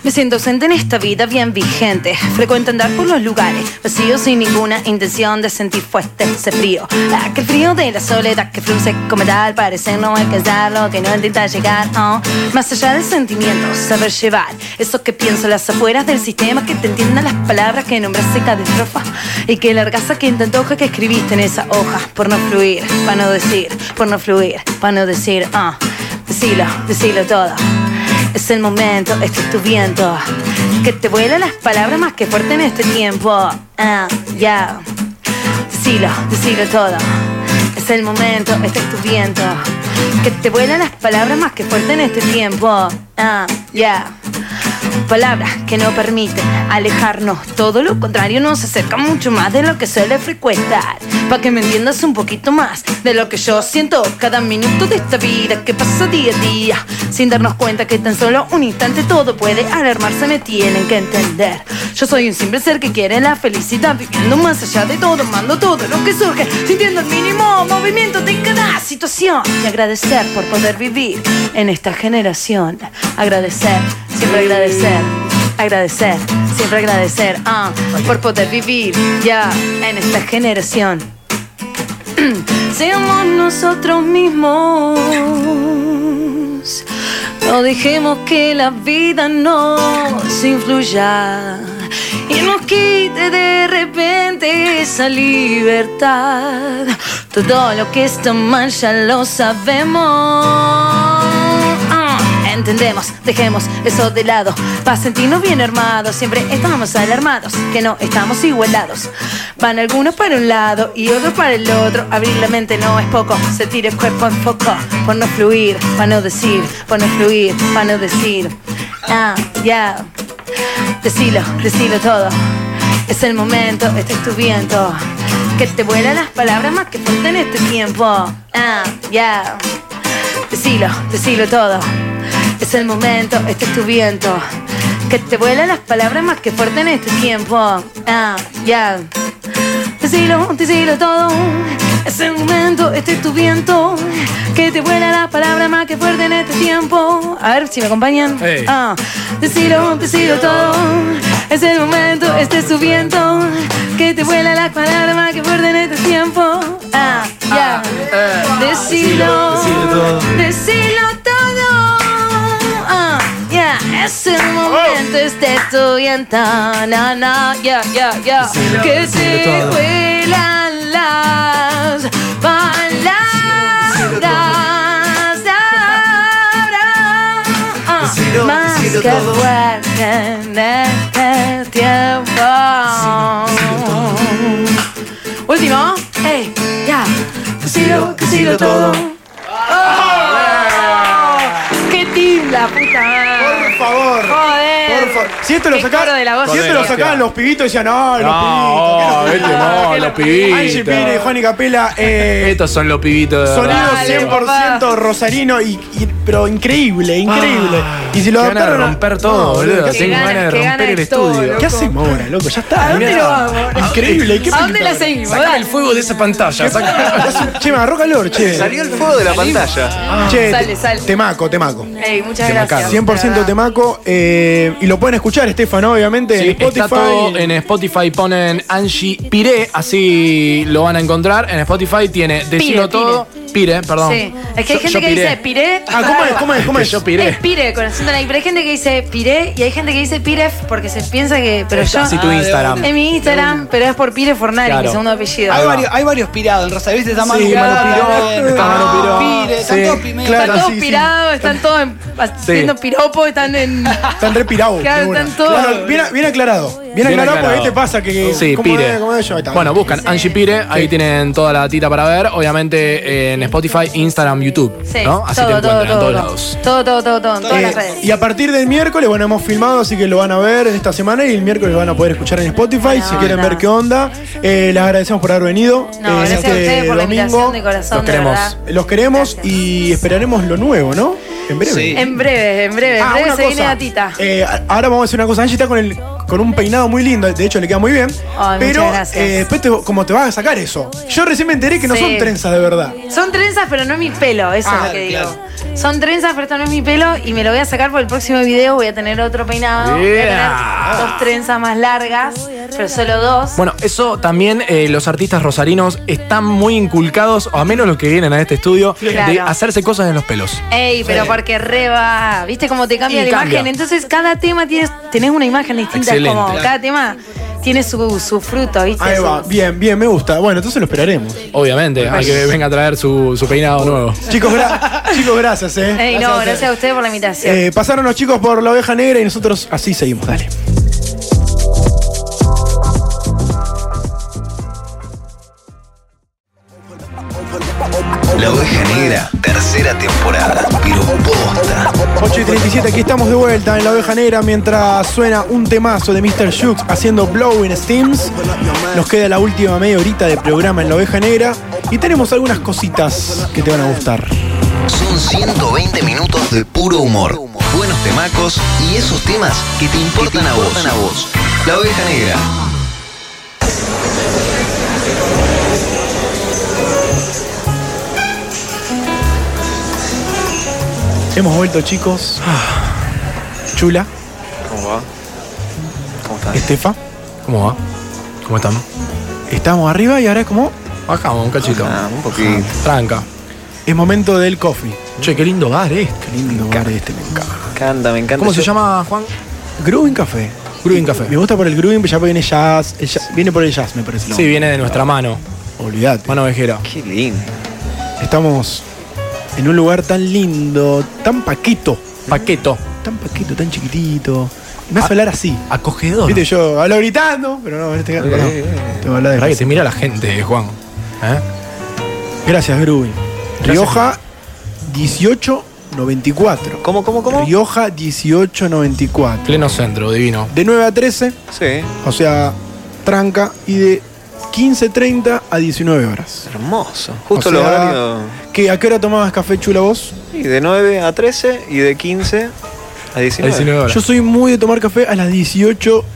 Speaker 13: Me siento ausente en esta vida bien vigente. Frecuento andar por los lugares vacíos sin ninguna intención de sentir fuerte ese frío. Aquel frío de la soledad que fluye como tal, parece no alcanzar lo que no intenta llegar. oh. Más allá del sentimiento, saber llevar eso que pienso las afueras del sistema, que te entiendan las palabras que nombraste cada estrofa y que largas a quien te antoja que escribiste en esa hoja. Por no fluir, para no decir, por no fluir, para no decir, ah. Decilo, decilo todo. Es el momento, este es tu viento. Que te vuelan las palabras más que fuerte en este tiempo. Ah, ya. Decilo, decilo todo. Es el momento, este es tu viento. Que te vuelan las palabras más que fuerte en este tiempo. Ah, ya. Palabras que no permiten alejarnos, todo lo contrario nos acerca mucho más de lo que suele frecuentar. Para que me entiendas un poquito más de lo que yo siento cada minuto de esta vida que pasa día a día, sin darnos cuenta que tan solo un instante todo puede alarmarse, me tienen que entender. Yo soy un simple ser que quiere la felicidad, viviendo más allá de todo, mando todo lo que surge, sintiendo el mínimo movimiento de cada situación. Y agradecer por poder vivir en esta generación. Agradecer, siempre agradecer, agradecer, siempre agradecer, ah, por poder vivir ya en esta generación. Seamos nosotros mismos. No dejemos que la vida nos influya y nos quite de repente esa libertad. Todo lo que está mal ya lo sabemos. Ah, Entendemos, dejemos eso de lado. Para sentirnos bien armados, siempre estamos alarmados, que no estamos igualados. Van algunos para un lado y otros para el otro. Abrir la mente no es poco, se tira el cuerpo en poco. Por no fluir, para no decir, por no fluir, para no decir. Ah, ya. Decilo, decilo todo. Es el momento, este es tu viento. Que te vuelan las palabras más que fuerte en este tiempo. Ah, ya. Decilo, decilo todo. Es el momento, este es tu viento. Que te vuelan las palabras más que fuerte en este tiempo. Ah, ya. Decilo, decilo todo. Es el momento, este es tu viento. Que te vuela la palabra más que fuerte en este tiempo. A ver si me acompañan.
Speaker 11: Hey.
Speaker 13: Ah. Decilo, decilo todo. Es el momento, este es tu viento. Que te vuela la palabra más que fuerte en este tiempo. Ah, ya. Decilo,
Speaker 14: decilo todo.
Speaker 13: decilo todo. Ah, ya. Es el momento, este es tu viento. No, no, ya, ya, ya. Que se
Speaker 14: todo.
Speaker 13: vuelan las palabras. ahora.
Speaker 14: Decilo,
Speaker 13: Ah, Más
Speaker 14: decilo
Speaker 13: que
Speaker 14: todo.
Speaker 13: fuerte en este tiempo. Último. Hey, ya. Decilo, decilo todo. ¡Oh! ¡Qué team, la puta madre!
Speaker 3: Por favor.
Speaker 13: Ah. Joder.
Speaker 3: Por favor. Si esto lo
Speaker 13: Qué
Speaker 3: sacaban,
Speaker 13: coro de la voz.
Speaker 3: si esto lo
Speaker 13: Hostia.
Speaker 3: sacaban los pibitos, decían, no, Ah, los
Speaker 11: No,
Speaker 3: pibitos.
Speaker 11: vete,
Speaker 3: ¿qué
Speaker 11: no, los pibitos.
Speaker 3: Angie Pires, Juan y Capela, eh,
Speaker 11: Estos son los pibitos. de
Speaker 3: Sonido
Speaker 11: verdad.
Speaker 3: 100% rosarino, y, y- pero increíble, increíble. y si lo
Speaker 11: Ah, Qué ganas de
Speaker 3: adaptaron. a-
Speaker 11: romper todo, boludo.
Speaker 3: qué
Speaker 11: Tengo ganas
Speaker 3: ganas-
Speaker 11: de
Speaker 3: qué
Speaker 11: romper
Speaker 3: ganas
Speaker 11: el
Speaker 3: de todo,
Speaker 11: estudio.
Speaker 3: loco. ¿Qué hacemos ahora, loco? Ya está.
Speaker 11: ¿A dónde
Speaker 3: mirá.
Speaker 11: lo vamos?
Speaker 3: Increíble. qué
Speaker 13: ¿A dónde
Speaker 3: película.
Speaker 13: la seguimos?
Speaker 11: Sacá el fuego de esa pantalla. Sacá.
Speaker 3: Che, me agarró calor, che. Ah.
Speaker 12: Salió el fuego de la pantalla.
Speaker 3: Che,
Speaker 13: Sale,
Speaker 3: te-
Speaker 13: sale.
Speaker 3: temaco, temaco.
Speaker 13: Ey, muchas gracias.
Speaker 3: 100% temaco. eh, y lo pueden escuchar, Estefano, obviamente,
Speaker 11: Sí,
Speaker 3: en Spotify.
Speaker 11: Está todo en Spotify ponen Angie Piré, así lo van a encontrar. En Spotify tiene Decilo
Speaker 13: Pire,
Speaker 11: todo. Pire, perdón.
Speaker 13: Sí. Es que hay
Speaker 11: Yo-
Speaker 13: gente
Speaker 11: yo
Speaker 13: que
Speaker 11: piré.
Speaker 13: dice piré.
Speaker 3: Ah, ¿cómo es? ¿Cómo es? ¿Cómo es?
Speaker 11: Yo piré.
Speaker 13: Es pire, con acento en la I, pero hay gente que dice piré y hay gente que dice piref porque se piensa que. Pero
Speaker 11: Es
Speaker 13: yo.
Speaker 3: Ah,
Speaker 11: así tu Instagram.
Speaker 13: Es mi Instagram, pero es por Pire Fornari,
Speaker 11: Claro.
Speaker 13: mi segundo apellido.
Speaker 14: Hay varios, hay varios pirados, en Rosa, ¿viste? Está Manu
Speaker 11: Sí, Manu Pirón,
Speaker 14: Pirón,
Speaker 11: está Manu Pirón,
Speaker 14: Pire, están
Speaker 11: sí.
Speaker 14: todos pimentas.
Speaker 13: Están
Speaker 3: Claro,
Speaker 13: todos
Speaker 3: sí, sí.
Speaker 13: pirados, están todos en- haciendo piropo, están en.
Speaker 3: Están repirados.
Speaker 13: Claro, están todos.
Speaker 3: bien, bien aclarado. Bien,
Speaker 11: Bien
Speaker 3: aclarado, porque este
Speaker 11: aclarado.
Speaker 3: ahí te pasa que.
Speaker 11: Sí,
Speaker 3: ¿cómo
Speaker 11: Pire.
Speaker 3: es? ¿Cómo es? Ahí está.
Speaker 11: Bueno, buscan Angie Pire, ahí tienen toda la tita para ver. Obviamente eh, en Spotify, Instagram, YouTube.
Speaker 13: Sí,
Speaker 11: ¿no? Así te
Speaker 13: todo, todo,
Speaker 11: encuentran en
Speaker 13: todo, todo.
Speaker 11: todos lados.
Speaker 13: Todo, todo, todo, todo, en todas
Speaker 3: Eh,
Speaker 13: las redes.
Speaker 3: y a partir del miércoles, bueno, hemos filmado, así que lo van a ver en esta semana y el miércoles lo van a poder escuchar en Spotify si quieren
Speaker 13: onda.
Speaker 3: ver qué onda. Eh, les agradecemos por haber venido.
Speaker 13: No,
Speaker 3: eh, en
Speaker 13: gracias a ustedes por la invitación de corazón,
Speaker 11: los
Speaker 13: de
Speaker 11: queremos.
Speaker 13: verdad.
Speaker 3: Los queremos y esperaremos lo nuevo, ¿no? En breve.
Speaker 14: Sí.
Speaker 13: En breve, en breve, en
Speaker 3: Ah,
Speaker 13: breve
Speaker 3: una
Speaker 13: se viene
Speaker 3: cosa.
Speaker 13: la tita.
Speaker 3: Eh, a- ahora vamos a hacer una cosa. Angie está con, el, con un peinado muy lindo, de hecho le queda muy bien.
Speaker 13: Ay,
Speaker 3: pero
Speaker 13: muchas gracias.
Speaker 3: eh, después, te- como te vas a sacar eso. Yo recién me enteré que no
Speaker 13: Sí.
Speaker 3: son trenzas de verdad.
Speaker 13: Son trenzas, pero no es mi pelo, eso
Speaker 3: Ah,
Speaker 13: es lo que digo. Son trenzas, pero esto no es mi pelo y me lo voy a sacar por el próximo video. Voy a tener otro peinado. Voy a
Speaker 11: Yeah.
Speaker 13: tener dos trenzas más largas, pero solo dos.
Speaker 11: Bueno, eso también eh, los artistas rosarinos están muy inculcados, o a menos los que vienen a este estudio,
Speaker 13: Claro.
Speaker 11: de hacerse cosas en los pelos.
Speaker 13: Ey, pero porque reba, ¿viste cómo te cambia
Speaker 11: Y
Speaker 13: la
Speaker 11: cambia.
Speaker 13: imagen? Entonces cada tema tienes, tenés una imagen distinta, es
Speaker 11: Excelente.
Speaker 13: como cada tema tiene su, su fruto, ¿viste?
Speaker 3: Ahí
Speaker 13: Su-
Speaker 3: va, bien, bien, me gusta. Bueno, entonces lo esperaremos.
Speaker 11: Obviamente, hay que venga a traer su, su peinado nuevo.
Speaker 3: Chicos, gra- chicos gracias, eh.
Speaker 13: Ey, no, gracias a ustedes por la invitación.
Speaker 3: Eh, pasaron los chicos por la oveja negra y nosotros así seguimos, dale.
Speaker 5: La Oveja Negra, tercera temporada. Pero posta.
Speaker 3: 8 y 37, aquí estamos de vuelta en la oveja negra mientras suena un temazo de Mr. Jukes haciendo Blowing Steams. Nos queda la última media horita de programa en la oveja negra y tenemos algunas cositas que te van a gustar.
Speaker 5: Son 120 minutos de puro humor, buenos temacos y esos temas que te importan, a, vos. La Oveja Negra.
Speaker 3: Hemos vuelto, chicos. Ah. Chula,
Speaker 12: ¿Cómo va? ¿Cómo estás?
Speaker 3: Estefa,
Speaker 11: ¿Cómo va? ¿Cómo están?
Speaker 3: estamos arriba y ahora es como
Speaker 11: Bajamos un cachito.
Speaker 12: Ah, un poquito.
Speaker 11: Tranca.
Speaker 3: es momento del coffee.
Speaker 11: Che, qué lindo bar este.
Speaker 3: Qué lindo lugar este, me encanta.
Speaker 12: Me encanta, me encanta.
Speaker 11: ¿Cómo se
Speaker 12: Yo-
Speaker 11: llama, Juan?
Speaker 3: Grooving Café.
Speaker 11: Grooving Café.
Speaker 3: Me gusta por el grooving, ya viene jazz, el jazz- Viene por el jazz, me parece.
Speaker 11: Sí, viene de nuestra mano.
Speaker 3: Olvídate.
Speaker 11: Mano ovejera.
Speaker 12: Qué lindo.
Speaker 3: Estamos en un lugar tan lindo, tan paquito,
Speaker 11: Paqueto.
Speaker 3: tan paquito, tan chiquitito. Me hace hablar así.
Speaker 11: Acogedor.
Speaker 3: Viste, yo hablo gritando, pero no, en
Speaker 12: Eh,
Speaker 3: este
Speaker 11: Eh,
Speaker 3: caso no. Tengo que hablar
Speaker 11: La verdad que
Speaker 3: despacio.
Speaker 11: te mira la gente, Juan. ¿Eh?
Speaker 3: Gracias, Groovy. Rioja 1894.
Speaker 12: ¿Cómo, cómo, cómo?
Speaker 3: Rioja 1894.
Speaker 11: Pleno centro, divino.
Speaker 3: De 9 a 13,
Speaker 12: Sí.
Speaker 3: o sea, tranca, y de 15.30 a 19 horas.
Speaker 12: Hermoso. Justo
Speaker 3: O
Speaker 12: el
Speaker 3: sea,
Speaker 12: horario.
Speaker 3: ¿Qué, ¿A qué hora tomabas café chula vos?
Speaker 12: Y de 9 a 13 y de 15 a 19.
Speaker 11: 19 horas.
Speaker 3: Yo soy muy de tomar café a las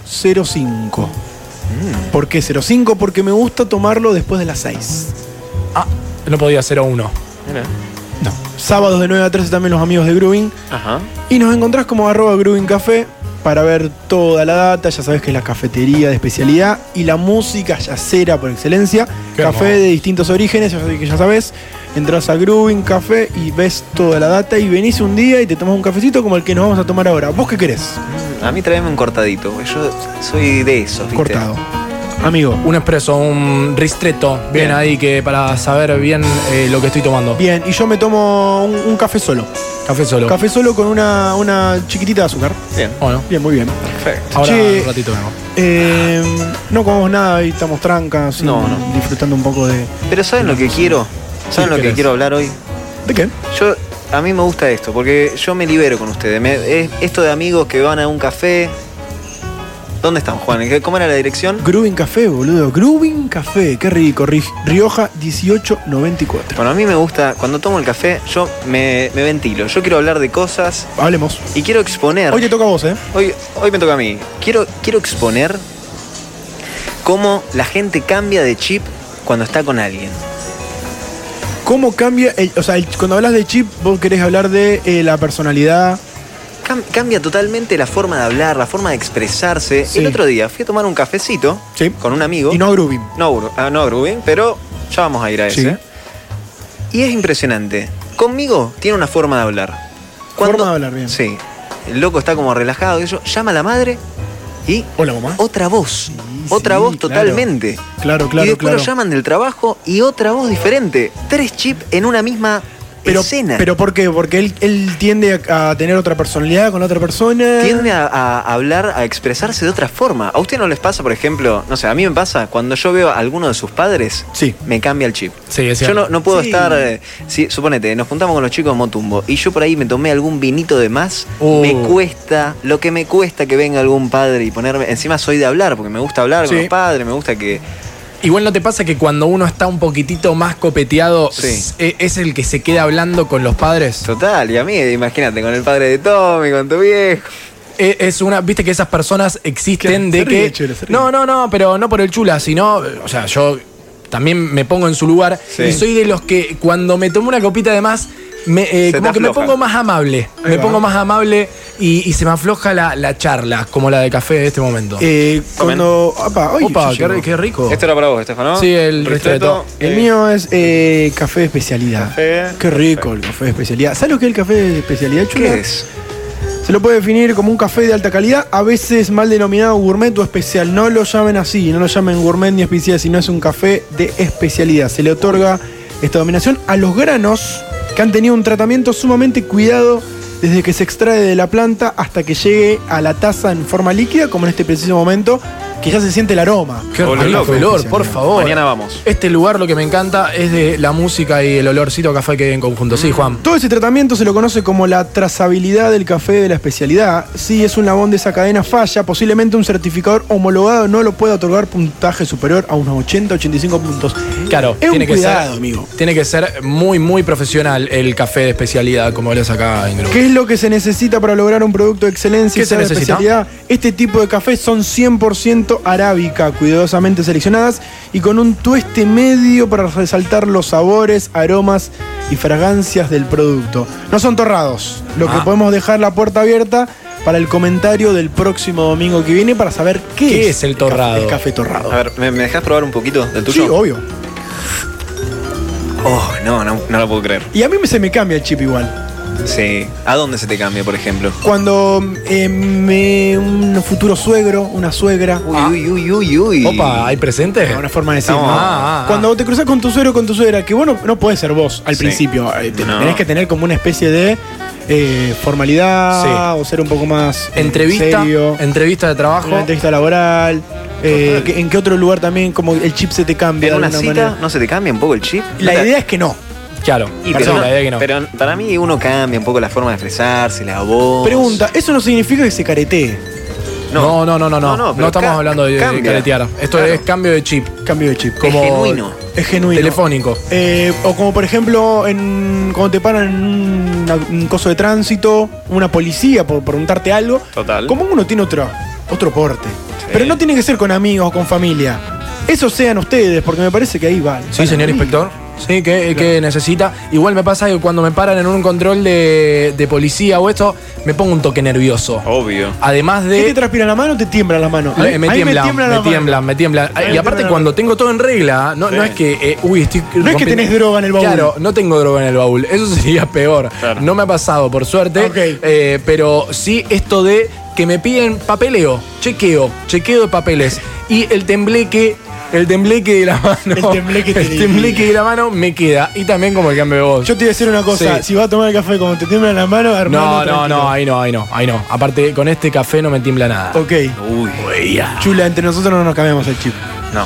Speaker 3: 18.05.
Speaker 11: Mm.
Speaker 3: ¿Por qué 05? Porque me gusta tomarlo después de las 6.
Speaker 11: Ah, no podía ser a uno.
Speaker 12: Mira.
Speaker 3: No. Sábados de 9 a 13 también los amigos de Grubin.
Speaker 12: Ajá.
Speaker 3: Y nos encontrás como arroba Grubin Café para ver toda la data. Ya sabes que es la cafetería de especialidad y la música yacera por excelencia.
Speaker 11: Qué
Speaker 3: café
Speaker 11: hermoso.
Speaker 3: de distintos orígenes, ya sabés que ya sabes. Entrás a Grubin Café y ves toda la data y venís un día y te tomás un cafecito como el que nos vamos a tomar ahora. ¿Vos qué querés?
Speaker 12: A mí tráeme un cortadito, porque yo soy de esos, ¿viste?
Speaker 3: Cortado. Amigo.
Speaker 11: Un expreso, un ristretto. Bien,
Speaker 12: Bien.
Speaker 11: ahí que para saber bien eh, lo que estoy tomando.
Speaker 3: Bien, y yo me tomo un, un café solo.
Speaker 11: Café solo.
Speaker 3: Café solo con una, una chiquitita de azúcar.
Speaker 12: Bien.
Speaker 11: Bueno,
Speaker 3: Bien, muy bien.
Speaker 12: Perfecto.
Speaker 11: ahora
Speaker 3: Che.
Speaker 11: un ratito vengo.
Speaker 3: Eh, no comemos nada y estamos trancas, así,
Speaker 12: No, no.
Speaker 3: disfrutando un poco de.
Speaker 12: Pero ¿saben lo que quiero? ¿Saben
Speaker 3: ¿qué
Speaker 12: lo que
Speaker 3: querés?
Speaker 12: quiero hablar hoy?
Speaker 3: ¿De qué?
Speaker 12: Yo, a mí me gusta esto, porque yo me libero con ustedes. Me- es- esto de amigos que van a un café, ¿Dónde están, Juan? ¿Qué- ¿Cómo era la dirección?
Speaker 3: Grubin Café, boludo. Grubin Café, qué rico. Ri- Rioja 1894.
Speaker 12: Bueno, a mí me gusta, cuando tomo el café, yo me, me ventilo. Yo quiero hablar de cosas
Speaker 3: Hablemos.
Speaker 12: y quiero exponer.
Speaker 3: Hoy te toca a vos, ¿eh?
Speaker 12: Hoy, hoy me toca a mí. Quiero, quiero exponer cómo la gente cambia de chip cuando está con alguien.
Speaker 3: ¿Cómo cambia? el- o sea, el- cuando hablas de chip, vos querés hablar de eh, la personalidad.
Speaker 12: Cam- cambia totalmente la forma de hablar, la forma de expresarse.
Speaker 3: Sí.
Speaker 12: El otro día fui a tomar un cafecito con un amigo.
Speaker 3: Y no Grubin.
Speaker 12: No, Gru- ah, no Grubin, pero ya vamos a ir a ese. Y es impresionante. Conmigo tiene una forma de hablar.
Speaker 3: Forma de hablar, bien.
Speaker 12: Sí. El loco está como relajado. y Yo, llama a la madre y.
Speaker 3: Hola, mamá.
Speaker 12: Otra voz. otra
Speaker 3: sí,
Speaker 12: voz
Speaker 3: claro.
Speaker 12: totalmente.
Speaker 3: Claro, claro,
Speaker 12: Y después
Speaker 3: claro.
Speaker 12: lo llaman del trabajo y otra voz diferente. Tres chips en una misma
Speaker 3: Pero,
Speaker 12: escena.
Speaker 3: pero ¿por qué? Porque él, él tiende a, a tener otra personalidad con la otra persona.
Speaker 12: tiende a, a hablar, a expresarse de otra forma. ¿A usted no les pasa, por ejemplo, no sé, a mí me pasa, cuando yo veo a alguno de sus padres, me cambia el chip?
Speaker 11: Sí, es
Speaker 12: Yo
Speaker 11: cierto.
Speaker 12: no, no puedo
Speaker 11: Sí.
Speaker 12: estar, eh, si- suponete, nos juntamos con los chicos de Motumbo y yo por ahí me tomé algún vinito de más,
Speaker 11: Oh.
Speaker 12: me cuesta, lo que me cuesta que venga algún padre y ponerme, encima soy de hablar, porque me gusta hablar con
Speaker 11: Sí.
Speaker 12: los padres, me gusta que...
Speaker 3: Eh,
Speaker 11: Igual no te pasa que cuando uno está un poquitito más copeteado,
Speaker 12: Sí.
Speaker 11: s- e- es el que se queda hablando con los padres.
Speaker 12: Total, y a mí, imagínate, con el padre de Tommy, con tu viejo.
Speaker 11: E, Es, una, viste que esas personas existen
Speaker 3: ¿Qué?
Speaker 11: de
Speaker 3: Se ríe,
Speaker 11: que.
Speaker 3: Chula, se ríe.
Speaker 11: no, no, no, pero no por el chula, sino, eh, o sea, yo también me pongo en su lugar
Speaker 12: Sí.
Speaker 11: y soy de los que cuando me tomo una copita de más. Me, eh,
Speaker 12: Se
Speaker 11: como
Speaker 12: te
Speaker 11: que me
Speaker 12: afloja.
Speaker 11: pongo más amable,
Speaker 3: Ahí
Speaker 11: me
Speaker 3: va.
Speaker 11: pongo más amable y, y se me afloja la, la charla, como la de café de este momento.
Speaker 3: Eh, cuando. Opa, oye,
Speaker 11: Opa,
Speaker 3: yo
Speaker 11: qué,
Speaker 3: llego.
Speaker 11: ri- qué rico.
Speaker 12: Esto era para vos, Estefano.
Speaker 11: Sí, el ristretto.
Speaker 3: El mío es eh, café de especialidad.
Speaker 12: Café.
Speaker 3: Qué rico el café de especialidad. ¿Sabes lo que es el café de especialidad, chula?
Speaker 12: ¿Qué es?
Speaker 3: Se lo puede definir como un café de alta calidad, a veces mal denominado gourmet o especial. No lo llamen así, no lo llamen gourmet ni especial, sino es un café de especialidad. Se le otorga esta dominación a los granos que han tenido un tratamiento sumamente cuidado desde que se extrae de la planta hasta que llegue a la taza en forma líquida, como en este preciso momento, que ya se siente el aroma.
Speaker 11: Qué rico
Speaker 12: loco.
Speaker 11: olor, por favor.
Speaker 12: Mañana vamos.
Speaker 11: Este lugar lo que me encanta es de la música y el olorcito a café que hay en conjunto.
Speaker 12: Mm.
Speaker 11: Sí, Juan.
Speaker 3: Todo ese tratamiento se lo conoce como la trazabilidad del café de la especialidad. Si es un labón de esa cadena falla, posiblemente un certificador homologado no lo pueda otorgar puntaje superior a unos 80-85 puntos.
Speaker 11: Claro,
Speaker 3: es
Speaker 11: tiene
Speaker 3: un
Speaker 11: que
Speaker 3: cuidado,
Speaker 11: ser,
Speaker 3: amigo.
Speaker 11: Tiene que ser muy, muy profesional el café de especialidad, como hablas acá en Grupo.
Speaker 3: ¿Qué es lo que se necesita para lograr un producto de excelencia y
Speaker 11: ¿Qué se
Speaker 3: ser de
Speaker 11: necesita?
Speaker 3: especialidad? Este tipo de cafés son 100% arábica, cuidadosamente seleccionadas y con un tueste medio para resaltar los sabores, aromas y fragancias del producto. No son torrados, lo que
Speaker 11: Ah.
Speaker 3: podemos dejar la puerta abierta para el comentario del próximo domingo que viene para saber qué,
Speaker 11: ¿Qué es el torrado?
Speaker 3: café- el café torrado.
Speaker 12: A ver, ¿me, me dejás probar un poquito del
Speaker 3: Sí,
Speaker 12: tuyo?
Speaker 3: obvio.
Speaker 12: Oh, no, no, no lo puedo creer.
Speaker 3: Y a mí me- se me cambia el chip igual.
Speaker 12: Sí. ¿A dónde se te cambia, por ejemplo?
Speaker 3: Cuando eh, me, un futuro suegro, una suegra.
Speaker 12: Uy, uy, uy, uy.
Speaker 11: Opa, ¿hay presente?
Speaker 3: una forma de decir.
Speaker 11: No.
Speaker 3: ¿no?
Speaker 11: Ah, ah,
Speaker 3: Cuando te cruzas con tu suegro o con tu suegra, que vos no, no podés ser vos al
Speaker 11: Sí.
Speaker 3: principio. eh, te-
Speaker 11: No.
Speaker 3: Tenés que tener como una especie de eh, formalidad o ser un poco más eh,
Speaker 11: Entrevista,
Speaker 3: serio.
Speaker 11: entrevista de trabajo.
Speaker 3: Una entrevista laboral. eh, que- ¿En qué otro lugar también como el chip se te cambia
Speaker 12: ¿En
Speaker 3: de
Speaker 12: una
Speaker 3: alguna
Speaker 12: cita
Speaker 3: manera?
Speaker 12: no se te cambia un poco el chip?
Speaker 3: La
Speaker 12: No te-
Speaker 3: idea es que no.
Speaker 11: Claro,
Speaker 12: Y
Speaker 11: Perdón,
Speaker 12: pero, no-
Speaker 11: la idea que no.
Speaker 12: pero para mí uno cambia un poco la forma de expresarse, la voz.
Speaker 3: Pregunta, eso no significa que se caretee.
Speaker 11: no, no, no, no, no.
Speaker 12: No, no,
Speaker 11: No,
Speaker 12: pero
Speaker 11: estamos
Speaker 12: ca-
Speaker 11: hablando de, de
Speaker 12: cambia.
Speaker 11: caretear. Esto
Speaker 12: Claro.
Speaker 11: es cambio de chip.
Speaker 3: Cambio de chip.
Speaker 11: Como
Speaker 12: Es genuino.
Speaker 3: Es genuino.
Speaker 11: Telefónico.
Speaker 3: Eh, o como por ejemplo, en, cuando te paran en un, un coso de tránsito, una policía por preguntarte algo.
Speaker 12: Total.
Speaker 3: Como uno tiene otro, otro porte. Pero no tiene que ser con amigos o con familia. Eso sean ustedes, porque me parece que ahí vale.
Speaker 11: Sí, señor inspector. Sí, que, que necesita. Igual me pasa que cuando me paran en un control de, de policía o esto, me pongo un toque nervioso.
Speaker 12: Obvio.
Speaker 11: Además
Speaker 3: ¿Qué te
Speaker 11: de.
Speaker 3: transpira la mano o te tiembla la mano?
Speaker 11: Me, me
Speaker 3: Ahí
Speaker 11: tiemblan, me tiemblan,
Speaker 3: la mano.
Speaker 11: me tiemblan,
Speaker 3: Ahí
Speaker 11: Y
Speaker 3: me
Speaker 11: aparte,
Speaker 3: tiembla la
Speaker 11: cuando tengo todo en regla, no, no es que. eh, uy, estoy.
Speaker 3: No es que
Speaker 11: rompiendo-
Speaker 3: tenés droga en el baúl.
Speaker 11: Claro, no tengo droga en el baúl. Eso sería peor. No me ha pasado, por suerte.
Speaker 3: Ok.
Speaker 11: Eh, pero sí esto de que me piden papeleo, chequeo, chequeo de papeles. Y el tembleque, el tembleque de la mano.
Speaker 3: El tembleque te
Speaker 11: el
Speaker 3: divide.
Speaker 11: tembleque de la mano me queda. Y también como el cambio de voz.
Speaker 3: Yo te voy a decir una cosa,
Speaker 11: Sí.
Speaker 3: si vas a tomar el café cuando te tiembla la mano,
Speaker 11: no,
Speaker 3: hermano.
Speaker 11: no, no, ahí no, ahí no, ahí no. Aparte, con este café no me tiembla nada.
Speaker 3: Ok.
Speaker 12: Uy.
Speaker 3: Chula, entre nosotros no nos cambiamos el chip.
Speaker 12: No.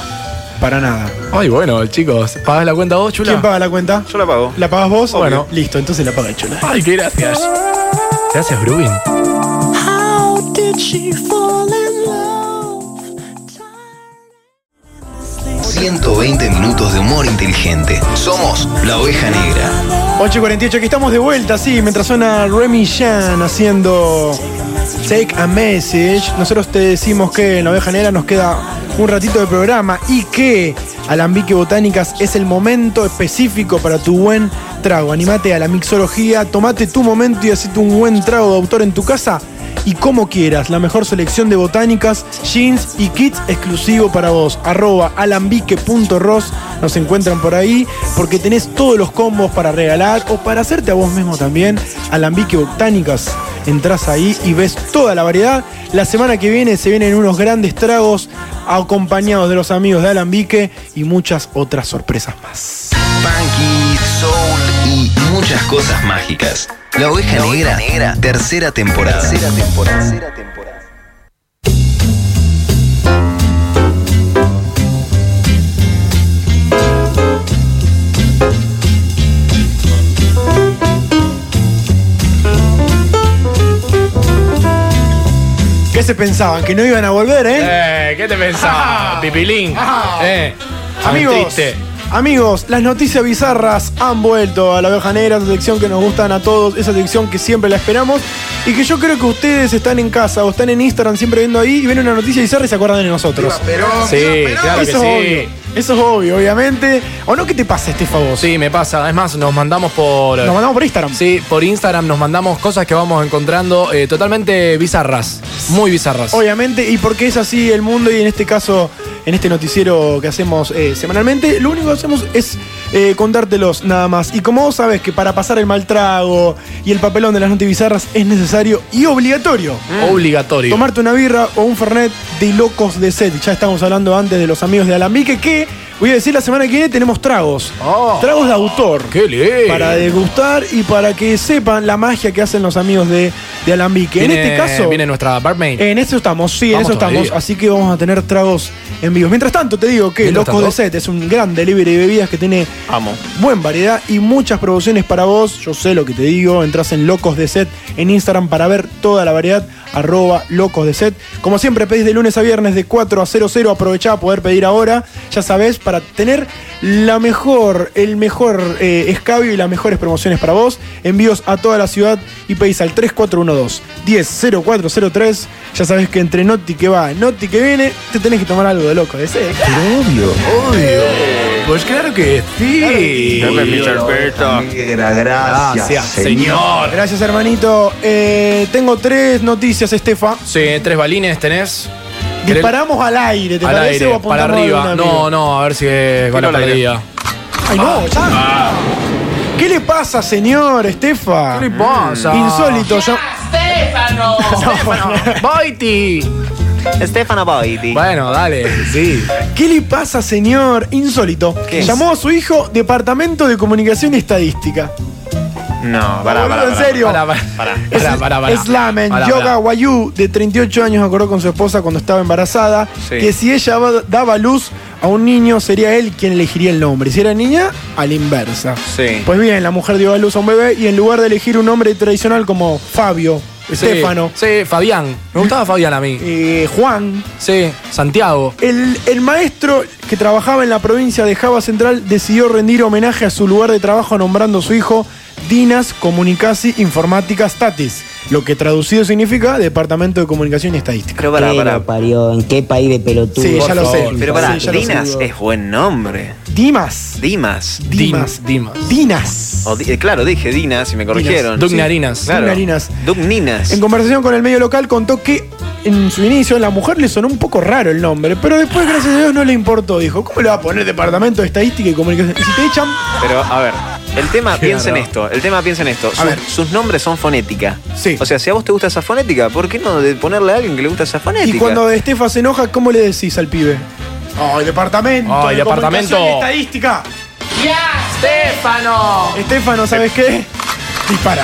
Speaker 3: Para nada.
Speaker 11: Ay, bueno, chicos, ¿pagas la cuenta vos, chula?
Speaker 3: ¿Quién paga la cuenta?
Speaker 12: Yo la pago.
Speaker 3: ¿La pagas vos?
Speaker 11: Bueno.
Speaker 3: Listo, entonces la paga el chula.
Speaker 11: Ay, qué gracias. Gracias, Grubin.
Speaker 7: How did she fall in love?
Speaker 5: 120 minutos de humor inteligente. Somos la oveja negra.
Speaker 3: 8.48, aquí estamos de vuelta, sí, mientras suena Remy Jean haciendo Take a Message. Nosotros te decimos que en la oveja negra nos queda un ratito de programa y que Alambique Botánicas es el momento específico para tu buen trago. Animate a la mixología, tomate tu momento y hacete un buen trago de autor en tu casa. Y como quieras, la mejor selección de botánicas, jeans y kits exclusivo para vos. Arroba alambique.ros. Nos encuentran por ahí porque tenés todos los combos para regalar o para hacerte a vos mismo también. Alambique Botánicas. Entrás ahí y ves toda la variedad. La semana que viene se vienen unos grandes tragos acompañados de los amigos de Alambique y muchas otras sorpresas más.
Speaker 5: Punky, soul y muchas cosas mágicas. La oveja, negra, tercera temporada. Tercera temporada.
Speaker 3: ¿Qué se pensaban? ¿Que no iban a volver, eh?
Speaker 11: Eh, ¿Qué te pensás, pipilín? Eh,
Speaker 3: Amigos,
Speaker 11: mentiste.
Speaker 3: amigos, las noticias bizarras han vuelto a la oveja negra, esa sección que nos gustan a todos, esa sección que siempre la esperamos y que yo creo que ustedes están en casa o están en Instagram siempre viendo ahí y ven una noticia bizarra y se acuerdan de nosotros.
Speaker 11: Sí, claro que sí.
Speaker 3: Eso es obvio. Eso es obvio, obviamente. ¿O no que te pasa, Estefa, vos?
Speaker 11: Sí, me pasa. Es más, nos mandamos por.
Speaker 3: Nos mandamos por Instagram.
Speaker 11: Sí, por Instagram nos mandamos cosas que vamos encontrando eh, totalmente bizarras. Muy bizarras.
Speaker 3: Obviamente, y porque es así el mundo, y en este caso, en este noticiero que hacemos eh, semanalmente, lo único que hacemos es eh, contártelos nada más. Y como vos sabés que para pasar el mal trago y el papelón de las noticias bizarras es necesario y obligatorio.
Speaker 11: Mm. Obligatorio.
Speaker 3: Tomarte una birra o un fernet de locos de set. Ya estamos hablando antes de los amigos de Alambique que, voy a decir, la semana que viene tenemos tragos. Tragos de autor.
Speaker 11: Ah. ¡Qué lindo!
Speaker 3: Para degustar y para que sepan la magia que hacen los amigos de, de Alambique. en
Speaker 11: Viene-
Speaker 3: este caso...
Speaker 11: Viene nuestra barmaid.
Speaker 3: En eso estamos, sí,
Speaker 11: Vamos
Speaker 3: en eso
Speaker 11: todavía.
Speaker 3: estamos. Así que vamos a tener tragos en vivo. Mientras tanto, te digo que
Speaker 11: Mientras
Speaker 3: Locos
Speaker 11: tanto.
Speaker 3: de Set es un gran delivery de bebidas que tiene
Speaker 12: Amo.
Speaker 3: buena variedad y muchas promociones para vos. Yo sé lo que te digo. Entras en Locos de Set en Instagram para ver toda la variedad. Arroba Locos de Set. Como siempre, pedís de lunes a viernes de 4 a 00. Aprovechá a poder pedir ahora. Ya sabés, para tener la mejor, el mejor eh, escabio y las mejores promociones para vos. Envíos a toda la ciudad y pedís al 3412 100403. Ya sabés que entre Noti que va, Noti que viene, te tenés que tomar algo de Locos de Eh. Set.
Speaker 5: Obvio.
Speaker 11: Obvio. Pues claro que sí.
Speaker 5: Dame mi
Speaker 11: cerveza.
Speaker 5: gracias, señor.
Speaker 3: Gracias, hermanito. Eh, tengo tres noticias, Estefa.
Speaker 11: Sí, tres balines tenés.
Speaker 3: Disparamos al aire, ¿te
Speaker 11: al
Speaker 3: parece?
Speaker 11: aire,
Speaker 3: o apuntamos
Speaker 11: para
Speaker 3: a
Speaker 11: arriba.
Speaker 3: alguna,
Speaker 11: No,
Speaker 3: amigo?
Speaker 11: no, a ver si es bala
Speaker 3: al aire.
Speaker 11: perdida.
Speaker 3: Ay, no, ya. ¿Qué le pasa, señor Estefa? ¿Qué le
Speaker 11: pasa?
Speaker 3: Insólito, ya.
Speaker 7: Stefano.
Speaker 11: Boiti.
Speaker 12: Stefano Boiti.
Speaker 11: Bueno, dale, sí.
Speaker 3: ¿Qué le pasa, señor? Insólito.
Speaker 12: ¿Qué?
Speaker 3: Llamó a su hijo Departamento de Comunicación y Estadística.
Speaker 12: No, pará,
Speaker 3: Boludo,
Speaker 12: pará.
Speaker 3: en
Speaker 12: pará,
Speaker 3: serio.
Speaker 12: pará,
Speaker 11: pará,
Speaker 12: pará,
Speaker 3: Es-
Speaker 12: pará, pará, pará.
Speaker 3: Slamen
Speaker 12: Pará,
Speaker 3: Yoga
Speaker 12: pará.
Speaker 3: Wayu, de 38 años, acordó con su esposa cuando estaba embarazada
Speaker 12: Sí.
Speaker 3: que si ella va- daba luz a un niño, sería él quien elegiría el nombre. Si era niña, a la inversa.
Speaker 12: Sí.
Speaker 3: Pues bien, la mujer dio a luz a un bebé y en lugar de elegir un nombre tradicional como Fabio, Estefano,
Speaker 11: Sí, sí, Fabián. Me gustaba Fabián a mí.
Speaker 3: eh, Juan,
Speaker 11: Sí, Santiago.
Speaker 3: el, el maestro que trabajaba en la provincia de Java Central decidió rendir homenaje a su lugar de trabajo nombrando a su hijo Dinas Comunicasi Informática Statis, lo que traducido significa Departamento de Comunicación y Estadística.
Speaker 12: Pero pará,
Speaker 16: ¿Qué
Speaker 12: pará.
Speaker 16: lo parió? ¿En qué país de pelotudo?
Speaker 3: Sí,
Speaker 12: Por
Speaker 3: ya lo sé.
Speaker 12: favor. Pero pará,
Speaker 3: Sí, ya lo sé.
Speaker 12: Dinas es buen nombre.
Speaker 3: Dimas.
Speaker 12: Dimas.
Speaker 3: Dimas.
Speaker 11: Dimas.
Speaker 3: Dinas.
Speaker 12: O di- eh, claro, dije Dinas y me corrigieron.
Speaker 3: Dinas. Dugnarinas.
Speaker 12: Sí. Claro.
Speaker 3: Dugnarinas.
Speaker 12: Dugninas.
Speaker 3: En conversación con el medio local contó que en su inicio la mujer le sonó un poco raro el nombre, pero después, gracias a Dios, no le importó. Dijo, ¿cómo le va a poner Departamento de Estadística y Comunicación? Y si te echan,
Speaker 12: Pero a ver, el tema,
Speaker 3: Qué
Speaker 12: piensa en
Speaker 3: raro.
Speaker 12: esto. El tema, piensa en esto. Sus,
Speaker 3: ver.
Speaker 12: sus nombres son fonética.
Speaker 3: Sí.
Speaker 12: O sea, si a vos te gusta esa fonética, ¿por qué no de ponerle a alguien que le gusta esa fonética?
Speaker 3: Y cuando Estefa se enoja, ¿cómo le decís al pibe? Ay, departamento.
Speaker 12: Ay,
Speaker 3: de
Speaker 12: departamento.
Speaker 3: comunicación y Estadística.
Speaker 7: ¡Ya, Stefano!
Speaker 3: Estefano, ¿sabes qué? Dispara.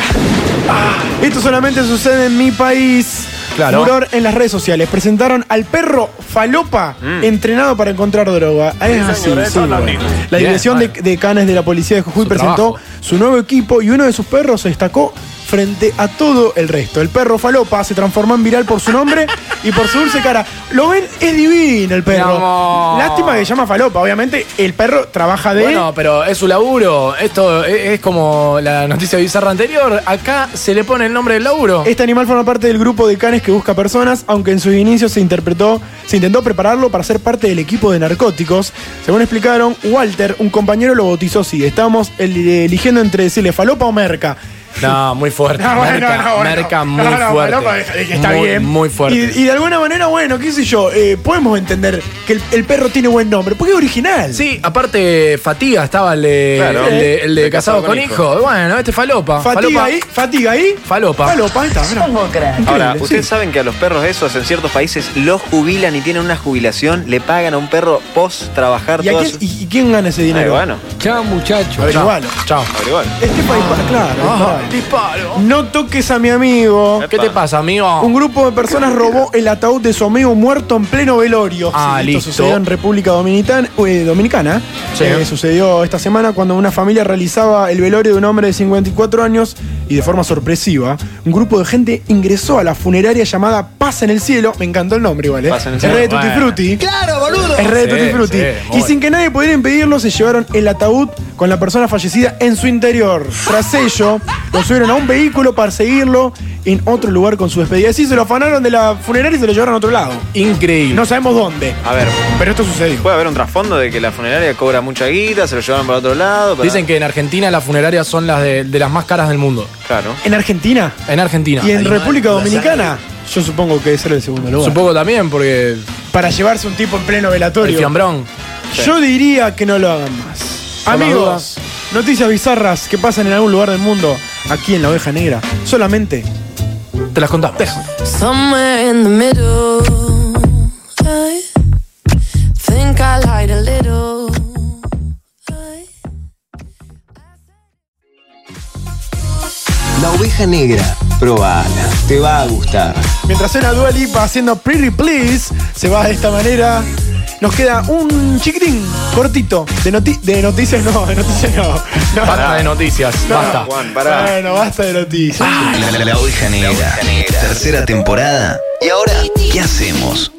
Speaker 3: Ah, esto solamente sucede en mi país.
Speaker 11: Claro.
Speaker 3: Furor en las redes sociales. Presentaron al perro Falopa entrenado para encontrar droga. Ah, Es así,
Speaker 11: Mm. señor,
Speaker 3: sí,
Speaker 11: eso es lo
Speaker 3: bueno.
Speaker 11: mismo.
Speaker 3: La
Speaker 11: Bien,
Speaker 3: dirección de, de canes de la policía de Jujuy
Speaker 11: Su
Speaker 3: presentó
Speaker 11: trabajo.
Speaker 3: su nuevo equipo y uno de sus perros se destacó frente a todo el resto. El perro falopa se transformó en viral por su nombre y por su dulce cara. Lo ven, es divino el
Speaker 11: Mi
Speaker 3: perro.
Speaker 11: amor.
Speaker 3: Lástima que se llama falopa, obviamente el perro trabaja de...
Speaker 11: Bueno, pero es su laburo. Esto es, es como la noticia bizarra anterior. Acá se le pone el nombre del laburo.
Speaker 3: Este animal forma parte del grupo de canes que busca personas, aunque en sus inicios se interpretó, se intentó prepararlo para ser parte del equipo de narcóticos. Según explicaron, Walter, un compañero lo bautizó así. Estábamos el- eligiendo entre decirle falopa o merca.
Speaker 11: No, muy fuerte.
Speaker 3: No, bueno,
Speaker 11: merca,
Speaker 3: no, bueno.
Speaker 11: merca muy
Speaker 3: No, no,
Speaker 11: fuerte.
Speaker 3: falopa, eh, está
Speaker 11: muy,
Speaker 3: bien.
Speaker 11: Muy fuerte.
Speaker 3: Y, y de alguna manera, bueno, qué sé yo, eh, podemos entender que el, el perro tiene buen nombre, porque es original.
Speaker 11: Sí, aparte, Fatiga estaba el de,
Speaker 3: Claro.
Speaker 11: el de- el de
Speaker 3: De
Speaker 11: casado, con hijo. Bueno, este falopa.
Speaker 3: Fatiga
Speaker 11: falopa.
Speaker 3: ahí, fatiga ahí.
Speaker 11: Falopa.
Speaker 3: Falopa, ahí está, mirá.
Speaker 12: Ahora,
Speaker 3: Increíble,
Speaker 12: ustedes
Speaker 3: sí.
Speaker 12: saben que a los perros esos en ciertos países los jubilan y tienen una jubilación, le pagan a un perro post trabajar
Speaker 3: ¿Y, a
Speaker 12: toda
Speaker 3: quién,
Speaker 12: su...
Speaker 3: y- y quién gana ese dinero?
Speaker 12: Averigualo.
Speaker 3: Chao, muchacho.
Speaker 11: Chao.
Speaker 12: Averigualo.
Speaker 3: Este país, claro.
Speaker 11: Ah,
Speaker 3: disparo. No toques a mi amigo.
Speaker 11: ¿Qué te pasa, amigo?
Speaker 3: Un grupo de personas robó el ataúd de su amigo muerto en pleno velorio.
Speaker 11: Ah, listo.
Speaker 3: Esto sucedió en República Dominican- eh, Dominicana.
Speaker 11: Sí.
Speaker 3: Eh, sucedió esta semana cuando una familia realizaba el velorio de un hombre de 54 años y de forma sorpresiva, un grupo de gente ingresó a la funeraria llamada Paz en el Cielo. Me encantó el nombre igual, ¿eh?
Speaker 12: Paz en el
Speaker 3: Es
Speaker 12: Cielo,
Speaker 3: re de Tutti
Speaker 12: bueno.
Speaker 3: Frutti.
Speaker 12: ¡Claro, boludo!
Speaker 3: Es re de
Speaker 12: Sí,
Speaker 3: Tutti Frutti.
Speaker 12: sí, muy
Speaker 3: y sin que nadie pudiera impedirlo, se llevaron el ataúd con la persona fallecida en su interior. Tras ello, lo subieron a un vehículo para seguirlo en otro lugar con su despedida. Sí, se lo afanaron de la funeraria y se lo llevaron a otro lado.
Speaker 11: Increíble.
Speaker 3: No sabemos dónde.
Speaker 12: A ver,
Speaker 3: pero esto sucedió.
Speaker 12: Puede haber un trasfondo de que la funeraria cobra mucha guita, se lo llevaron para otro lado. para-
Speaker 11: Dicen que en Argentina las funerarias son las de, de las más caras del mundo.
Speaker 12: Claro.
Speaker 3: En Argentina
Speaker 11: En Argentina.
Speaker 3: y en República Dominicana, yo supongo que es el segundo lugar.
Speaker 11: Supongo también, porque.
Speaker 3: Para llevarse un tipo en pleno velatorio.
Speaker 11: El fiambrón.
Speaker 3: Yo diría que no lo hagan más.
Speaker 11: Por las
Speaker 3: Amigos, noticias bizarras que pasan en algún lugar del mundo, aquí en la oveja negra, solamente
Speaker 11: te las contamos.
Speaker 17: Somewhere in the middle, I think I lied a little.
Speaker 5: La oveja negra, probala, te va a gustar.
Speaker 3: Mientras suena Dua Lipa haciendo Pretty Please, se va de esta manera. Nos queda un chiquitín cortito de, noti- de noticias, no, de noticias no. No,
Speaker 11: Basta de noticias.
Speaker 3: no.
Speaker 11: Basta.
Speaker 3: Bueno, basta de noticias.
Speaker 5: La, la- la oveja negra, tercera temporada. ¿Y ahora qué hacemos?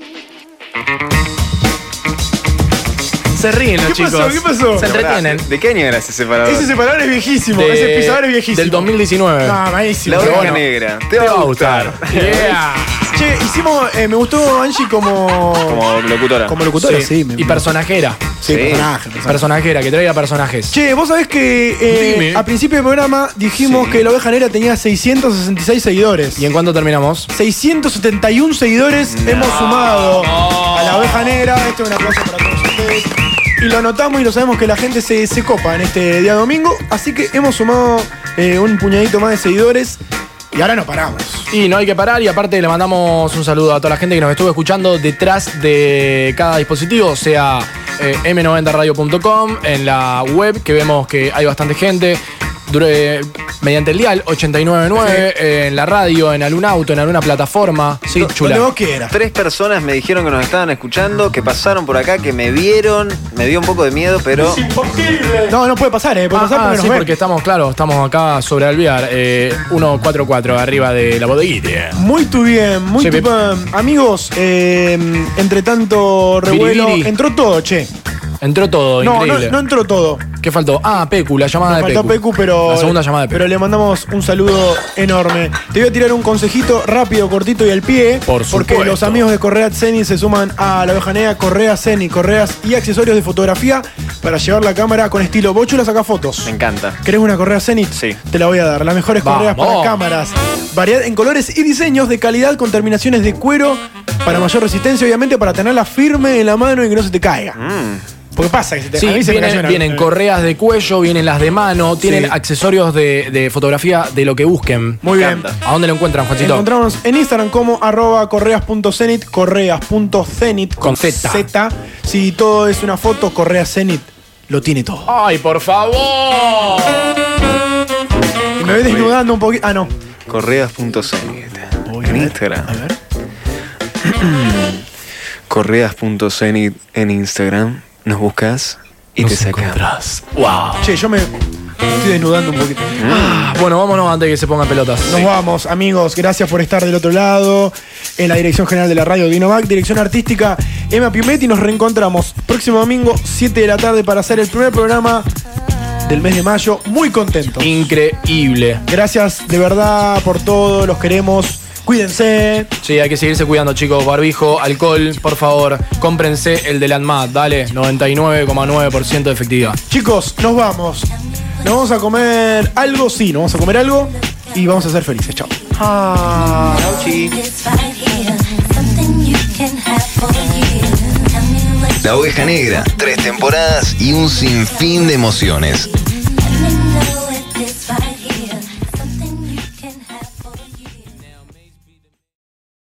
Speaker 11: Se ríen los
Speaker 3: ¿Qué
Speaker 11: chicos.
Speaker 3: pasó? ¿Qué pasó?
Speaker 11: Se entretienen.
Speaker 12: ¿De qué año era ese separador?
Speaker 3: Ese separador es viejísimo,
Speaker 11: De-
Speaker 3: ese pisador es viejísimo.
Speaker 11: Del 2019.
Speaker 3: No, malísimo.
Speaker 12: La
Speaker 3: pero
Speaker 12: oveja
Speaker 3: bueno.
Speaker 12: negra. Te va a gustar.
Speaker 11: Yeah.
Speaker 3: Che, hicimos, eh, me gustó Angie como...
Speaker 12: Como locutora.
Speaker 3: Como locutora, sí. me-
Speaker 11: y personajera.
Speaker 3: Sí, personaje, personaje.
Speaker 11: Personajera, que traiga personajes.
Speaker 3: Che, vos sabés que eh,
Speaker 11: Dime.
Speaker 3: a principio del programa dijimos que la oveja negra tenía 666 seguidores.
Speaker 11: ¿Y en cuánto terminamos?
Speaker 3: 671 seguidores hemos sumado a la oveja negra. Este es un aplauso para todos ustedes. Y lo notamos y lo sabemos que la gente se, se copa en este día domingo. Así que hemos sumado eh, un puñadito más de seguidores. Y ahora no paramos.
Speaker 11: Y no hay que parar y aparte le mandamos un saludo a toda la gente que nos estuvo escuchando detrás de cada dispositivo, sea eh, m90radio.com, en la web que vemos que hay bastante gente. dure- mediante el dial 899 eh, en la radio, en algún auto, en alguna plataforma. Sí, chula.
Speaker 3: Donde vos quieras.
Speaker 12: Tres personas me dijeron que nos estaban escuchando, que pasaron por acá, que me vieron. Me dio un poco de miedo, pero.
Speaker 3: No, no puede pasar, eh.
Speaker 11: Ah,
Speaker 3: Puede pasar
Speaker 11: ah,
Speaker 3: porque nos
Speaker 11: sí,
Speaker 3: ven.
Speaker 11: porque estamos, claro, estamos acá sobre Alvear, eh, 144 arriba de la bodeguita.
Speaker 3: Muy tu bien, muy
Speaker 11: Che,
Speaker 3: tu
Speaker 11: me-
Speaker 3: bien. Amigos, eh, entre tanto revuelo,
Speaker 11: Biribiri.
Speaker 3: entró todo, che.
Speaker 11: Entró todo,
Speaker 3: No, no,
Speaker 11: increíble.
Speaker 3: no entró todo.
Speaker 11: ¿Qué faltó? Ah, Pecu, la llamada
Speaker 3: Nos
Speaker 11: de
Speaker 3: faltó Pecu, pero.
Speaker 11: La segunda llamada de Pecu.
Speaker 3: Pero le mandamos un saludo enorme. Te voy a tirar un consejito rápido, cortito y al pie.
Speaker 11: Por
Speaker 3: Porque
Speaker 11: supuesto.
Speaker 3: los amigos de Correa Zeni se suman a la ovejanea Correa Zeni, correas y accesorios de fotografía para llevar la cámara con estilo Bochula saca fotos.
Speaker 12: Me encanta.
Speaker 3: ¿Querés una correa Zenit?
Speaker 12: Sí.
Speaker 3: Te la voy a dar. Las mejores correas
Speaker 11: Vamos.
Speaker 3: para cámaras. Variedad en colores y diseños de calidad con terminaciones de cuero para mayor resistencia, obviamente, para tenerla firme en la mano y que no se te caiga.
Speaker 11: Mm,
Speaker 3: Porque pasa que se te
Speaker 11: Sí,
Speaker 3: a mí se me
Speaker 11: vienen,
Speaker 3: cayó una-
Speaker 11: vienen correas de cuello, vienen las de mano, tienen
Speaker 3: Sí.
Speaker 11: accesorios de, de fotografía de lo que busquen.
Speaker 3: Muy bien.
Speaker 11: ¿A dónde lo encuentran, Juancito?
Speaker 3: Encontramos en Instagram como arroba correas.zenit, correas.zenit
Speaker 11: Con Z.
Speaker 3: Si todo es una foto, Correa Zenit lo tiene todo.
Speaker 11: ¡Ay, por favor!
Speaker 3: Y me voy desnudando un poquito. Ah, no.
Speaker 12: Correas.zenit. En Instagram.
Speaker 3: A ver.
Speaker 12: Correas.zenit en Instagram. Nos buscas y te sacamos.
Speaker 11: ¡Wow!
Speaker 3: Che, yo me. Estoy desnudando un poquito.
Speaker 11: Ah, bueno, vámonos antes de que se pongan pelotas.
Speaker 3: Nos vamos, amigos. Gracias por estar del otro lado. En la dirección general de la radio Dinovac, dirección artística Emma Piumetti. Nos reencontramos próximo domingo, 7 de la tarde, para hacer el primer programa del mes de mayo. Muy contentos.
Speaker 11: Increíble.
Speaker 3: Gracias de verdad por todo. Los queremos. Cuídense.
Speaker 11: Sí, hay que seguirse cuidando, chicos. Barbijo, alcohol, por favor. Cómprense el de Landmat. Dale, 99,9% de efectividad.
Speaker 3: Chicos, nos vamos. Nos vamos a comer algo, sí, nos vamos a comer algo y vamos a ser felices. Chao.
Speaker 13: Ah.
Speaker 5: La Oveja Negra, tres temporadas y un sinfín de emociones.